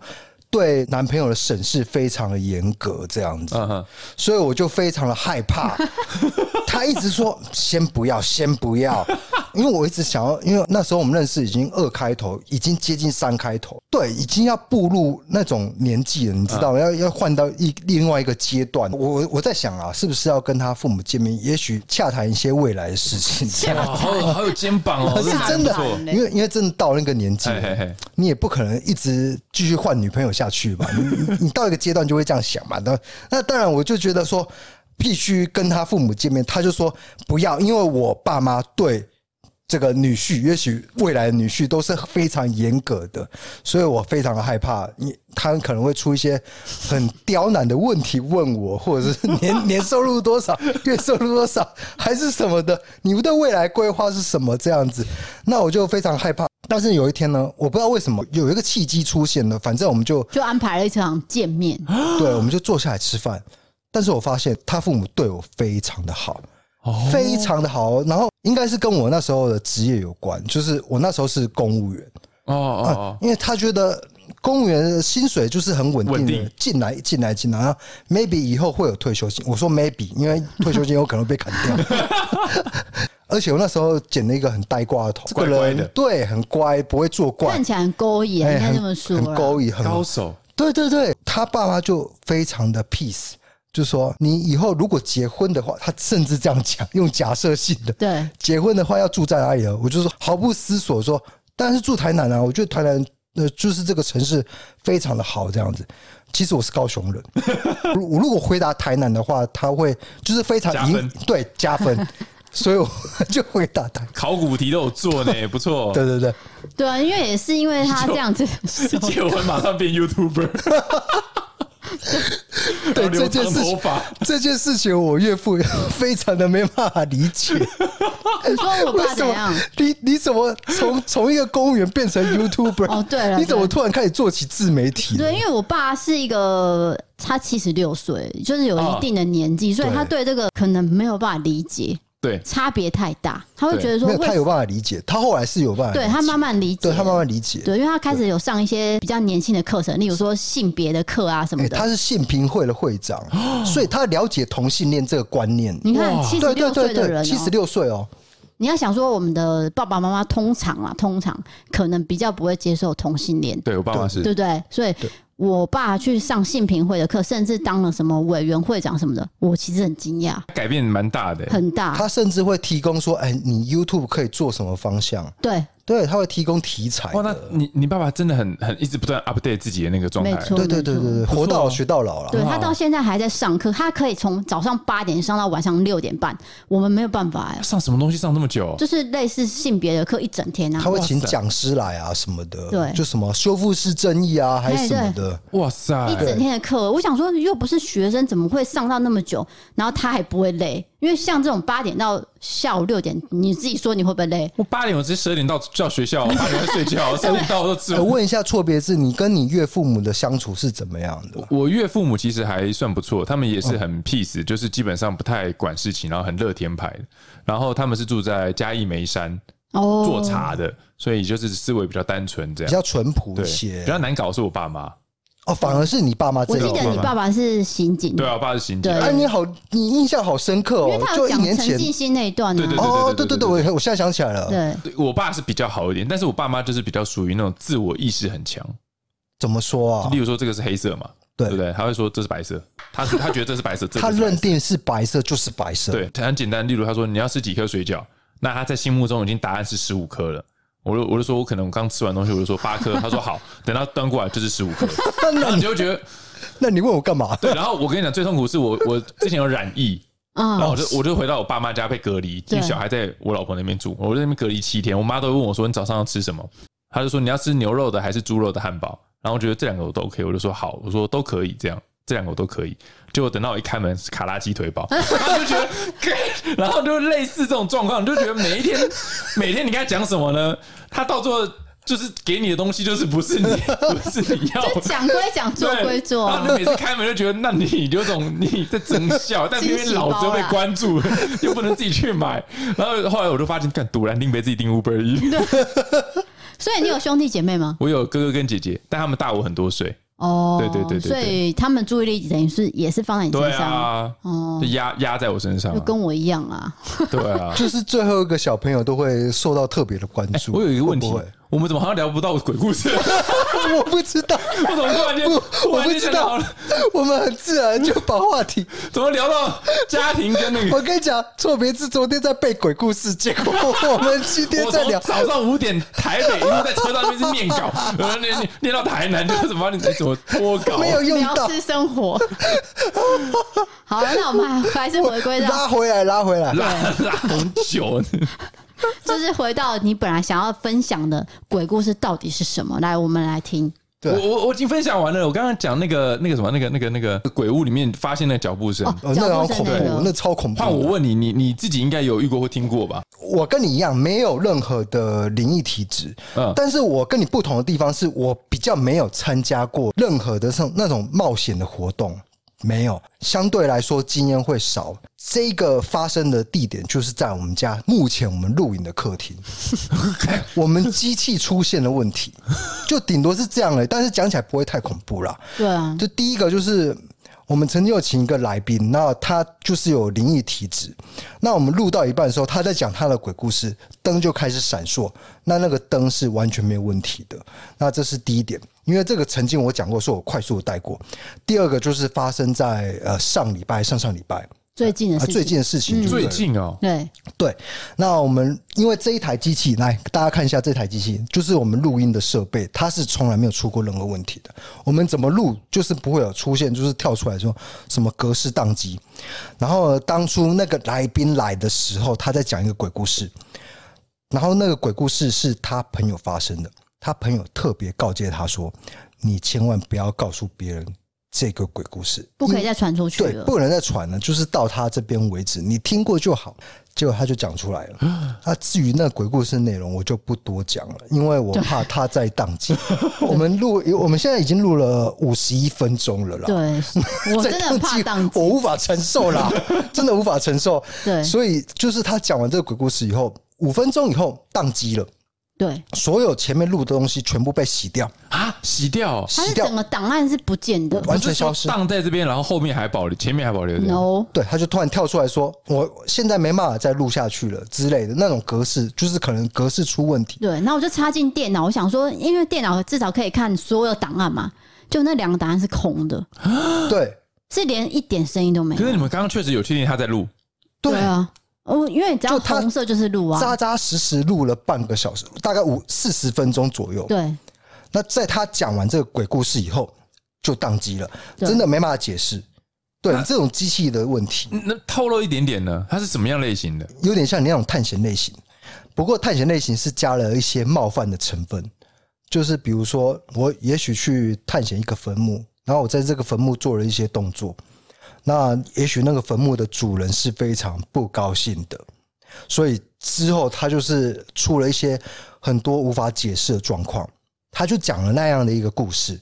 [SPEAKER 2] 对男朋友的审视非常的严格，这样子，
[SPEAKER 3] 嗯哼，
[SPEAKER 2] 所以我就非常的害怕。他一直说先不要，先不要，因为我一直想要，因为那时候我们认识已经二开头，已经接近三开头，对，已经要步入那种年纪了，你知道吗，要要换到一另外一个阶段。我我在想啊，是不是要跟他父母见面，也许洽谈一些未来的事情，这样。
[SPEAKER 3] 哇，哦好有好有肩膀哦，
[SPEAKER 2] 可是真的
[SPEAKER 3] 不错，
[SPEAKER 2] 因为因为真的到那个年纪了，
[SPEAKER 3] 嘿嘿嘿
[SPEAKER 2] 你也不可能一直继续换女朋友下去吧？你你 你到一个阶段就会这样想嘛。那那当然，我就觉得说必须跟他父母见面，他就说不要，因为我爸妈对。这个女婿，也许未来的女婿都是非常严格的，所以我非常的害怕，你他可能会出一些很刁难的问题问我，或者是 年年收入多少，月收入多少，还是什么的，你们的未来规划是什么这样子？那我就非常害怕。但是有一天呢，我不知道为什么有一个契机出现了，反正我们就
[SPEAKER 1] 就安排了一场见面，
[SPEAKER 2] 对，我们就坐下来吃饭。但是我发现他父母对我非常的好，
[SPEAKER 3] 哦
[SPEAKER 2] 非常的好。然后应该是跟我那时候的职业有关，就是我那时候是公务员，
[SPEAKER 3] 哦哦
[SPEAKER 2] 因为他觉得公务员的薪水就是很稳定
[SPEAKER 3] 稳
[SPEAKER 2] 的
[SPEAKER 3] 定，
[SPEAKER 2] 进来进来进来然后，maybe 以后会有退休金。我说 maybe，因为退休金有可能被砍掉。 而且我那时候剪了一个很呆瓜的头，这个人
[SPEAKER 3] 乖乖的
[SPEAKER 2] 对很乖，不会作怪
[SPEAKER 1] 看，起来很勾引，
[SPEAKER 2] 哎
[SPEAKER 1] 应该
[SPEAKER 2] 很
[SPEAKER 1] 这么说
[SPEAKER 2] 很
[SPEAKER 1] 啦
[SPEAKER 2] 勾引，
[SPEAKER 3] 哦，
[SPEAKER 2] 很
[SPEAKER 3] 高手
[SPEAKER 2] 对对对，他爸妈就非常的 peace，就说你以后如果结婚的话，他甚至这样讲，用假设性的，
[SPEAKER 1] 对，
[SPEAKER 2] 结婚的话要住在哪里啊？我就说毫不思索说，当然是住台南啊。我觉得台南呃就是这个城市非常的好这样子。其实我是高雄 人，如我如果回答台南的话，他会就是非常
[SPEAKER 3] 加
[SPEAKER 2] 赢
[SPEAKER 3] 分
[SPEAKER 2] 对加 分，所以我就回答他。
[SPEAKER 3] 考古题都有做 呢，不错。
[SPEAKER 2] 对对对，
[SPEAKER 1] 对啊，因为也是因为他这样子说，
[SPEAKER 3] 结婚马上变 YouTuber，
[SPEAKER 2] 对
[SPEAKER 3] 然后留
[SPEAKER 2] 这件
[SPEAKER 3] 长
[SPEAKER 2] 事
[SPEAKER 3] 头
[SPEAKER 2] 情
[SPEAKER 3] 发，
[SPEAKER 2] 这件事情我岳父非常的没办法理解，
[SPEAKER 1] 你说我
[SPEAKER 2] 为
[SPEAKER 1] 爸
[SPEAKER 2] 什
[SPEAKER 1] 怎样
[SPEAKER 2] 么？你你怎么从从一个公务员变成 YouTuber？
[SPEAKER 1] 哦对了
[SPEAKER 2] 你怎么
[SPEAKER 1] 对
[SPEAKER 2] 突然开始做起自媒体？
[SPEAKER 1] 对，因为我爸是一个他七十六岁，就是有一定的年纪，所以他对这个可能没有办法理解，
[SPEAKER 3] 对，
[SPEAKER 1] 差别太大，他会
[SPEAKER 3] 对
[SPEAKER 1] 觉得说
[SPEAKER 2] 没有，
[SPEAKER 1] 为
[SPEAKER 2] 他有办法理解，他后来是有办法理解，
[SPEAKER 1] 对他慢慢理解，
[SPEAKER 2] 对他慢慢理解。
[SPEAKER 1] 对，因为他开始有上一些比较年轻的课程，例如说性别的课啊什
[SPEAKER 2] 哎、
[SPEAKER 1] 么的。
[SPEAKER 2] 他是性平会的会长，所以他了解同性恋这个观念。
[SPEAKER 1] 哦你看
[SPEAKER 3] 哇
[SPEAKER 1] 七十
[SPEAKER 2] 对对
[SPEAKER 1] 六岁
[SPEAKER 2] 对
[SPEAKER 1] 的人、
[SPEAKER 2] 对，
[SPEAKER 1] 哦，
[SPEAKER 2] 七十六岁哦，
[SPEAKER 1] 你要想说我们的爸爸妈妈通常啊，通常可能比较不会接受同性恋，
[SPEAKER 3] 对我爸妈是
[SPEAKER 1] 对不对？所以我爸去上性平会的课，甚至当了什么委员会长什么的，我其实很惊讶，
[SPEAKER 3] 改变蛮大的，
[SPEAKER 1] 很大。
[SPEAKER 2] 他甚至会提供说，哎、你 YouTube 可以做什么方向？
[SPEAKER 1] 对，
[SPEAKER 2] 对，他会提供题材
[SPEAKER 3] 哇，那
[SPEAKER 2] 的。
[SPEAKER 3] 你你爸爸真的很很一直不断 update 自己的那个状态
[SPEAKER 1] 没，错
[SPEAKER 2] 对对对对对，
[SPEAKER 3] 哦
[SPEAKER 1] 没错
[SPEAKER 2] 活到老学到老了。
[SPEAKER 1] 对啊
[SPEAKER 3] 很
[SPEAKER 1] 他
[SPEAKER 3] 好
[SPEAKER 1] 到现在还在上课，他可以从早上八点上到晚上六点半，我们没有办法哎、
[SPEAKER 3] 上什么东西上那么久？
[SPEAKER 1] 就是类似性别的课一整天啊
[SPEAKER 2] 他。会请
[SPEAKER 3] 哇塞
[SPEAKER 2] 讲师来啊什么的，
[SPEAKER 1] 对
[SPEAKER 2] 就什么修复式正义啊，还是
[SPEAKER 1] 哎
[SPEAKER 2] 什么
[SPEAKER 1] 对
[SPEAKER 2] 的，
[SPEAKER 3] 哇塞，
[SPEAKER 1] 一整天的课，我想说，又不是学生，怎么会上到那么久？然后他还不会累，因为像这种八点到下午六点，你自己说你会不会累？
[SPEAKER 3] 我八点我直接十二点到到 学校，八点会睡觉，三点到我都吃
[SPEAKER 2] 哎、
[SPEAKER 3] 完
[SPEAKER 2] 问一下错别字，你跟你岳父母的相处是怎么样的？
[SPEAKER 3] 我岳父母其实还算不错，他们也是很 peace，、就是基本上不太管事情，然后很乐天派的。然后他们是住在嘉义梅山
[SPEAKER 1] 哦，
[SPEAKER 3] 做茶的，所以就是思维比较单纯，这
[SPEAKER 2] 比
[SPEAKER 3] 样
[SPEAKER 2] 较淳朴
[SPEAKER 3] 对
[SPEAKER 2] 一些
[SPEAKER 3] 比较难搞是我爸妈，
[SPEAKER 2] 哦，反而是你爸妈这
[SPEAKER 1] 我
[SPEAKER 2] 一
[SPEAKER 1] 记
[SPEAKER 2] 辈
[SPEAKER 1] 得你爸爸是刑警，
[SPEAKER 3] 对啊，我爸是刑警
[SPEAKER 1] 对，
[SPEAKER 2] 哎，你好，你印象好深刻
[SPEAKER 1] 因为
[SPEAKER 2] 哦
[SPEAKER 1] 他，有
[SPEAKER 2] 就一
[SPEAKER 1] 讲
[SPEAKER 2] 年
[SPEAKER 1] 陈
[SPEAKER 2] 前
[SPEAKER 1] 进兴那一段呢、啊
[SPEAKER 3] 对对对
[SPEAKER 2] 哦，对对对，我我现在想起来了，
[SPEAKER 1] 对
[SPEAKER 3] 对我爸是比较好一点，但是我爸妈就是比较属于那种自我意识很强，
[SPEAKER 2] 怎么说啊
[SPEAKER 3] 例？如说这个是黑色嘛，
[SPEAKER 2] 对
[SPEAKER 3] 对不对？他会说这是白色，他他觉得这是白色，这
[SPEAKER 2] 他
[SPEAKER 3] 不是白
[SPEAKER 2] 认
[SPEAKER 3] 色
[SPEAKER 2] 定是白色就是白色，
[SPEAKER 3] 对，很简单。例如他说你要吃几颗水饺，那他在心目中已经答案是十五颗了。我就我就说，我可能我刚吃完东西，我就说八颗。他说好，等他端过来就是十五 颗，然后你就会觉得
[SPEAKER 2] 那你问我干嘛？
[SPEAKER 3] 对。然后我跟你讲，最痛苦是我我之前有染疫，
[SPEAKER 1] 嗯，
[SPEAKER 3] 然
[SPEAKER 2] 哦
[SPEAKER 3] 后我就我就回到我爸妈家被隔离，因
[SPEAKER 1] 对
[SPEAKER 3] 为小孩在我老婆那边住，我在那边隔离七天。我妈都会问我说：“你早上要吃什么？”她就说：“你要吃牛肉的还是猪肉的汉堡？”然后我觉得这两个我都 OK，我就说好，我说都可以这样。这两个我都可以，结果等到我一开门是卡拉鸡腿堡，然后就觉得，干然后就类似这种状况，你就觉得每一天，每天你跟他讲什么呢？他到最后就是给你的东西就是不是你，不是你要的
[SPEAKER 1] 就讲归讲，做
[SPEAKER 3] 对，
[SPEAKER 1] 归做
[SPEAKER 3] 然后
[SPEAKER 1] 啊、
[SPEAKER 3] 你每次开门就觉得，那你有种你在增效，但偏偏老子又
[SPEAKER 1] 啊
[SPEAKER 3] 被关注了，又不能自己去买。然后后来我就发现，干，堵然丁被自己订 Uber E。
[SPEAKER 1] 啊所以你有兄弟姐妹吗？
[SPEAKER 3] 我有哥哥跟姐姐，但他们大我很多岁，
[SPEAKER 1] 哦，
[SPEAKER 3] 对对对对对
[SPEAKER 1] 所以他们注意力等于是也是放在你身
[SPEAKER 3] 对
[SPEAKER 1] 上，
[SPEAKER 3] 啊，
[SPEAKER 1] 哦
[SPEAKER 3] 就，压压在我身上
[SPEAKER 1] 就
[SPEAKER 3] 啊，
[SPEAKER 1] 跟我一样啊，
[SPEAKER 3] 对 啊。
[SPEAKER 2] 就是最后一个小朋友都会受到特别的关注。
[SPEAKER 3] 哎我有一个问题
[SPEAKER 2] 会不会，
[SPEAKER 3] 我们怎么好像聊不到鬼故事？
[SPEAKER 2] 我不知道，
[SPEAKER 3] 我怎么突然间，
[SPEAKER 2] 不，
[SPEAKER 3] 突
[SPEAKER 2] 我
[SPEAKER 3] 然
[SPEAKER 2] 不
[SPEAKER 3] 间
[SPEAKER 2] 知
[SPEAKER 3] 想到
[SPEAKER 2] 道
[SPEAKER 3] 了，
[SPEAKER 2] 我们很自然就把话题。
[SPEAKER 3] 怎么聊到家庭跟那 个？
[SPEAKER 2] 我跟你讲，错别字昨天在背鬼故事，结果我们今天
[SPEAKER 3] 我
[SPEAKER 2] 在
[SPEAKER 3] 从
[SPEAKER 2] 聊。
[SPEAKER 3] 早上五点台北一路在车上那边是念稿，然后念念念到台南，就是怎么你怎么脱稿？啊
[SPEAKER 2] 没有用
[SPEAKER 1] 聊
[SPEAKER 2] 到，
[SPEAKER 1] 私生活。 好，那我们还还是回 归到，
[SPEAKER 2] 拉回来，拉回来。
[SPEAKER 3] 拉拉很久，
[SPEAKER 1] 就是回到你本来想要分享的鬼故事到底是什么？来，我们来听。
[SPEAKER 2] 对
[SPEAKER 3] 我我我已经分享完了。我刚刚讲那个那个什么那个那个那个鬼屋里面发现那个脚步声
[SPEAKER 1] 哦，
[SPEAKER 2] 哦，那个好
[SPEAKER 1] 脚步声
[SPEAKER 2] 恐怖
[SPEAKER 1] 那个，
[SPEAKER 2] 那超恐怖
[SPEAKER 3] 换我
[SPEAKER 2] 的。
[SPEAKER 3] 问你，你你自己应该有遇过或听过吧？
[SPEAKER 2] 我跟你一样，没有任何的灵异体质，
[SPEAKER 3] 嗯
[SPEAKER 2] 但是我跟你不同的地方是我比较没有参加过任何的像那种冒险的活动，没有，相对来说经验会少。这个发生的地点就是在我们家目前我们录影的客厅，我们机器出现了问题，就顶多是这样了，但是讲起来不会太恐怖啦。
[SPEAKER 1] 对啊，
[SPEAKER 2] 就第一个就是我们曾经有请一个来宾，那他就是有灵异体质。那我们录到一半的时候，他在讲他的鬼故事，灯就开始闪烁。那那个灯是完全没有问题的。那这是第一点，因为这个曾经我讲过，是我快速地带过。第二个就是发生在呃上礼拜、上上礼拜
[SPEAKER 1] 最近的
[SPEAKER 2] 啊
[SPEAKER 1] 事情，
[SPEAKER 2] 最近的事情，
[SPEAKER 3] 嗯最近哦，
[SPEAKER 1] 对，
[SPEAKER 2] 对，那我们因为这一台机器，来大家看一下这台机器，就是我们录音的设备，它是从来没有出过任何问题的。我们怎么录，就是不会有出现，就是跳出来说什么格式宕机。然后当初那个来宾来的时候，他在讲一个鬼故事，然后那个鬼故事是他朋友发生的，他朋友特别告诫他说：“你千万不要告诉别人这个鬼故事，
[SPEAKER 1] 不可以
[SPEAKER 2] 因
[SPEAKER 1] 再传出去
[SPEAKER 2] 对，
[SPEAKER 1] 了。
[SPEAKER 2] 不能再传了，就是到他这边为止，你听过就好。结果他就讲出来
[SPEAKER 1] 嗯
[SPEAKER 2] 了。那至于那鬼故事内容，我就不多讲了，因为我怕他再 宕机。我们录，我们现在已经录了五十一分钟了啦。
[SPEAKER 1] 对，我
[SPEAKER 2] 再
[SPEAKER 1] 真的很 怕
[SPEAKER 2] 宕
[SPEAKER 1] 宕
[SPEAKER 2] 机，我
[SPEAKER 1] 机。
[SPEAKER 2] 无法承受 啦，真的无法承受。
[SPEAKER 1] 对
[SPEAKER 2] 所以就是他讲完这个鬼故事以后，五分钟以后宕机了，
[SPEAKER 1] 对，
[SPEAKER 2] 所有前面录的东西全部被洗掉，
[SPEAKER 3] 啊，洗掉哦，
[SPEAKER 1] 它
[SPEAKER 2] 洗
[SPEAKER 1] 是
[SPEAKER 2] 掉
[SPEAKER 1] 整，个档案是不见的。
[SPEAKER 2] 完全消失。
[SPEAKER 3] 荡在这边，然后后面还保留，前面还保留着。
[SPEAKER 1] No，
[SPEAKER 2] 对，他就突然跳出来说：“我现在没办法再录下去了”之类的那种格式，就是可能格式出问 题。
[SPEAKER 1] 对，然后我就插进电脑，我想说，因为电脑至少可以看所有档案嘛，就那两个档案是空的，
[SPEAKER 2] 对
[SPEAKER 1] 是连一点声音都没
[SPEAKER 3] 可是
[SPEAKER 1] 有。
[SPEAKER 3] 你们刚刚确实有确定他在录，
[SPEAKER 1] 对啊，哦，因为只要
[SPEAKER 2] 就它
[SPEAKER 1] 红色就是路啊
[SPEAKER 2] 扎，扎实实录了半个小时，大概五四十分钟左右。
[SPEAKER 1] 对
[SPEAKER 2] 那在他讲完这个鬼故事以后，就宕机了，
[SPEAKER 1] 对
[SPEAKER 2] 真的没办法解释。对，这种机器的问题，
[SPEAKER 3] 那透露一点点呢？他是什么样类型的？
[SPEAKER 2] 有点像你那种探险类型，不过探险类型是加了一些冒犯的成分，就是比如说我也许去探险一个坟墓，然后我在这个坟墓做了一些动作，那也许那个坟墓的主人是非常不高兴的，所以之后他就是出了一些很多无法解释的状况，他就讲了那样的一个故事，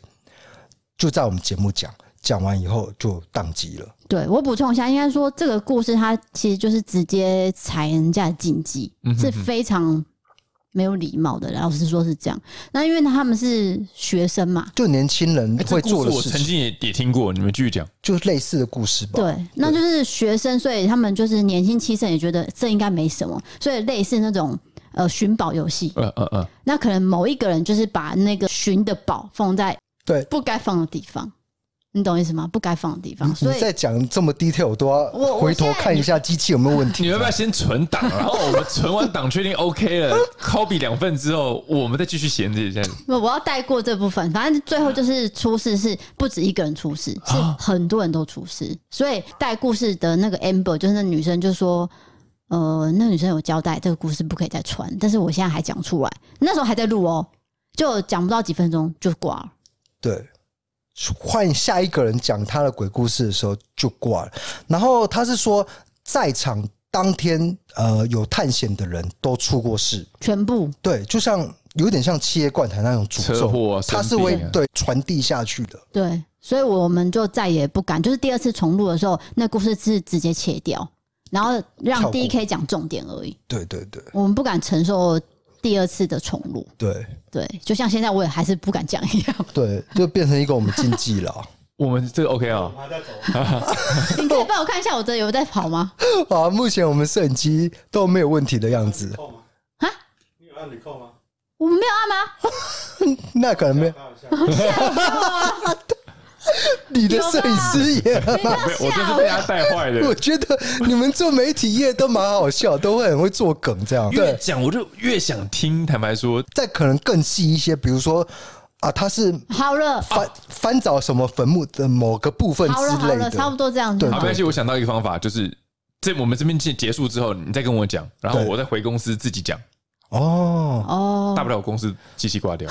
[SPEAKER 2] 就在我们节目讲，讲完以后就宕机了。
[SPEAKER 1] 对，我补充一下，应该说这个故事它其实就是直接踩人家的禁忌，
[SPEAKER 2] 嗯
[SPEAKER 1] 是非常没有礼貌的。老实说是这样。那因为他们是学生嘛，
[SPEAKER 2] 就年轻人
[SPEAKER 3] 哎这
[SPEAKER 2] 会
[SPEAKER 3] 故事
[SPEAKER 2] 做的
[SPEAKER 3] 我
[SPEAKER 2] 事
[SPEAKER 3] 曾
[SPEAKER 2] 情，
[SPEAKER 3] 经也也听过，你们继续讲。
[SPEAKER 2] 就是类似的故事吧。
[SPEAKER 1] 对，那就是学生，所以他们就是年轻气盛，也觉得这应该没什么，所以类似那种呃寻宝游戏，
[SPEAKER 2] 嗯
[SPEAKER 3] 呃呃呃，
[SPEAKER 1] 那可能某一个人就是把那个寻的宝放在
[SPEAKER 2] 对，
[SPEAKER 1] 不该放的地方，你懂意思吗？不该放的地方，所
[SPEAKER 2] 你
[SPEAKER 1] 以
[SPEAKER 2] 再讲这么 detail，我都要
[SPEAKER 1] 我
[SPEAKER 2] 回头看一下机器有没有问题。
[SPEAKER 3] 你们要不要先存档？然后我们存完档确定 OK 了，copy 两份之后，我们再继续衔接一下。
[SPEAKER 1] 我我要带过这部分，反正最后就是出事是不止一个人出事，是很多人都出事。所以带故事的那个 Amber 就是那女生就说，呃，那女生有交代这个故事不可以再传，但是我现在还讲出来，那时候还在录哦，就讲不到几分钟就挂了。
[SPEAKER 2] 对，换下一个人讲他的鬼故事的时候就挂了。然后他是说，在场当天呃有探险的人都出过事，
[SPEAKER 1] 全部
[SPEAKER 2] 对，就像有点像七夜灌坛那种诅
[SPEAKER 3] 车祸
[SPEAKER 2] 咒
[SPEAKER 3] 啊，
[SPEAKER 2] 它是
[SPEAKER 3] 生病
[SPEAKER 2] 会
[SPEAKER 3] 啊
[SPEAKER 2] 对传递下去的。
[SPEAKER 1] 对，所以我们就再也不敢，就是第二次重录的时候，那故事是直接切掉，然后让
[SPEAKER 2] 跳过
[SPEAKER 1] D K 讲重点而已。
[SPEAKER 2] 对对对，
[SPEAKER 1] 我们不敢承受第二次的重录。
[SPEAKER 2] 对
[SPEAKER 1] 对，就像现在我也还是不敢讲一样，
[SPEAKER 2] 对，就变成一个我们禁忌了 啊。
[SPEAKER 3] 我们这个 OK 啊、
[SPEAKER 4] 我们还在走，
[SPEAKER 1] 你可以帮我看一下我的有在跑吗？
[SPEAKER 2] 好，目前我们摄影机都没有问题的样
[SPEAKER 4] 你
[SPEAKER 2] 子，
[SPEAKER 4] 扣吗？
[SPEAKER 1] 啊，
[SPEAKER 4] 你有按你扣吗？
[SPEAKER 1] 我没有按啊吗？
[SPEAKER 2] 那可 能没有。
[SPEAKER 4] 开玩笑，
[SPEAKER 2] 你的摄影师也很
[SPEAKER 1] 不要
[SPEAKER 3] 没有，啊我就
[SPEAKER 1] 吓
[SPEAKER 3] 是被他带坏的。
[SPEAKER 2] 我觉得你们做媒体业都蛮好笑，都会很会做梗这样。
[SPEAKER 3] 越
[SPEAKER 2] 对，
[SPEAKER 3] 讲我就越想听，坦白说，
[SPEAKER 2] 再可能更细一些，比如说啊，他是
[SPEAKER 1] 好了，
[SPEAKER 2] 翻翻找什么坟墓的某个部分
[SPEAKER 1] 好了，
[SPEAKER 2] 之
[SPEAKER 1] 好
[SPEAKER 2] 类
[SPEAKER 1] 了，差不
[SPEAKER 2] 的。
[SPEAKER 1] 多这样子
[SPEAKER 2] 对
[SPEAKER 3] 好，
[SPEAKER 1] 吧
[SPEAKER 3] 没。关系，我想到一个方法，就是这我们这边结结束之后，你再跟我讲，然后
[SPEAKER 2] 对嗯
[SPEAKER 3] 我再回公司自己讲，
[SPEAKER 2] 哦，
[SPEAKER 1] 哦
[SPEAKER 3] 大，不了我公司机器 挂掉。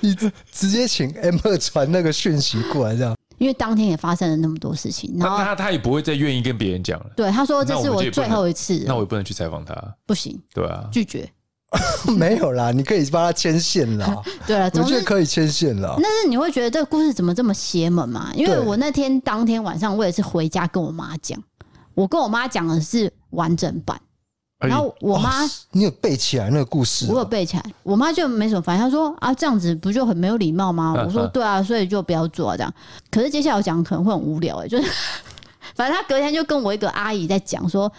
[SPEAKER 2] 你直接请 M 二传那个讯息过来，这样
[SPEAKER 1] 因为当天也发生了那么多事情，
[SPEAKER 3] 那
[SPEAKER 1] 然后
[SPEAKER 3] 他他也不会再愿意跟别人讲了，
[SPEAKER 1] 对他说这
[SPEAKER 3] 那我
[SPEAKER 1] 是
[SPEAKER 3] 们
[SPEAKER 1] 我
[SPEAKER 3] 就也不
[SPEAKER 1] 最
[SPEAKER 3] 能
[SPEAKER 1] 后一次
[SPEAKER 3] 那
[SPEAKER 1] 了，
[SPEAKER 3] 我也不能去采访他，
[SPEAKER 1] 不行，
[SPEAKER 3] 对啊。
[SPEAKER 1] 拒绝。
[SPEAKER 2] 没有啦，你可以帮他牵线啦，
[SPEAKER 1] 对了，
[SPEAKER 2] 我
[SPEAKER 1] 总
[SPEAKER 2] 觉
[SPEAKER 1] 之
[SPEAKER 2] 得可以牵线啦。
[SPEAKER 1] 但是你会觉得这个故事怎么这么邪门嘛？因为
[SPEAKER 2] 对
[SPEAKER 1] 我那天当天晚上，我也是回家跟我妈讲，我跟我妈讲的是完整版，
[SPEAKER 3] 哎
[SPEAKER 1] 然后我妈、
[SPEAKER 2] 哦你有背起来那个故事
[SPEAKER 1] 我有
[SPEAKER 2] 哦？
[SPEAKER 1] 背起来，我妈就没什么反应，她说啊这样子不就很没有礼貌吗？
[SPEAKER 3] 嗯
[SPEAKER 1] 我说
[SPEAKER 3] 嗯
[SPEAKER 1] 对啊，所以就不要做啊这样。可是接下来我讲可能会很无聊哎、就是 反正她隔天就跟我一个阿姨在讲说。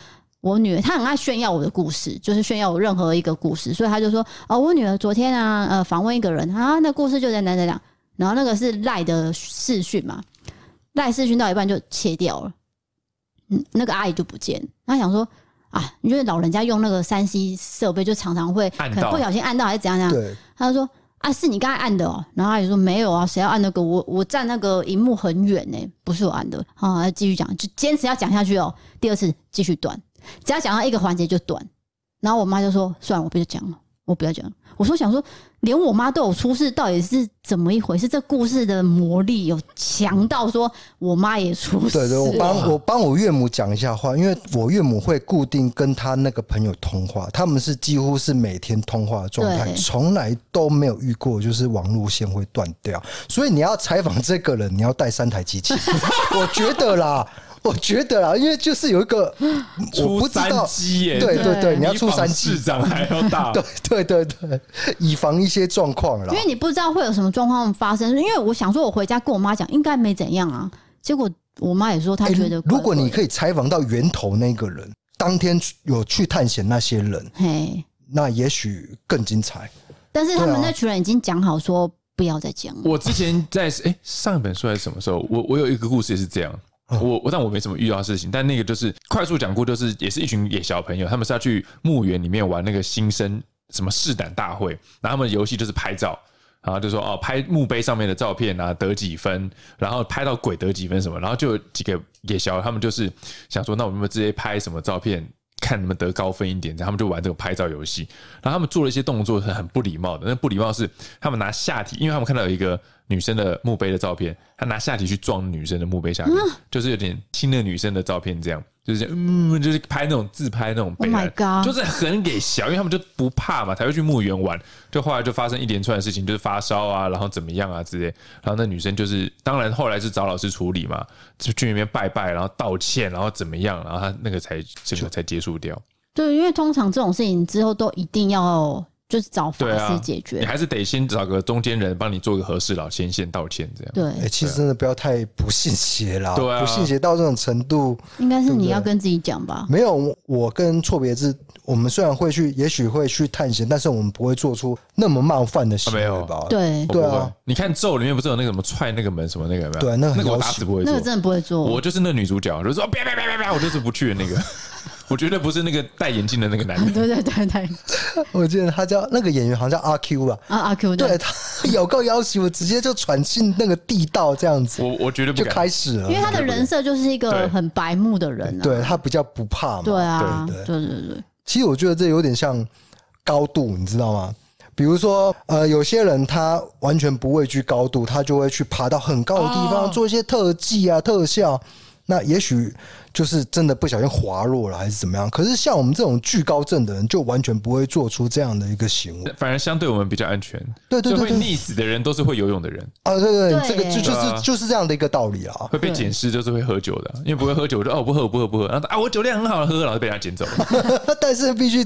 [SPEAKER 1] 我女儿她很爱炫耀我的故事，就是炫耀我任何一个故事，所以她就说：“哦，我女儿昨天啊，呃，访问一个人啊，那故事就在哪哪哪。”然后那个是赖的视讯嘛，赖视讯到一半就切掉了，嗯，那个阿姨就不见了。她想说啊，因为老人家用那个三 C 设备，就常常会
[SPEAKER 3] 按
[SPEAKER 1] 可能
[SPEAKER 3] 到
[SPEAKER 1] 不小心按到还是怎样怎样。
[SPEAKER 2] 对，
[SPEAKER 1] 她就说啊，是你刚才按的哦。然后阿姨说没有啊，谁要按那个？我我站那个荧幕很远呢、不是我按的。啊，继续讲，就坚持要讲下去哦。第二次继续断，只要讲到一个环节就断。然后我妈就说：“算了，我不要讲了，我不要讲。”了。”我说：“想说，连我妈都有出事，到底是怎么一回事？这故事的魔力有强到说我妈也出事。”
[SPEAKER 2] 对对，我帮我帮我岳母讲一下话，因为我岳母会固定跟她那个朋友通话，他们是几乎是每天通话的状态，
[SPEAKER 1] 对
[SPEAKER 2] 从来都没有遇过就是网路线会断掉。所以你要采访这个人，你要带三台机器， 我觉得啦。我觉得啦，因为就是有一个，我
[SPEAKER 3] 出
[SPEAKER 2] 不知
[SPEAKER 3] 哎三
[SPEAKER 2] 道，
[SPEAKER 3] 机耶，
[SPEAKER 2] 对对对，
[SPEAKER 1] 对
[SPEAKER 2] 你要
[SPEAKER 3] 比
[SPEAKER 2] 出
[SPEAKER 3] 访
[SPEAKER 2] 三
[SPEAKER 3] 市
[SPEAKER 2] 机，
[SPEAKER 3] 长还要 大。
[SPEAKER 2] 对对对，以防一些状况啦
[SPEAKER 1] 因。为你不知道会有什么状况发生。因为我想说，我回家跟我妈讲，应该没怎样啊。结果我妈也说，她
[SPEAKER 2] 欸
[SPEAKER 1] 觉得怪怪的、
[SPEAKER 2] 如果你可以采访到源头那个人，当天去有去探险那些人，
[SPEAKER 1] 嘿，
[SPEAKER 2] 那也许更精彩。
[SPEAKER 1] 但是他
[SPEAKER 2] 对
[SPEAKER 1] 们
[SPEAKER 2] 啊
[SPEAKER 1] 那群人已经讲好说不要再讲了。
[SPEAKER 3] 我之前在哎、上一本书还是什么时候，我我有一个故事也是这样。我我但我没什么遇到的事情，但那个就是快速讲过，就是也是一群野小朋友，他们是要去墓园里面玩那个新生什么试胆大会，然后他们的游戏就是拍照，然后就说哦拍墓碑上面的照片啊得几分，然后拍到鬼得几分什么，然后就有几个野小他们就是想说，那我们有没有直接拍什么照片，看能不能得高分一点，然后他们就玩这个拍照游戏，然后他们做了一些动作是很不礼貌的，那不礼貌是他们拿下体，因为他们看到有一个女生的墓碑的照片，他拿下体去撞女生的墓碑下面，
[SPEAKER 1] 嗯
[SPEAKER 3] 就是有点亲那个女生的照片这样。就是嗯，就是拍那种自拍那种北
[SPEAKER 1] Oh my
[SPEAKER 3] 兰
[SPEAKER 1] God
[SPEAKER 3] 就是很给小，因为他们就不怕嘛，才会去墓园玩。就后来就发生一连串的事情，就是发烧啊，然后怎么样啊之类。然后那女生就是，当然后来是找老师处理嘛，就去那边拜拜，然后道歉，然后怎么样，然后他那个才整个才结束掉。
[SPEAKER 1] 对，因为通常这种事情之后都一定要就是找法
[SPEAKER 3] 对啊
[SPEAKER 1] 师解决
[SPEAKER 3] 你。还是得先找个中间人帮你做个合适老先先道歉这样。
[SPEAKER 1] 对，
[SPEAKER 2] 哎、其实真的不要太不信邪啦，
[SPEAKER 3] 啊对啊
[SPEAKER 2] 不信邪到这种程度，
[SPEAKER 1] 应该是
[SPEAKER 2] 对不
[SPEAKER 1] 你
[SPEAKER 2] 对
[SPEAKER 1] 要跟自己讲吧。
[SPEAKER 2] 没有。我跟错别字，我们虽然会去，也许会去探险，但是我们不会做出那么冒犯的行
[SPEAKER 3] 啊没
[SPEAKER 2] 为
[SPEAKER 3] 有
[SPEAKER 2] 吧？
[SPEAKER 1] 对
[SPEAKER 3] 我，
[SPEAKER 2] 对啊
[SPEAKER 3] 不会，你看咒里面不是有那个什么踹那个门什么那个有没有？
[SPEAKER 2] 对啊那个很
[SPEAKER 3] 那个我
[SPEAKER 2] 要
[SPEAKER 3] 打
[SPEAKER 2] 求
[SPEAKER 3] 死不会
[SPEAKER 1] 那
[SPEAKER 3] 做
[SPEAKER 1] 个，真的不会做。
[SPEAKER 3] 我就是那女主角，我就说哦别别别别别，我就是不去的那个， 我绝对不是那个戴眼镜的那个男的。
[SPEAKER 1] 对对对对，
[SPEAKER 2] 我记得他叫那个演员好像叫阿 Q 吧，
[SPEAKER 1] 啊阿 Q
[SPEAKER 2] 对，他有够要求，直接就闯进那个地道这样子，
[SPEAKER 3] 我我绝对不
[SPEAKER 2] 就
[SPEAKER 3] 敢。
[SPEAKER 2] 开始了
[SPEAKER 1] 因为。他的人设就是一
[SPEAKER 3] 对
[SPEAKER 1] 个很白目的人啊。
[SPEAKER 2] 对他比较不怕嘛，
[SPEAKER 1] 对啊，
[SPEAKER 2] 对对
[SPEAKER 1] 对对对，
[SPEAKER 2] 其实我觉得这有点像高度，你知道吗？比如说，呃，有些人他完全不畏惧高度，他就会去爬到很高的地方、
[SPEAKER 3] 哦
[SPEAKER 2] 做一些特技啊、特效。那也许就是真的不小心滑落了还是怎么样。可是像我们这种惧高症的人，就完全不会做出这样的一个行为。
[SPEAKER 3] 反而相对我们比较安全。
[SPEAKER 2] 对对对
[SPEAKER 3] 所以
[SPEAKER 2] 对
[SPEAKER 3] 会溺死的人都是会游泳的人，
[SPEAKER 2] 啊，对对
[SPEAKER 1] 对
[SPEAKER 2] 这个就就
[SPEAKER 3] 对啊
[SPEAKER 2] 是就是这样的一个道理 啊。
[SPEAKER 3] 会被
[SPEAKER 1] 对
[SPEAKER 3] 捡尸就是会喝酒的，因为不会喝酒，我就哦我不喝我不喝我不喝，然后啊我酒量很好，喝了然后被人家捡走。
[SPEAKER 2] 但是必须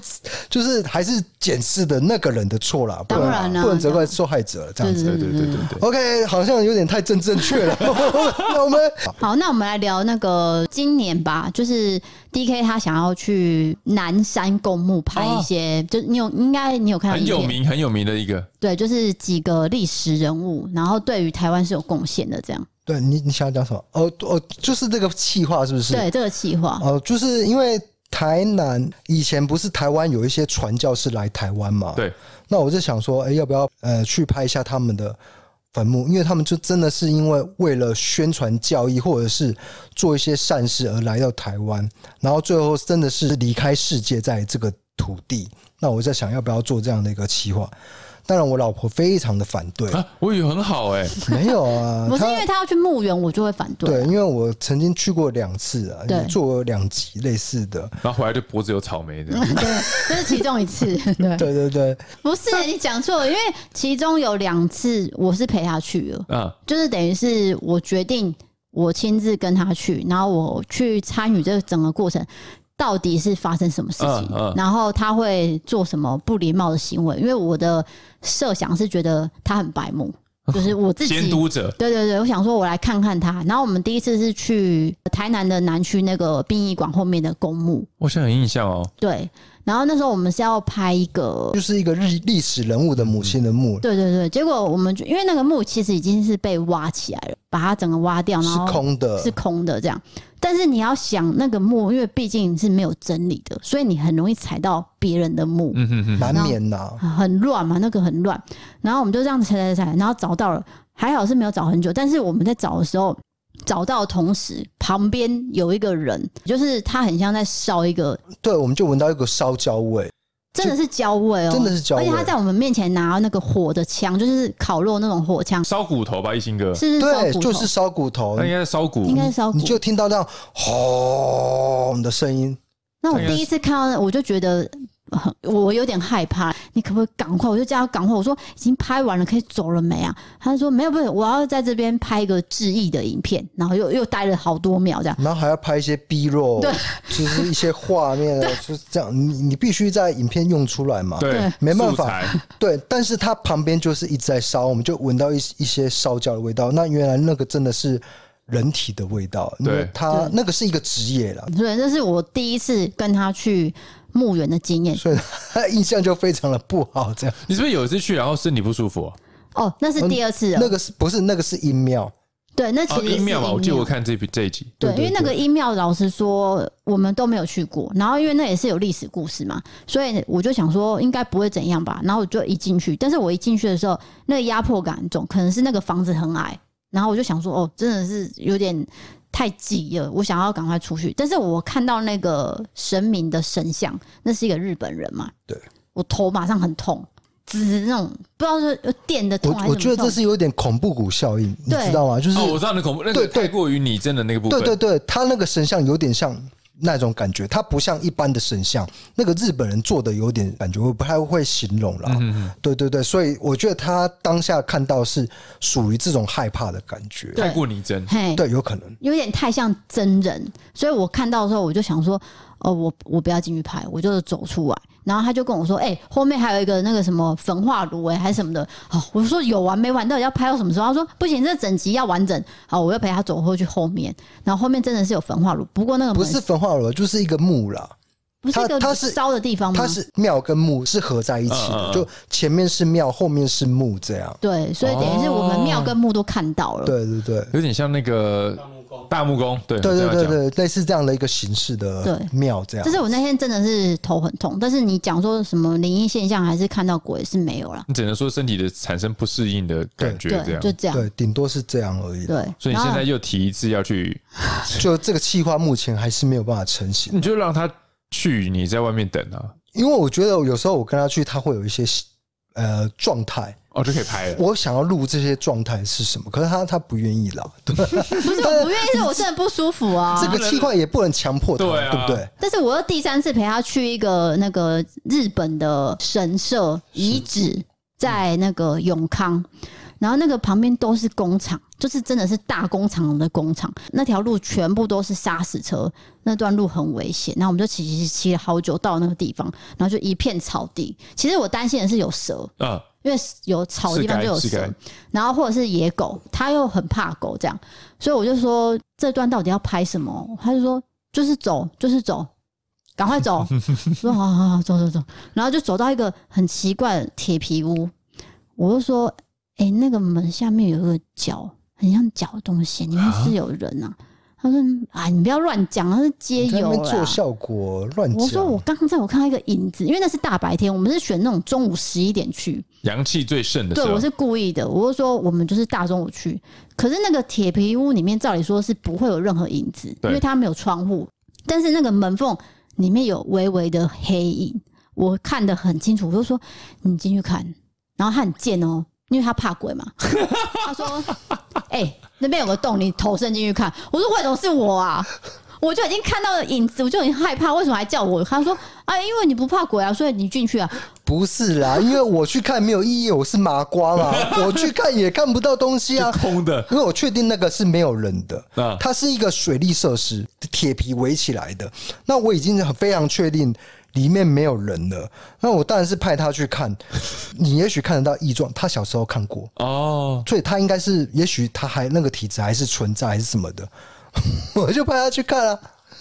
[SPEAKER 2] 就是还是检视的那个人的错啦，不
[SPEAKER 1] 当然啊
[SPEAKER 2] 不能责怪受害者这样子。
[SPEAKER 3] 对对对对对，
[SPEAKER 2] OK，好像有点太正正确 了。那我们
[SPEAKER 1] 好，那我们来聊那个今年吧，就是 D K 他想要去南山公墓拍一些，就你有应该你有看到
[SPEAKER 3] 很有
[SPEAKER 1] 影片，
[SPEAKER 3] 名很有名的一个，
[SPEAKER 1] 对，就是几个历史人物，然后对于台湾是有贡献的，这样
[SPEAKER 2] 对你你想要讲什么？哦哦，就是这个气话是不是？
[SPEAKER 1] 对这个企划，
[SPEAKER 2] 哦，就是因为台南以前不是台湾有一些传教士来台湾嘛？。
[SPEAKER 3] 对，
[SPEAKER 2] 那我就想说，哎、要不要呃去拍一下他们的坟墓？因为他们就真的是因为为了宣传教义或者是做一些善事而来到台湾，然后最后真的是离开世界在这个土地。那我在想，要不要做这样的一个企划？当然，我老婆非常的反对，
[SPEAKER 3] 啊，我以为很好哎、
[SPEAKER 2] 没有啊，
[SPEAKER 1] 不是
[SPEAKER 2] 她
[SPEAKER 1] 因为他要去墓园，我就会反对
[SPEAKER 2] 对，
[SPEAKER 1] 啊。
[SPEAKER 2] 因为我曾经去过两次啊，
[SPEAKER 1] 对
[SPEAKER 2] 也做过两集类似的，
[SPEAKER 3] 然后回来就脖子有草 莓的，
[SPEAKER 1] 对，这是其中一次。对，
[SPEAKER 2] 对对对，
[SPEAKER 1] 不是、你讲错了，因为其中有两次我是陪他去了，
[SPEAKER 3] 嗯，
[SPEAKER 1] 就是等于是我决定我亲自跟他去，然后我去参与这整个过程。到底是发生什么事情？
[SPEAKER 3] 嗯嗯
[SPEAKER 1] 然后他会做什么不礼貌的行为？因为我的设想是觉得他很白目，就是我自己
[SPEAKER 3] 监督者，
[SPEAKER 1] 对对对，我想说，我来看看他。然后我们第一次是去台南的南区那个殡仪馆后面的公墓，
[SPEAKER 3] 我现在很印象哦，
[SPEAKER 1] 对。然后那时候我们是要拍一个，
[SPEAKER 2] 就是一个历历史人物的母亲的墓，
[SPEAKER 1] 对对对。结果我们就因为那个墓其实已经是被挖起来了，把它整个挖掉，然
[SPEAKER 2] 是
[SPEAKER 1] 后
[SPEAKER 2] 空的，
[SPEAKER 1] 是空的这样。但是你要想那个墓，因为毕竟是没有整理的，所以你很容易踩到别人的墓。
[SPEAKER 3] 嗯哼哼，
[SPEAKER 2] 难免呐、
[SPEAKER 1] 很乱嘛，那个很乱。然后我们就这样踩踩踩，然后找到了，还好是没有找很久。但是我们在找的时候，找到的同时，旁边有一个人，就是他很像在烧一个，
[SPEAKER 2] 对，我们就闻到一个烧焦味，
[SPEAKER 1] 真的是焦味哦、
[SPEAKER 2] 真的是焦味
[SPEAKER 1] 而且他在我们面前拿那个火的枪，就是烤肉那种火枪，
[SPEAKER 3] 烧骨头吧，一心哥，
[SPEAKER 1] 是烧
[SPEAKER 2] 对
[SPEAKER 1] 骨，头
[SPEAKER 2] 就是烧骨头
[SPEAKER 3] 那，应该是烧骨
[SPEAKER 1] 应，该是烧骨
[SPEAKER 2] 你。就听到那样轰的声音，
[SPEAKER 1] 那我第一次看到那，我就觉得。呃我有点害怕，你可不可以赶快？我就叫他赶快，我说已经拍完了，可以走了没啊？他就说没有，没有，我要在这边拍一个致意的影片，然后又又待了好多秒这样。
[SPEAKER 2] 然后还要拍一些 B roll，
[SPEAKER 1] 对
[SPEAKER 2] 就是一些画面啊，就是这样，你你必须在影片用出来嘛，
[SPEAKER 3] 对，
[SPEAKER 2] 没办法
[SPEAKER 3] 素材，
[SPEAKER 2] 对，但是它旁边就是一直在烧，我们就闻到一一些烧焦的味道。那原来那个真的是人体的味道，因为
[SPEAKER 3] 对
[SPEAKER 2] 它那个是一个职业啦，
[SPEAKER 1] 所以这是我第一次跟他去墓园的经验。
[SPEAKER 2] 所以他印象就非常的不好。这样，
[SPEAKER 3] 你是不是有一次去然后身体不舒服、啊？
[SPEAKER 1] 哦，那是第二次了。
[SPEAKER 2] 那个是不是那个是阴庙？
[SPEAKER 1] 对，那其
[SPEAKER 3] 哦，
[SPEAKER 1] 实是
[SPEAKER 3] 阴庙嘛，我记得
[SPEAKER 1] 庙
[SPEAKER 3] 我看这这一集，
[SPEAKER 1] 对，
[SPEAKER 2] 对
[SPEAKER 1] 因
[SPEAKER 2] 对
[SPEAKER 1] 为那个阴庙，老实说，我们都没有去过。然后因为那也是有历史故事嘛，所以我就想说应该不会怎样吧。然后我就一进去，但是我一进去的时候，那个压迫感很重，可能是那个房子很矮。然后我就想说，哦，真的是有点太挤了，我想要赶快出去。但是我看到那个神明的神像，那是一个日本人嘛，
[SPEAKER 2] 对，
[SPEAKER 1] 我头马上很痛，只那种不知道是有电的
[SPEAKER 2] 我
[SPEAKER 1] 痛还是怎
[SPEAKER 2] 我
[SPEAKER 1] 么
[SPEAKER 2] 觉得这
[SPEAKER 1] 痛
[SPEAKER 2] 是有点恐怖谷效应，你
[SPEAKER 1] 对
[SPEAKER 2] 知道吗？就是、
[SPEAKER 3] 哦，我知道你恐怖，那个
[SPEAKER 2] 对对
[SPEAKER 3] 太过于拟真的那个部分，
[SPEAKER 2] 对对对，他那个神像有点像那种感觉，他不像一般的神像，那个日本人做的有点感觉，我不太会形容啦。
[SPEAKER 3] 嗯
[SPEAKER 2] 对对对，所以我觉得他当下看到是属于这种害怕的感觉。
[SPEAKER 1] 对
[SPEAKER 3] 太过拟真，
[SPEAKER 1] 嘿，
[SPEAKER 2] 对，有可能。
[SPEAKER 1] 有点太像真人，所以我看到的时候我就想说，哦，我我不要进去拍，我就走出来。然后他就跟我说，哎、后面还有一个那个什么焚化炉哎、还是什么的。 哦，我说有完没完，到底要拍到什么时候？他说不行，这整集要完整。好，我又陪他走过去后面，然后后面真的是有焚化炉，不过那个
[SPEAKER 2] 不
[SPEAKER 1] 门
[SPEAKER 2] 是焚化炉，就是一个墓啦。
[SPEAKER 1] 不是一
[SPEAKER 2] 它它
[SPEAKER 1] 个
[SPEAKER 2] 是
[SPEAKER 1] 烧的地方哦吗？
[SPEAKER 2] 它是庙跟墓是合在一起
[SPEAKER 3] 嗯嗯
[SPEAKER 2] 的，
[SPEAKER 3] 嗯
[SPEAKER 2] 就前面是庙，后面是墓，这样。
[SPEAKER 1] 对，所以等于是我们庙跟墓都看到
[SPEAKER 3] 嗯
[SPEAKER 1] 了。
[SPEAKER 2] 哦对对啊对
[SPEAKER 3] 有点像那个大木工，对
[SPEAKER 2] 对
[SPEAKER 3] 我这样
[SPEAKER 2] 对
[SPEAKER 3] 讲
[SPEAKER 2] 对对，类似这样的一个形式的
[SPEAKER 1] 对
[SPEAKER 2] 庙，这样
[SPEAKER 1] 但。是我那天真的是头很痛，但是你讲说什么灵异现象还是看到鬼是没有啦。
[SPEAKER 3] 你只能说身体的产生不适应的感觉这
[SPEAKER 1] 对，
[SPEAKER 3] 样
[SPEAKER 1] 就。这样。
[SPEAKER 2] 对，顶多是这样而已。
[SPEAKER 1] 对，
[SPEAKER 3] 所以你
[SPEAKER 1] 然后
[SPEAKER 3] 现在又提一次要去，
[SPEAKER 2] 就这个计划目前还是没有办法成型，
[SPEAKER 3] 你就让他去，你在外面等啊。
[SPEAKER 2] 因为我觉得有时候我跟他去，他会有一些呃状态，
[SPEAKER 3] 哦就可以拍了。
[SPEAKER 2] 我想要录这些状态是什么，可是他他不愿意啦，对，
[SPEAKER 1] 不是我不愿意，是我真的不舒服啊
[SPEAKER 2] 这。个气块也不能强迫他，
[SPEAKER 3] 对啊
[SPEAKER 2] 对不对？
[SPEAKER 1] 但是我又第三次陪他去一个那个日本的神社遗址，在那个永康，然后那个旁边都是工厂，就是真的是大工厂的工厂，那条路全部都是砂石车，那段路很危险。然后我们就骑骑骑了好久到那个地方，然后就一片草地。其实我担心的是有蛇，
[SPEAKER 3] 嗯，
[SPEAKER 1] 因为有草的地方就有
[SPEAKER 3] 是该是
[SPEAKER 1] 蛇
[SPEAKER 3] 该，
[SPEAKER 1] 然后或者是野狗，他又很怕狗，这样，所以我就说这段到底要拍什么？他就说就是走，就是走，赶快走。我说好好好，走走走，然后就走到一个很奇怪的铁皮屋，我就说，哎、那个门下面有一个脚，很像脚的东西，里面是有人啊。他说：“啊，你不要乱讲，那是街
[SPEAKER 2] 你在那
[SPEAKER 1] 友
[SPEAKER 2] 边
[SPEAKER 1] 啦
[SPEAKER 2] 做效果乱
[SPEAKER 1] 我说：“我
[SPEAKER 2] 讲，
[SPEAKER 1] 刚刚在我看到一个影子，因为那是大白天，我们是选那种中午十一点去，
[SPEAKER 3] 阳气最盛的时
[SPEAKER 1] 对，
[SPEAKER 3] 候
[SPEAKER 1] 我，是故意的。我是说，我们就是大中午去，可是那个铁皮屋里面，照理说是不会有任何影子，因
[SPEAKER 3] 对
[SPEAKER 1] 为它没有窗户，但是那个门缝里面有微微的黑影，我看得很清楚。我就说你进去看，然后他很贱哦、因为他怕鬼嘛， 他说：“哎、那边有个洞，你头伸进去看。”我说：“为什么是我啊？”我就已经看到了影子，我就很害怕，为什么还叫我？他说：“啊，因为你不怕鬼啊，所以你进去啊。”
[SPEAKER 2] 不是啦，因为我去看没有意义，我是麻瓜嘛， 我去看也看不到东西啊
[SPEAKER 3] 就。空的，
[SPEAKER 2] 因为我确定那个是没有人的，
[SPEAKER 3] 啊
[SPEAKER 2] 它是一个水利设施，铁皮围起来的。那我已经很非常确定里面没有人了，那我当然是派他去 看。你也许看得到异状，他小时候看过，
[SPEAKER 3] 哦，
[SPEAKER 2] 所以他应该是，也许他还那个体质还是存在还是什么的， 我就派他去看啊。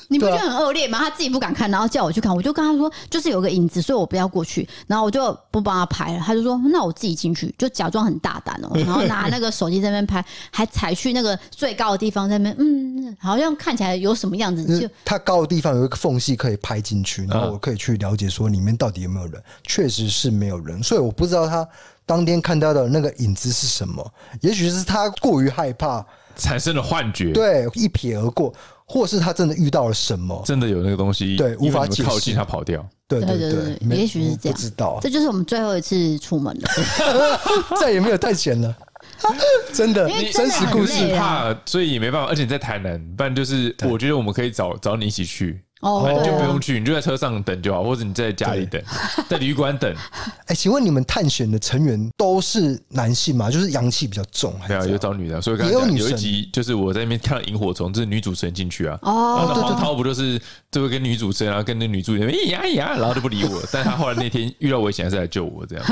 [SPEAKER 1] 你不觉
[SPEAKER 2] 对啊
[SPEAKER 1] 得很恶劣吗？他自己不敢看，然后叫我去看，我就跟他说，就是有个影子，所以我不要过去，然后我就不帮他拍了。他就说，那我自己进去，就假装很大胆 哦、然后拿那个手机在那边拍，还踩去那个最高的地方，在那边嗯，好像看起来有什么样子，就
[SPEAKER 2] 就是它高的地方有一个缝隙可以拍进去，
[SPEAKER 3] 啊
[SPEAKER 2] 然后我可以去了解说里面到底有没有人。确实是没有人，所以我不知道他当天看到的那个影子是什么。也许是他过于害怕，
[SPEAKER 3] 产生了幻觉，，
[SPEAKER 2] 对，一瞥而过，或是他真的遇到了什么。
[SPEAKER 3] 真的有那个东西，
[SPEAKER 2] 对
[SPEAKER 3] 因为
[SPEAKER 2] 无法
[SPEAKER 3] 你们
[SPEAKER 2] 解释
[SPEAKER 3] 靠近它跑掉，
[SPEAKER 2] 对
[SPEAKER 1] 对
[SPEAKER 2] 对
[SPEAKER 1] 对对
[SPEAKER 2] 没
[SPEAKER 1] 也许是
[SPEAKER 2] 我
[SPEAKER 1] 这样
[SPEAKER 2] 不知道，
[SPEAKER 1] 这就是我们最后一次出门了。
[SPEAKER 2] 再也没有带钱了。 真的
[SPEAKER 1] 因为，真
[SPEAKER 2] 真
[SPEAKER 1] 的
[SPEAKER 2] 实
[SPEAKER 1] 很
[SPEAKER 2] 故
[SPEAKER 1] 累
[SPEAKER 2] 事。
[SPEAKER 1] 啊
[SPEAKER 3] 怕，所以也没办法，而且你在台南，不然就是我觉得我们可以找找你一起去。
[SPEAKER 1] 哦，
[SPEAKER 3] 反正
[SPEAKER 1] 对
[SPEAKER 3] 就
[SPEAKER 1] 啊
[SPEAKER 3] 不用去，你就在车上等就好，或者你在家里等，在旅 馆等，
[SPEAKER 2] 哎、请问你们探险的成员都是男性吗？就是阳气比较重，还是怎
[SPEAKER 3] 没有啊有
[SPEAKER 2] 样
[SPEAKER 3] 找女的，所以刚才
[SPEAKER 2] 也有
[SPEAKER 3] 讲
[SPEAKER 2] 女
[SPEAKER 3] 有一
[SPEAKER 2] 神
[SPEAKER 3] 集就是我在那边看到萤火虫，就是女主持人进去啊，然
[SPEAKER 1] 哦，
[SPEAKER 3] 后
[SPEAKER 1] 对
[SPEAKER 3] 黄
[SPEAKER 1] 对对，
[SPEAKER 3] 涛不就是就会跟女主持人，然啊后跟那女助理那边哎呀呀，然后就不理我。但他后来那天遇到危险，还是来救我 这样。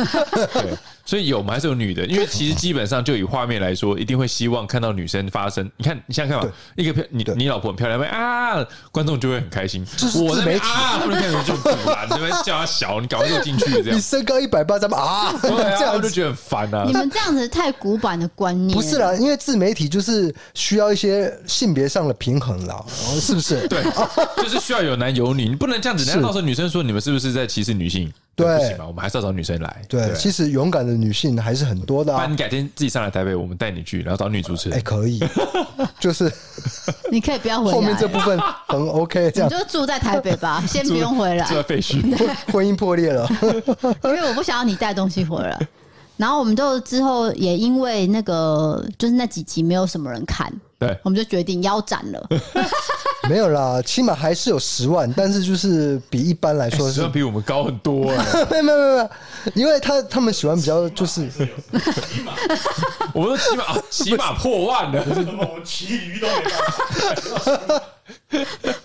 [SPEAKER 3] 对，所以有我们还是有女的，因为其实基本上就以画面来说，一定会希望看到女生发生。你看，你想想看嘛，一个漂你你老婆很漂亮，啊，观众就会很开心。
[SPEAKER 2] 是
[SPEAKER 3] 我在
[SPEAKER 2] 自
[SPEAKER 3] 那边
[SPEAKER 2] 媒体
[SPEAKER 3] 啊，他们看着就堵拦，那边叫他小，你赶快给我进去这样
[SPEAKER 2] 你。身高一百八，咱们啊，
[SPEAKER 3] 对啊，
[SPEAKER 2] 这
[SPEAKER 3] 他
[SPEAKER 2] 样
[SPEAKER 3] 们
[SPEAKER 2] 子
[SPEAKER 3] 就觉得很烦啊
[SPEAKER 1] 你。们这样子太古板的观念，
[SPEAKER 2] 不是啦，因为自媒体就是需要一些性别上的平衡啦，哦是不是？
[SPEAKER 3] 对， 就是需要有男有女，你不能这样子。人家到时候女生说你们是不是在歧视女性？
[SPEAKER 2] 对
[SPEAKER 3] 不行嘛，我们还是要找女生来。
[SPEAKER 2] 对，其实勇敢的女性还是很多的、
[SPEAKER 3] 不然
[SPEAKER 2] 啊
[SPEAKER 3] 你。改天自己上来台北，我们带你去，然后找女主持
[SPEAKER 2] 哎、
[SPEAKER 3] 人。
[SPEAKER 2] 可以，就是
[SPEAKER 1] 你可以不要回来，啊
[SPEAKER 2] 后面这部分 很 OK，这
[SPEAKER 1] 你
[SPEAKER 2] 样
[SPEAKER 1] 就住在台北 吧，先不用回来，
[SPEAKER 3] 这废墟，
[SPEAKER 2] 婚姻破裂了。
[SPEAKER 1] 因为我不想要你带东西回来。然后我们就之后也因为那个就是那几集没有什么人看，
[SPEAKER 3] 对，
[SPEAKER 1] 我们就决定腰斩了。
[SPEAKER 2] 没有啦，起码还是有十万，但是就是比一般来说
[SPEAKER 3] 实际
[SPEAKER 2] 是
[SPEAKER 3] 上比我们高很多哎、
[SPEAKER 2] 没有没有没有没有，因为他他们喜欢比较就是
[SPEAKER 3] 我们都起码啊起码破万了，
[SPEAKER 4] 那么我骑驴都没办法。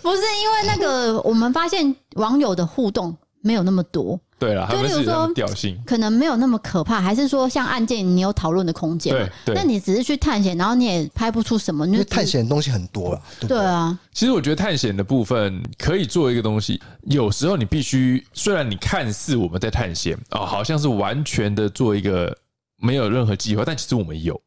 [SPEAKER 1] 不是因为那个，我们发现网友的互动没有那么多，
[SPEAKER 3] 对了，他
[SPEAKER 1] 就
[SPEAKER 3] 们
[SPEAKER 1] 例如
[SPEAKER 3] 是
[SPEAKER 1] 说
[SPEAKER 3] 有调性，
[SPEAKER 1] 可能没有那么可怕，还是说像案件你有讨论的空间嘛？
[SPEAKER 3] 对对
[SPEAKER 1] 那你只是去探险，然后你也拍不出什么，你
[SPEAKER 2] 因
[SPEAKER 1] 就
[SPEAKER 2] 为探。险的东西很多啦，对不
[SPEAKER 1] 对
[SPEAKER 2] 对？
[SPEAKER 1] 啊，
[SPEAKER 3] 其实我觉得探险的部分可以做一个东西，有时候你必须，虽然你看似我们在探险啊、哦，好像是完全的做一个没有任何计划，但其实我们有，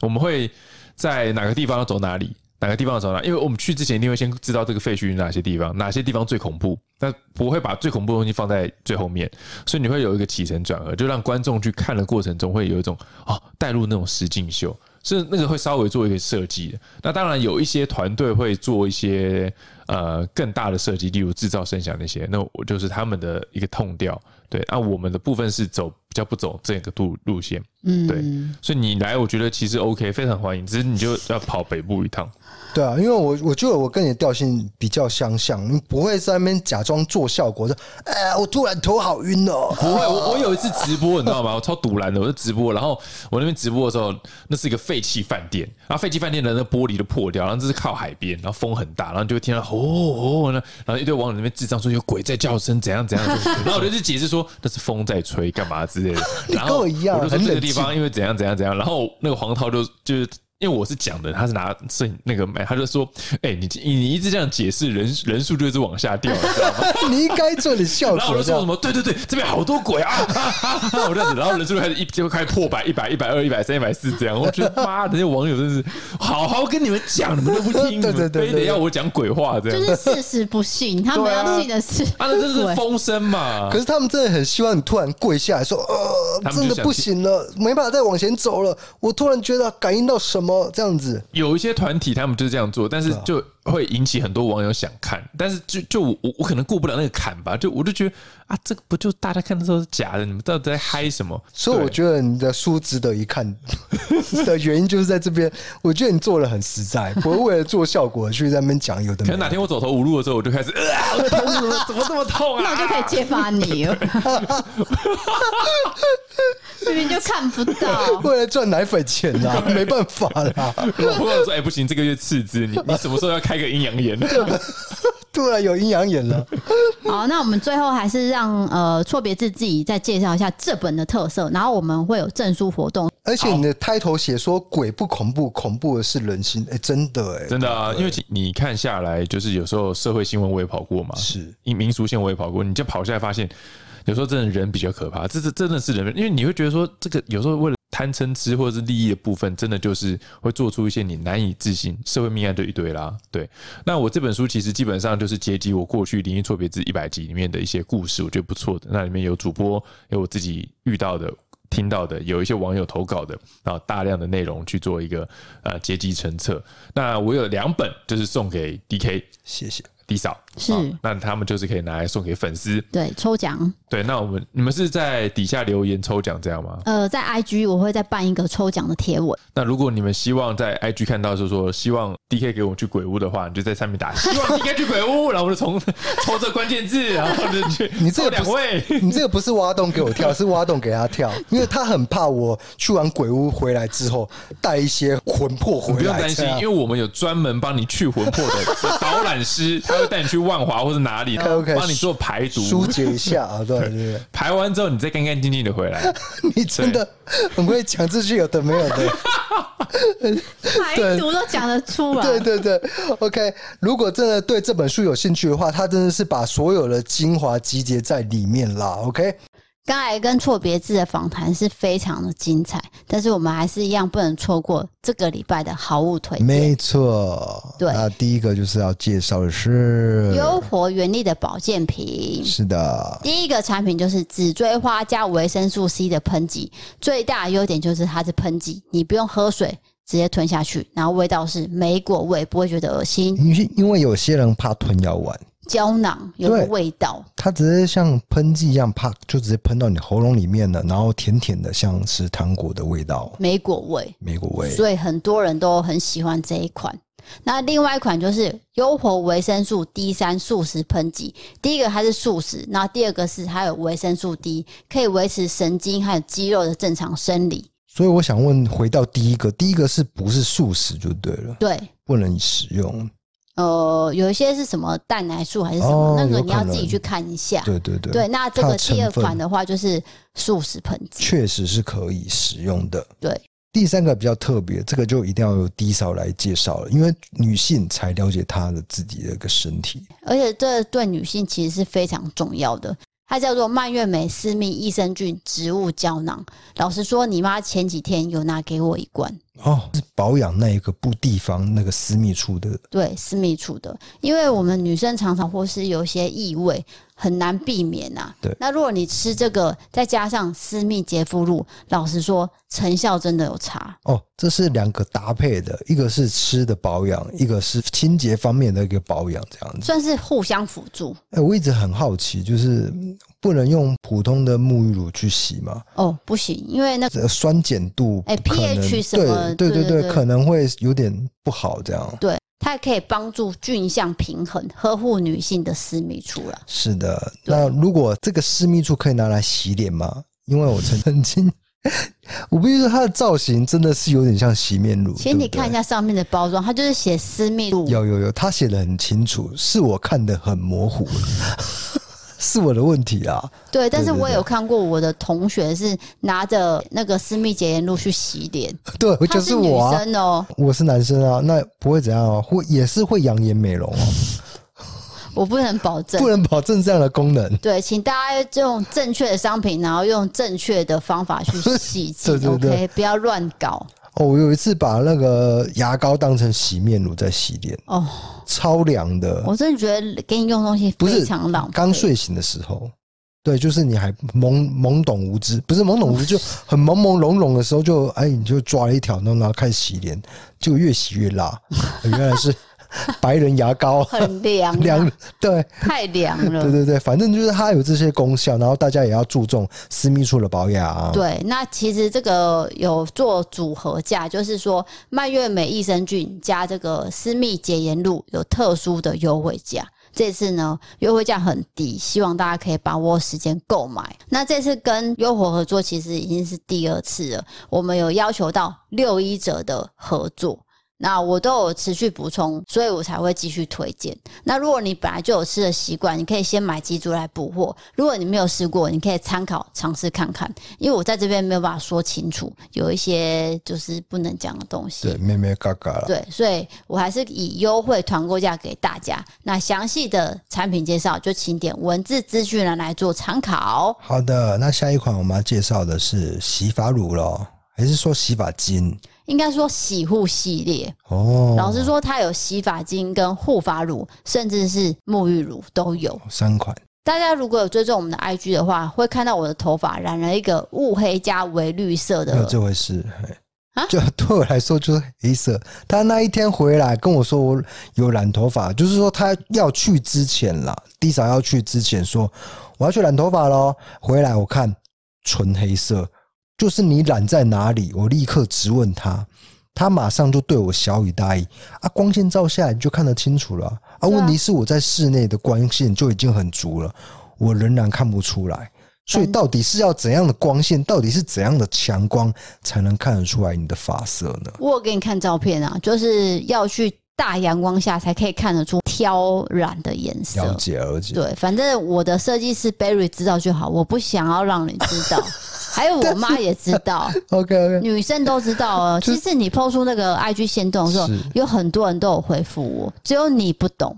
[SPEAKER 3] 我们会在哪个地方要走哪里，哪个地方要走哪里因为我们去之前一定会先知道这个废墟有哪些地方，哪些地方最恐怖，那不会把最恐怖的东西放在最后面，所以你会有一个起承转合，就让观众去看的过程中会有一种哦带入那种实境秀，是那个会稍微做一个设计的。那当然有一些团队会做一些呃更大的设计，例如制造声响那些，那啊我就是他们的一个痛调。对，那、我们的部分是走比较不走这个路路线，
[SPEAKER 1] 嗯，
[SPEAKER 3] 对所以你来，我觉得其实 OK，非常欢迎。只是你就要跑北部一趟，
[SPEAKER 2] 对啊，因为我我觉得我跟你的调性比较相像，你不会在那边假装做效果，说哎、我突然头好晕哦。
[SPEAKER 3] 不会，我我有一次直播，你知道吗？我超堵然的，我就直播，然后我那边直播的时候，那是一个废弃饭店，然后废弃饭店的那玻璃都破掉，然后这是靠海边，然后风很大，然后你就会听到吼吼呢，然后一堆网友在那边智障说有鬼在叫声，怎样怎样， 然后我就去解释说那是风在吹，干嘛之类的。然后
[SPEAKER 2] 跟我一样啊
[SPEAKER 3] 就说
[SPEAKER 2] 很
[SPEAKER 3] 这个
[SPEAKER 2] 冷
[SPEAKER 3] 地
[SPEAKER 2] 静
[SPEAKER 3] 方因为怎样怎样怎样，然后那个黄涛就就是。因为我是讲的，他是拿摄影那个麦，他就说：“哎、你你一直这样解释，人人数就是往下掉，你知道吗？”
[SPEAKER 2] 你应该做点效
[SPEAKER 3] 然后我
[SPEAKER 2] 果，这
[SPEAKER 3] 就说什
[SPEAKER 2] 样
[SPEAKER 3] 么，对对对，这边好多鬼啊，啊啊啊我这样子，然后人数就开始一就开始破百、一百、一百二、一百三、一百四这样，我觉得妈的，那些网友真是好好跟你们讲，你们都不听，
[SPEAKER 2] 对对对对
[SPEAKER 3] 你们非得
[SPEAKER 2] 对
[SPEAKER 3] 要我讲鬼话这
[SPEAKER 1] 就
[SPEAKER 3] 样，
[SPEAKER 1] 是事实不信，他们
[SPEAKER 3] 对啊
[SPEAKER 1] 要信的是
[SPEAKER 3] 啊，那这是
[SPEAKER 1] 鬼
[SPEAKER 3] 风声嘛
[SPEAKER 2] 可，是他们真的很希望你突然跪下来说：“呃，
[SPEAKER 3] 他们
[SPEAKER 2] 真
[SPEAKER 3] 就
[SPEAKER 2] 的
[SPEAKER 3] 想
[SPEAKER 2] 不行了，没办法再往前走了。我突然觉得感应到什么这样子。
[SPEAKER 3] 有一些团体他们就是这样做，但是就会引起很多网友想看，但是就就我我我可能过不了那个坎吧，就我就觉得啊，这个不就大家看的时候是假的，你们到底在嗨什么？”
[SPEAKER 2] 所以我觉得你的书值得一看 的原因就是在这边，我觉得你做的很实在，不会为了做效果去在那边讲有的没
[SPEAKER 3] 可能哪
[SPEAKER 2] 的。
[SPEAKER 3] 天我走投无路的时候，我就开始，啊，我头怎么怎么这么痛啊？
[SPEAKER 1] 那我就可以揭发 你了，明明就看不到。
[SPEAKER 2] 为了赚奶粉钱 啦，没办法啦。
[SPEAKER 3] 我朋友说：“哎、不行，这个月斥资，你你什么时候要开个阴阳眼？
[SPEAKER 2] 突然有阴阳眼了，
[SPEAKER 1] 好，那我们最后还是让呃错别字自己再介绍一下这本的特色，然后我们会有证书活动。
[SPEAKER 2] 而且你的 title 写说鬼不恐怖，恐怖的是人心。哎、真的哎、
[SPEAKER 3] 真的啊，因为其你看下来，就是有时候社会新闻我也跑过嘛，
[SPEAKER 2] 是
[SPEAKER 3] 民民俗线我也跑过，你就跑下来发现，有时候真的人比较可怕，这是真的是人，因为你会觉得说，这个有时候为了贪嗔痴或者是利益的部分，真的就是会做出一些你难以置信，社会命案就一堆啦。对，那我这本书其实基本上就是结集我过去《灵异错别字》一百集里面的一些故事，我觉得不错的。那里面有主播，有我自己遇到的。听到的有一些网友投稿的，然后大量的内容去做一个呃结集成册。那我有两本，就是送给 D K
[SPEAKER 2] 谢谢。
[SPEAKER 3] D 嫂，
[SPEAKER 1] 是
[SPEAKER 3] 好啊那他们就是可以拿来送给粉丝。
[SPEAKER 1] 对，抽奖，
[SPEAKER 3] 对，那我们你们是在底下留言抽奖这样吗？
[SPEAKER 1] 呃，在 IG 我会再办一个抽奖的贴文。
[SPEAKER 3] 那如果你们希望在 IG 看到，就是说希望 DK 给我去鬼屋的话，你就在 上面打希望 DK 去鬼屋，然后我就从 抽这关键字，然后就去
[SPEAKER 2] 你这个
[SPEAKER 3] 抽两
[SPEAKER 2] 不是
[SPEAKER 3] 位。
[SPEAKER 2] 你这个不是挖洞给我 跳，是挖洞给他跳，因为他很怕我去完鬼屋回来之后带一些魂魄回
[SPEAKER 3] 你不用
[SPEAKER 2] 来。
[SPEAKER 3] 担心
[SPEAKER 2] 这，样
[SPEAKER 3] 因为我们有专门帮你去魂魄 的导览师，他会带你去万华或是哪里，
[SPEAKER 2] OK，OK，
[SPEAKER 3] 帮你做排
[SPEAKER 2] 疏
[SPEAKER 3] 毒。
[SPEAKER 2] 解一下啊，对对 对，
[SPEAKER 3] 排完之后，你再干干净净的回来。
[SPEAKER 2] 你真的很会讲这些有的没 有的。
[SPEAKER 1] 排毒都讲得出来，
[SPEAKER 2] 对对对，OK。如果真的对这本书有兴趣的话，它真的是把所有的精华集结在里面啦。OK，
[SPEAKER 1] 刚才跟错别字的访谈是非常的精彩，但是我们还是一样不能错过这个礼拜的好物推荐。
[SPEAKER 2] 没错。
[SPEAKER 1] 对
[SPEAKER 2] 那第一个就是要介绍的是，
[SPEAKER 1] 优活原力的保健品，
[SPEAKER 2] 是的，
[SPEAKER 1] 第一个产品就是紫锥花加维生素 C 的喷剂，最大的优点就是它是喷剂，你不用喝水，直接吞下去，然后味道是莓果味，不会觉得恶心。
[SPEAKER 2] 因为因为有些人怕吞药丸，
[SPEAKER 1] 胶囊有个
[SPEAKER 2] 对
[SPEAKER 1] 味道，
[SPEAKER 2] 它直接像喷剂一样，啪就直接喷到你喉咙里面了，然后甜甜的，像是糖果的味道，
[SPEAKER 1] 莓果味，
[SPEAKER 2] 美国味。
[SPEAKER 1] 所以很多人都很喜欢这一款。那另外一款就是优活维生素 D 三素食喷剂，第一个它是素食，那第二个是它有维生素 D，可以维持神经还有肌肉的正常生理。
[SPEAKER 2] 所以我想问，回到第一个，第一个是不是素食就对了，
[SPEAKER 1] 对，
[SPEAKER 2] 不能使用。
[SPEAKER 1] 呃，有一些是什么蛋奶素还是什么，
[SPEAKER 2] 哦
[SPEAKER 1] 那个你
[SPEAKER 2] 有
[SPEAKER 1] 要
[SPEAKER 2] 可
[SPEAKER 1] 自
[SPEAKER 2] 能
[SPEAKER 1] 己去看一下。
[SPEAKER 2] 对对对，
[SPEAKER 1] 对，那这
[SPEAKER 2] 它
[SPEAKER 1] 个
[SPEAKER 2] 有成
[SPEAKER 1] 第二
[SPEAKER 2] 分
[SPEAKER 1] 款的话就是素食盆子，
[SPEAKER 2] 确实是可以使用的。
[SPEAKER 1] 对，
[SPEAKER 2] 第三个比较特别，这个就一定要由低嫂来介绍了，因为女性才了解她的自己的一个身体。
[SPEAKER 1] 而且这对女性其实是非常重要的。它叫做蔓越莓私密益生菌植物胶囊。老实说，你妈前几天有拿给我一罐，
[SPEAKER 2] 哦，是保养那一个不地方那个私密处的
[SPEAKER 1] 对私密处的，因为我们女生常常或是有一些异味，很难避免呐、
[SPEAKER 2] 对
[SPEAKER 1] 那如果你吃这个，再加上私密洁肤露，老实说，成效真的有差。
[SPEAKER 2] 哦，这是两个搭配的，一个是吃的保养，
[SPEAKER 1] 嗯
[SPEAKER 2] 一个是清洁方面的一个保养，这样子。
[SPEAKER 1] 算是互相辅助
[SPEAKER 2] 哎、我一直很好奇，就是嗯不能用普通的沐浴乳去洗吗？
[SPEAKER 1] 哦，不行，因为那
[SPEAKER 2] 这个酸碱度
[SPEAKER 1] 哎
[SPEAKER 2] 可能
[SPEAKER 1] pH 什么
[SPEAKER 2] 对
[SPEAKER 1] 对对
[SPEAKER 2] 对对
[SPEAKER 1] 对
[SPEAKER 2] 对，可能会有点不好，这样。
[SPEAKER 1] 对它也可以帮助菌相平衡，呵护女性的私密处了。
[SPEAKER 2] 是的，那如果这个私密处可以拿来洗脸吗？因为我曾曾经， 我必须说它的造型真的是有点像洗面乳。
[SPEAKER 1] 请你
[SPEAKER 2] 对不对
[SPEAKER 1] 看一，下上面的包装，它就是写私密露，
[SPEAKER 2] 有有有，他写的很清楚，是我看的很模糊， 是我的问题啊。
[SPEAKER 1] 对，但是
[SPEAKER 2] 对对
[SPEAKER 1] 我
[SPEAKER 2] 对
[SPEAKER 1] 有看过我的同学是拿着那个私密洁颜露去洗脸，
[SPEAKER 2] 对，哦就
[SPEAKER 1] 她是女
[SPEAKER 2] 我啊，
[SPEAKER 1] 生哦、
[SPEAKER 2] 我是男生啊，那不会怎样啊，会也是会养颜美容哦，
[SPEAKER 1] 我不能保证
[SPEAKER 2] 不。能保证这样的功能。
[SPEAKER 1] 对，请大家用正确的商品，然后用正确的方法去洗净
[SPEAKER 2] 对对对
[SPEAKER 1] o k 不要乱搞
[SPEAKER 2] 哦，我有一次把那个牙膏当成洗面乳在洗脸，
[SPEAKER 1] 哦。
[SPEAKER 2] 超凉的。
[SPEAKER 1] 我真的觉得给你用东西
[SPEAKER 2] 不是
[SPEAKER 1] 非常浪费。
[SPEAKER 2] 刚睡醒的时候，对，就是你还懵懵懂无知，不是懵懂无 知，就很朦朦胧胧的时候就，哎，你就抓了一条，然后拿开始洗脸，就越洗越 辣，原来是白人牙膏，
[SPEAKER 1] 很 凉、啊，
[SPEAKER 2] 凉，对
[SPEAKER 1] 太凉了。
[SPEAKER 2] 对对对，反正就是它有这些功效，然后大家也要注重私密处的保养、啊。
[SPEAKER 1] 对，那其实这个有做组合价，就是说蔓越莓益生菌加这个私密洁颜露有特殊的优惠价。这次呢，优惠价很低，希望大家可以把握时间购买。那这次跟优活合作，其实已经是第二次了，我们有要求到六一折的合作。那我都有持续补充，所以我才会继续推荐。那如果你本来就有吃的习惯，你可以先买几组来补货。如果你没有试过，你可以参考尝试看看，因为我在这边没有办法说清楚，有一些就是不能讲的东西
[SPEAKER 2] 对，。妹妹嘎嘎了。
[SPEAKER 1] 对，所以我还是以优惠团购价给大家。那详细的产品介绍，就请点文字资讯栏来做参考。
[SPEAKER 2] 好的，那下一款我们要介绍的是洗发乳咯，还是说洗发精？
[SPEAKER 1] 应该说洗护系列，
[SPEAKER 2] 哦，
[SPEAKER 1] 老实说，它有洗发精、跟护发乳，甚至是沐浴乳都有。
[SPEAKER 2] 三款。
[SPEAKER 1] 大家如果有追踪我们的 IG 的话，会看到我的头发染了一个雾黑加微绿色
[SPEAKER 2] 没有
[SPEAKER 1] 的。
[SPEAKER 2] 这回事。
[SPEAKER 1] 啊
[SPEAKER 2] 嘿就 对我来说就是黑色。他那一天回来跟我说我有染头发，就是说他要去之前啦，d 嫂要去之前说我要去染头发咯。回来我看纯黑色，就是你染在哪里，我立刻质问他，他马上就对我小以大意啊，光线照下来你就看得清楚了啊。啊
[SPEAKER 1] 对啊
[SPEAKER 2] 问题是我在室内的光线就已经很足了，我仍然看不出来。所以到底是要怎样的光线，到底是怎样的强光才能看得出来你的发色呢？
[SPEAKER 1] 我有给你看照片啊，就是要去大阳光下才可以看得出挑染的颜
[SPEAKER 2] 了
[SPEAKER 1] 色。
[SPEAKER 2] 解了解，
[SPEAKER 1] 对，反正我的设计师 Barry 知道就好，我不想要让你知 道，还有我妈也知道，
[SPEAKER 2] ，OK OK，
[SPEAKER 1] 女生都知道 哦。其实你抛出那个 IG 线动的时候
[SPEAKER 2] 是，
[SPEAKER 1] 有很多人都有回复我，只有你不懂。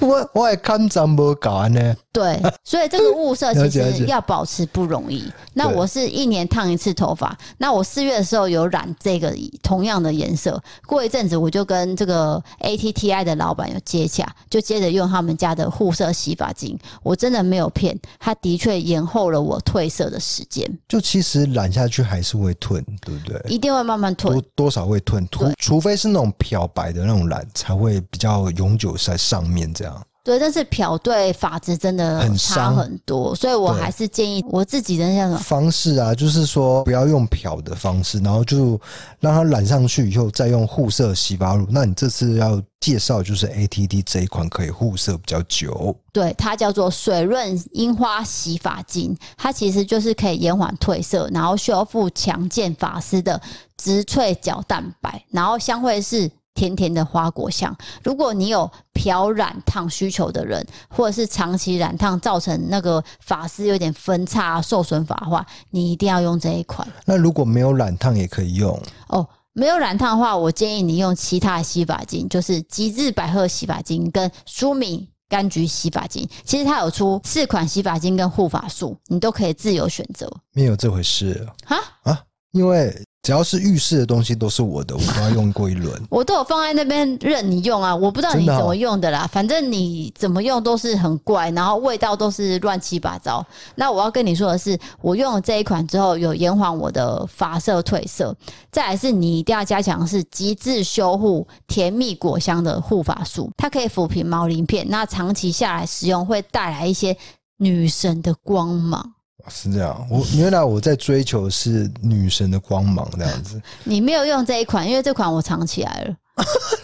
[SPEAKER 2] 我我也看咱不搞呢，
[SPEAKER 1] 对，所以这个雾色其
[SPEAKER 2] 了解了
[SPEAKER 1] 实
[SPEAKER 2] 解
[SPEAKER 1] 要保持不容易。那我是一年烫一次头发，那我四月的时候有染这个同样的颜色，过一阵子我就跟这个 ATTI 的老板有接洽，就接着用他们家的护色洗发精，我真的没有骗，它的确延后了我褪色的时间，
[SPEAKER 2] 就其实染下去还是会褪，对不对？
[SPEAKER 1] 一定会慢慢
[SPEAKER 2] 多
[SPEAKER 1] 褪。
[SPEAKER 2] 多少会褪，除
[SPEAKER 1] 对
[SPEAKER 2] 除非是那种漂白的那种染，才会比较永久在上面这样。
[SPEAKER 1] 对，但是漂对发质真的
[SPEAKER 2] 很
[SPEAKER 1] 差
[SPEAKER 2] 伤
[SPEAKER 1] 很多，所以我
[SPEAKER 2] 对
[SPEAKER 1] 还是建议我自己的那叫什么
[SPEAKER 2] 方式啊，就是说不要用漂的方式，然后就让它染上去以后再用护色洗发乳。那你这次要介绍就是 ATD 这一款可以护色比较久。
[SPEAKER 1] 对，它叫做水润樱花洗发精，它其实就是可以延缓褪色，然后修复强健发丝的植萃角蛋白，然后香味是。甜甜的花果香。如果你有漂染烫需求的人，或者是长期染烫造成那个发丝有点分叉、受损发的话，你一定要用这一款
[SPEAKER 2] 那如果没有染烫也可以用，
[SPEAKER 1] 哦。没有染烫的话，我建议你用其他的洗发精，就是极致百合洗发精跟舒敏柑橘洗发精。其实它有出四款洗发精跟护发素，你都可以自由选择
[SPEAKER 2] 没有这回事
[SPEAKER 1] 哈，。
[SPEAKER 2] 啊，因为只要是浴室的东西都是我的，我都要用过一轮
[SPEAKER 1] 我都有放在那边任你用啊，我不知道你
[SPEAKER 2] 真的
[SPEAKER 1] 怎
[SPEAKER 2] 哦
[SPEAKER 1] 么用的啦，反正你怎么用都是很怪，然后味道都是乱七八糟。那我要跟你说的是，我用了这一款之后，有延缓我的发色褪色，再来是你一定要加强的是极致修护甜蜜果香的护发素，它可以抚平毛鳞片，那长期下来使用会带来一些女神的光芒。
[SPEAKER 2] 是这样，我原来我在追求的是女神的光芒这样子，
[SPEAKER 1] 你没有用这一款，因为这款我藏起来了，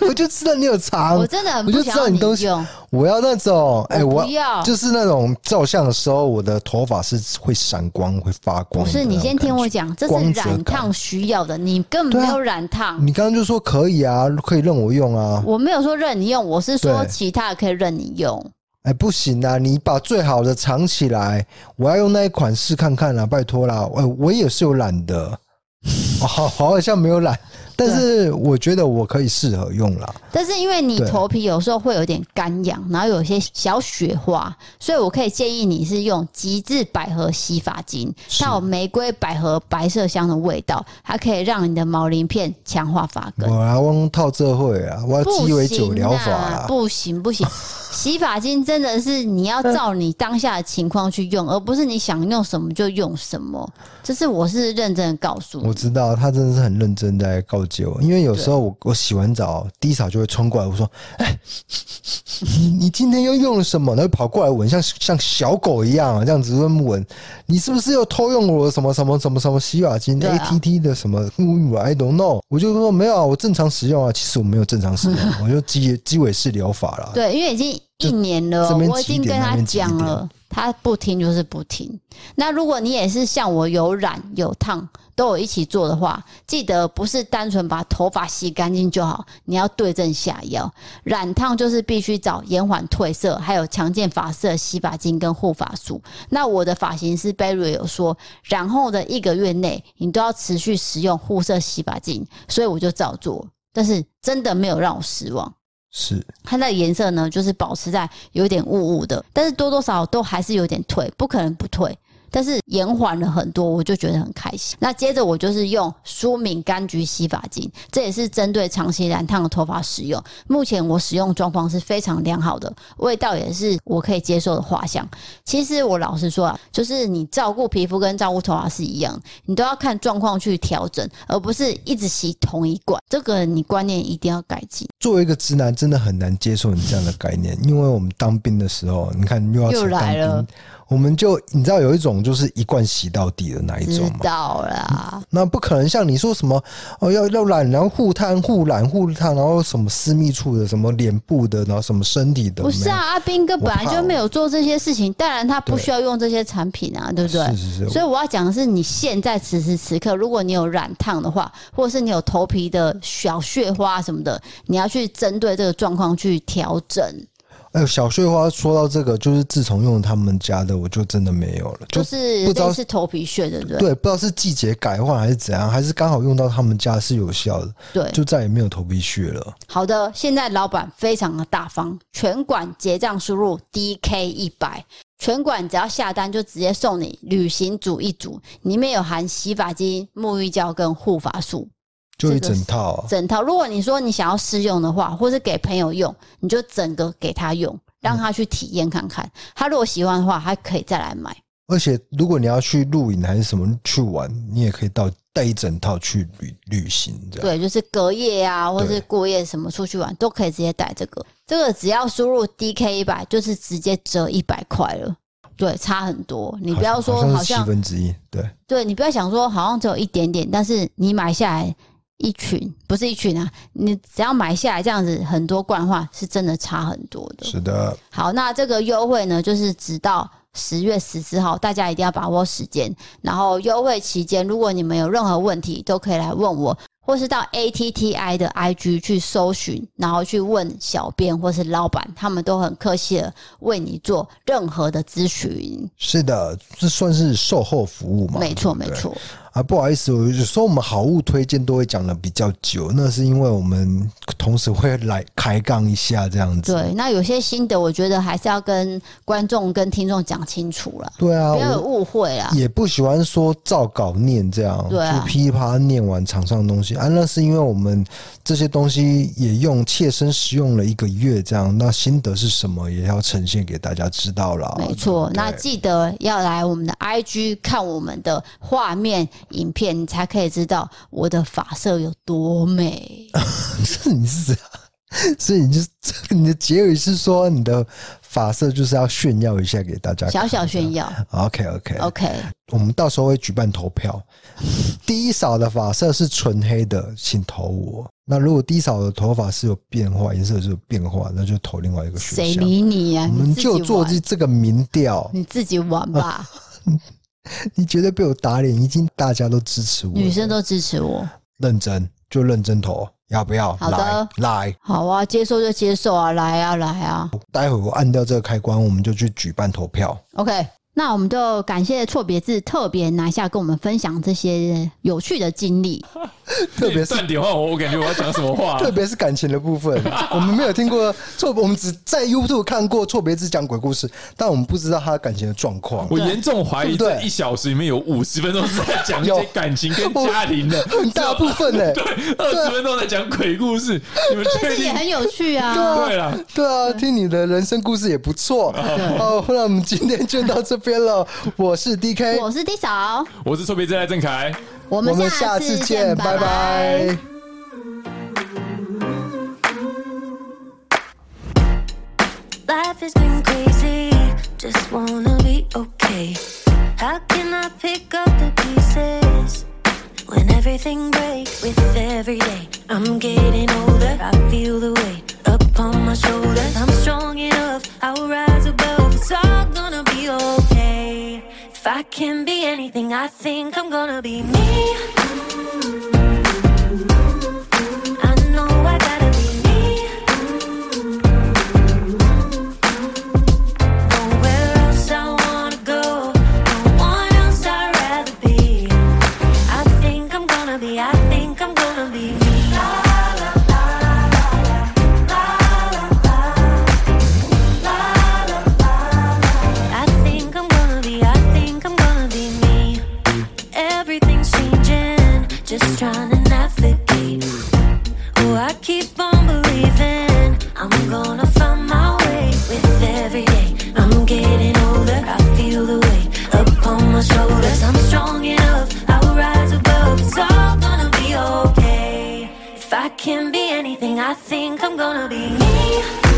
[SPEAKER 2] 我就知道你有藏，
[SPEAKER 1] 我真的很
[SPEAKER 2] 啊我
[SPEAKER 1] 不
[SPEAKER 2] 就知
[SPEAKER 1] 想
[SPEAKER 2] 道
[SPEAKER 1] 要
[SPEAKER 2] 你
[SPEAKER 1] 你
[SPEAKER 2] 东西
[SPEAKER 1] 用。
[SPEAKER 2] 我要那种，哎、
[SPEAKER 1] 我
[SPEAKER 2] 我
[SPEAKER 1] 不要
[SPEAKER 2] 就是那种照相的时候，我的头发是会闪光、会发
[SPEAKER 1] 不
[SPEAKER 2] 光的那
[SPEAKER 1] 是，
[SPEAKER 2] 哦种感觉。
[SPEAKER 1] 你先听我讲，这是
[SPEAKER 2] 光泽
[SPEAKER 1] 染
[SPEAKER 2] 感
[SPEAKER 1] 烫需要的，你根本没有
[SPEAKER 2] 对啊
[SPEAKER 1] 染烫。
[SPEAKER 2] 你刚刚就说可以啊，可以任我用啊。
[SPEAKER 1] 我没有说任你用，我是说
[SPEAKER 2] 对
[SPEAKER 1] 其他的可以任你用。
[SPEAKER 2] 哎、不行啊，你把最好的藏起来，我要用那一款试看看啦、拜托啦。哎、我也是有懒的， 哦好好像没有懒，但是我觉得我可以适合用啦。
[SPEAKER 1] 但是因为你
[SPEAKER 2] 对
[SPEAKER 1] 头皮有时候会有点干痒，然后有一些小雪花，所以我可以建议你是用极致百合洗发精，
[SPEAKER 2] 是
[SPEAKER 1] 它有玫瑰、百合、白麝香的味道，它可以让你的毛鳞片强化发根
[SPEAKER 2] 我。要用套这会啊，我要
[SPEAKER 1] 不
[SPEAKER 2] 鸡尾酒
[SPEAKER 1] 行
[SPEAKER 2] 疗法
[SPEAKER 1] 啊
[SPEAKER 2] 啦，。
[SPEAKER 1] 不行 不行，洗发精真的是你要照你当下的情况去用，而不是你想用什么就用什么。这是我是认真的告诉
[SPEAKER 2] 我
[SPEAKER 1] 你，
[SPEAKER 2] 知道他真的是很认真在告诫我，因为有时候我我洗完澡，低潮就会冲过来，我说：“哎、 你你今天又用了什么？”然后跑过来闻，像像小狗一样、啊、这样子问闻，你是不是又偷用我的什么什么什么什么洗发精、
[SPEAKER 1] 对啊
[SPEAKER 2] ATT 的什么沐浴乳？I don't know。我就说没有啊，我正常使用啊。其实我没有正常使用，啊 我就鸡鸡尾式疗法啦。
[SPEAKER 1] 对，因为已经一年了
[SPEAKER 2] 这
[SPEAKER 1] 哦，
[SPEAKER 2] 边
[SPEAKER 1] 我已
[SPEAKER 2] 几
[SPEAKER 1] 经跟
[SPEAKER 2] 点那
[SPEAKER 1] 他
[SPEAKER 2] 边几
[SPEAKER 1] 讲
[SPEAKER 2] 点
[SPEAKER 1] 了，他不听就是不听。那如果你也是像我有染有烫都有一起做的话，记得不是单纯把头发洗干净就好，你要对症下药。染烫就是必须找延缓褪色，还有强健发色的洗发精跟护发素。那我的发型师 Barry 有说，染后的一个月内你都要持续使用护色洗发精，所以我就照做，但是真的没有让我失望。
[SPEAKER 2] 是
[SPEAKER 1] 它的颜色呢，就是保持在有一点雾雾的，但是多多少少都还是有点退，不可能不退。但是延缓了很多，我就觉得很开心。那接着我就是用舒敏柑橘洗发精，这也是针对长期染烫的头发使用。目前我使用状况是非常良好的，味道也是我可以接受的画像。其实我老实说啊，就是你照顾皮肤跟照顾头发是一样，你都要看状况去调整，而不是一直洗同一罐。这个你观念一定要改进。
[SPEAKER 2] 作为一个直男，真的很难接受你这样的概念，因为我们当兵的时候，你看又要
[SPEAKER 1] 又
[SPEAKER 2] 扯当
[SPEAKER 1] 来了
[SPEAKER 2] 兵，我们就你知道有一种就是一贯洗到底的那一
[SPEAKER 1] 知
[SPEAKER 2] 种嘛。
[SPEAKER 1] 道啦，
[SPEAKER 2] 那不可能像你说什么哦，要要染，然后护碳、护染、护碳，然后什么私密处的、什么脸部的，然后什么身体的，
[SPEAKER 1] 不是啊，
[SPEAKER 2] 没有，
[SPEAKER 1] 阿斌哥本来就没有做这些事情，当然他不
[SPEAKER 2] 对
[SPEAKER 1] 需要用这些产品啊，对不对？
[SPEAKER 2] 是是是
[SPEAKER 1] 所以我要讲的是，你现在此时此刻，如果你有染烫的话，或者是你有头皮的小血花什么的，你要去针对这个状况去调整。
[SPEAKER 2] 哎呦，小碎花说到这个，就是自从用了他们家的，我就真的没有了，
[SPEAKER 1] 就
[SPEAKER 2] 就是不知道
[SPEAKER 1] 类似头皮屑，对不对？
[SPEAKER 2] 对，不知道是季节改换还是怎样，还是刚好用到他们家是有效的，
[SPEAKER 1] 对，
[SPEAKER 2] 就再也没有头皮屑了。
[SPEAKER 1] 好的，现在老板非常的大方，全馆结账输入 DK 一百，全馆只要下单就直接送你旅行组一组，里面有含洗发精、沐浴胶跟护发素
[SPEAKER 2] 就
[SPEAKER 1] 这
[SPEAKER 2] 一
[SPEAKER 1] 个
[SPEAKER 2] 整套、啊，
[SPEAKER 1] 整套。如果你说你想要试用的话，或是给朋友用，你就整个给他用，让他去体验看看。他如果喜欢的话，还可以再来买。
[SPEAKER 2] 而且如果你要去露营还是什么去玩，你也可以到带一整套去旅旅行这样。
[SPEAKER 1] 对，就是隔夜啊，或是
[SPEAKER 2] 啊对
[SPEAKER 1] 过夜什么出去玩都可以直接带这个。这个只要输入 DK 一百，就是直接折一百块了。对，差很多。你不要说
[SPEAKER 2] 好
[SPEAKER 1] 好
[SPEAKER 2] 是
[SPEAKER 1] 像
[SPEAKER 2] 七分之一，对，
[SPEAKER 1] 对你不要想说好像只有一点点，但是你买下来一群不是一群啊，你只要买下来这样子很多罐的话，是真的差很多的。
[SPEAKER 2] 是的，
[SPEAKER 1] 好，那这个优惠呢，就是直到十月十四号，大家一定要把握时间。然后优惠期间，如果你们有任何问题，都可以来问我，或是到 ATTI 的 IG 去搜寻，然后去问小编或是老板，他们都很客气的为你做任何的咨询。
[SPEAKER 2] 是的，这算是售后服务嘛？
[SPEAKER 1] 没错，
[SPEAKER 2] 对
[SPEAKER 1] 没
[SPEAKER 2] 不对
[SPEAKER 1] 错，
[SPEAKER 2] 啊，不好意思，我有时候我们好物推荐都会讲的比较久，那是因为我们同时会来开杠一下这样子。
[SPEAKER 1] 对，那有些心得，我觉得还是要跟观众跟听众讲清楚了，
[SPEAKER 2] 对啊，
[SPEAKER 1] 不要有
[SPEAKER 2] 我
[SPEAKER 1] 误会啦。
[SPEAKER 2] 也不喜欢说照稿念这样，
[SPEAKER 1] 对啊
[SPEAKER 2] 就噼里啪啦念完场上的东西。啊，那是因为我们这些东西也用切身实用了一个月，这样那心得是什么也要呈现给大家知道啦。
[SPEAKER 1] 没错，
[SPEAKER 2] 啊对
[SPEAKER 1] 那记得要来我们的 IG 看我们的画面、影片，你才可以知道我的发色有多美。
[SPEAKER 2] 这你是 所以你就是你的结尾是说你的发色就是要炫耀一下给大家看，
[SPEAKER 1] 小小炫耀。
[SPEAKER 2] 耀。OK OK
[SPEAKER 1] OK，
[SPEAKER 2] 我们到时候会举办投票， 第一扫的发色是纯黑的，请投我。那如果第一扫的头发是有变化，颜色是有变化，那就投另外一个选
[SPEAKER 1] 谁
[SPEAKER 2] 项。
[SPEAKER 1] 理你呀、
[SPEAKER 2] 我
[SPEAKER 1] 啊？
[SPEAKER 2] 们
[SPEAKER 1] 你自己
[SPEAKER 2] 就做这啊
[SPEAKER 1] 玩，
[SPEAKER 2] 这个民调，
[SPEAKER 1] 你自己玩吧。
[SPEAKER 2] 你绝对被我打脸，已经大家都支持我了，
[SPEAKER 1] 女生都支持我，
[SPEAKER 2] 认真就认真投，要不要？
[SPEAKER 1] 好的
[SPEAKER 2] 来来，
[SPEAKER 1] 好啊，接受就接受啊，来啊，来啊。
[SPEAKER 2] 待会我按掉这个开关，我们就去举办投票。
[SPEAKER 1] OK，那我们就感谢错别字特别拿下跟我们分享这些有趣的经历。
[SPEAKER 2] 特别是
[SPEAKER 3] 断点话，我我感觉我要讲什么话
[SPEAKER 2] 特别是感情的部分，我们没有听过错，我们只在 YouTube 看过错别字讲鬼故事，但我们不知道他感情的状况。
[SPEAKER 3] 我严重怀
[SPEAKER 2] 对
[SPEAKER 3] 疑
[SPEAKER 2] 不对
[SPEAKER 3] 这一小时里面有五十分钟是在讲一些
[SPEAKER 2] 有
[SPEAKER 3] 感情跟家 庭的，
[SPEAKER 2] 很大部分欸呢、
[SPEAKER 3] 二十分钟在讲鬼故事，你们
[SPEAKER 1] 但
[SPEAKER 3] 确
[SPEAKER 1] 是
[SPEAKER 3] 定
[SPEAKER 1] 也？很有趣啊。
[SPEAKER 3] 对啦，
[SPEAKER 2] 对啊，听你的人生故事也不错。哦，那我们今天就到这边了。我是 DK，
[SPEAKER 1] 我是 D 嫂，
[SPEAKER 3] 我是错别字赖正凯。
[SPEAKER 1] 我
[SPEAKER 2] 我
[SPEAKER 1] 们
[SPEAKER 2] 们下次
[SPEAKER 1] 次
[SPEAKER 2] 见，拜
[SPEAKER 1] 拜
[SPEAKER 2] 拜。
[SPEAKER 5] Life has been crazy, just wanna be okay. How can I pick up the pieces when everything breaks with every day? I'm getting older, I feel the weight up on my shoulders. I'm strong enough, I'll rise above. It's all gonna be okay. If I can be anything, I think I'm gonna be me. I know I gotta be me. Nowhere else I wanna go, no one else I'd rather be. I think I'm gonna be, I think I'm gonna be me. I think I'm gonna be, I think I'm gonna be me. Everything's changing, just trying to navigate. Oh, I keep on believing I'm gonna find my way with every day. I'm getting older, I feel the weight up on my shoulders. I'm strong enough, I'll rise above. It's all gonna be okay. If I can be anything, I think I'm gonna be me.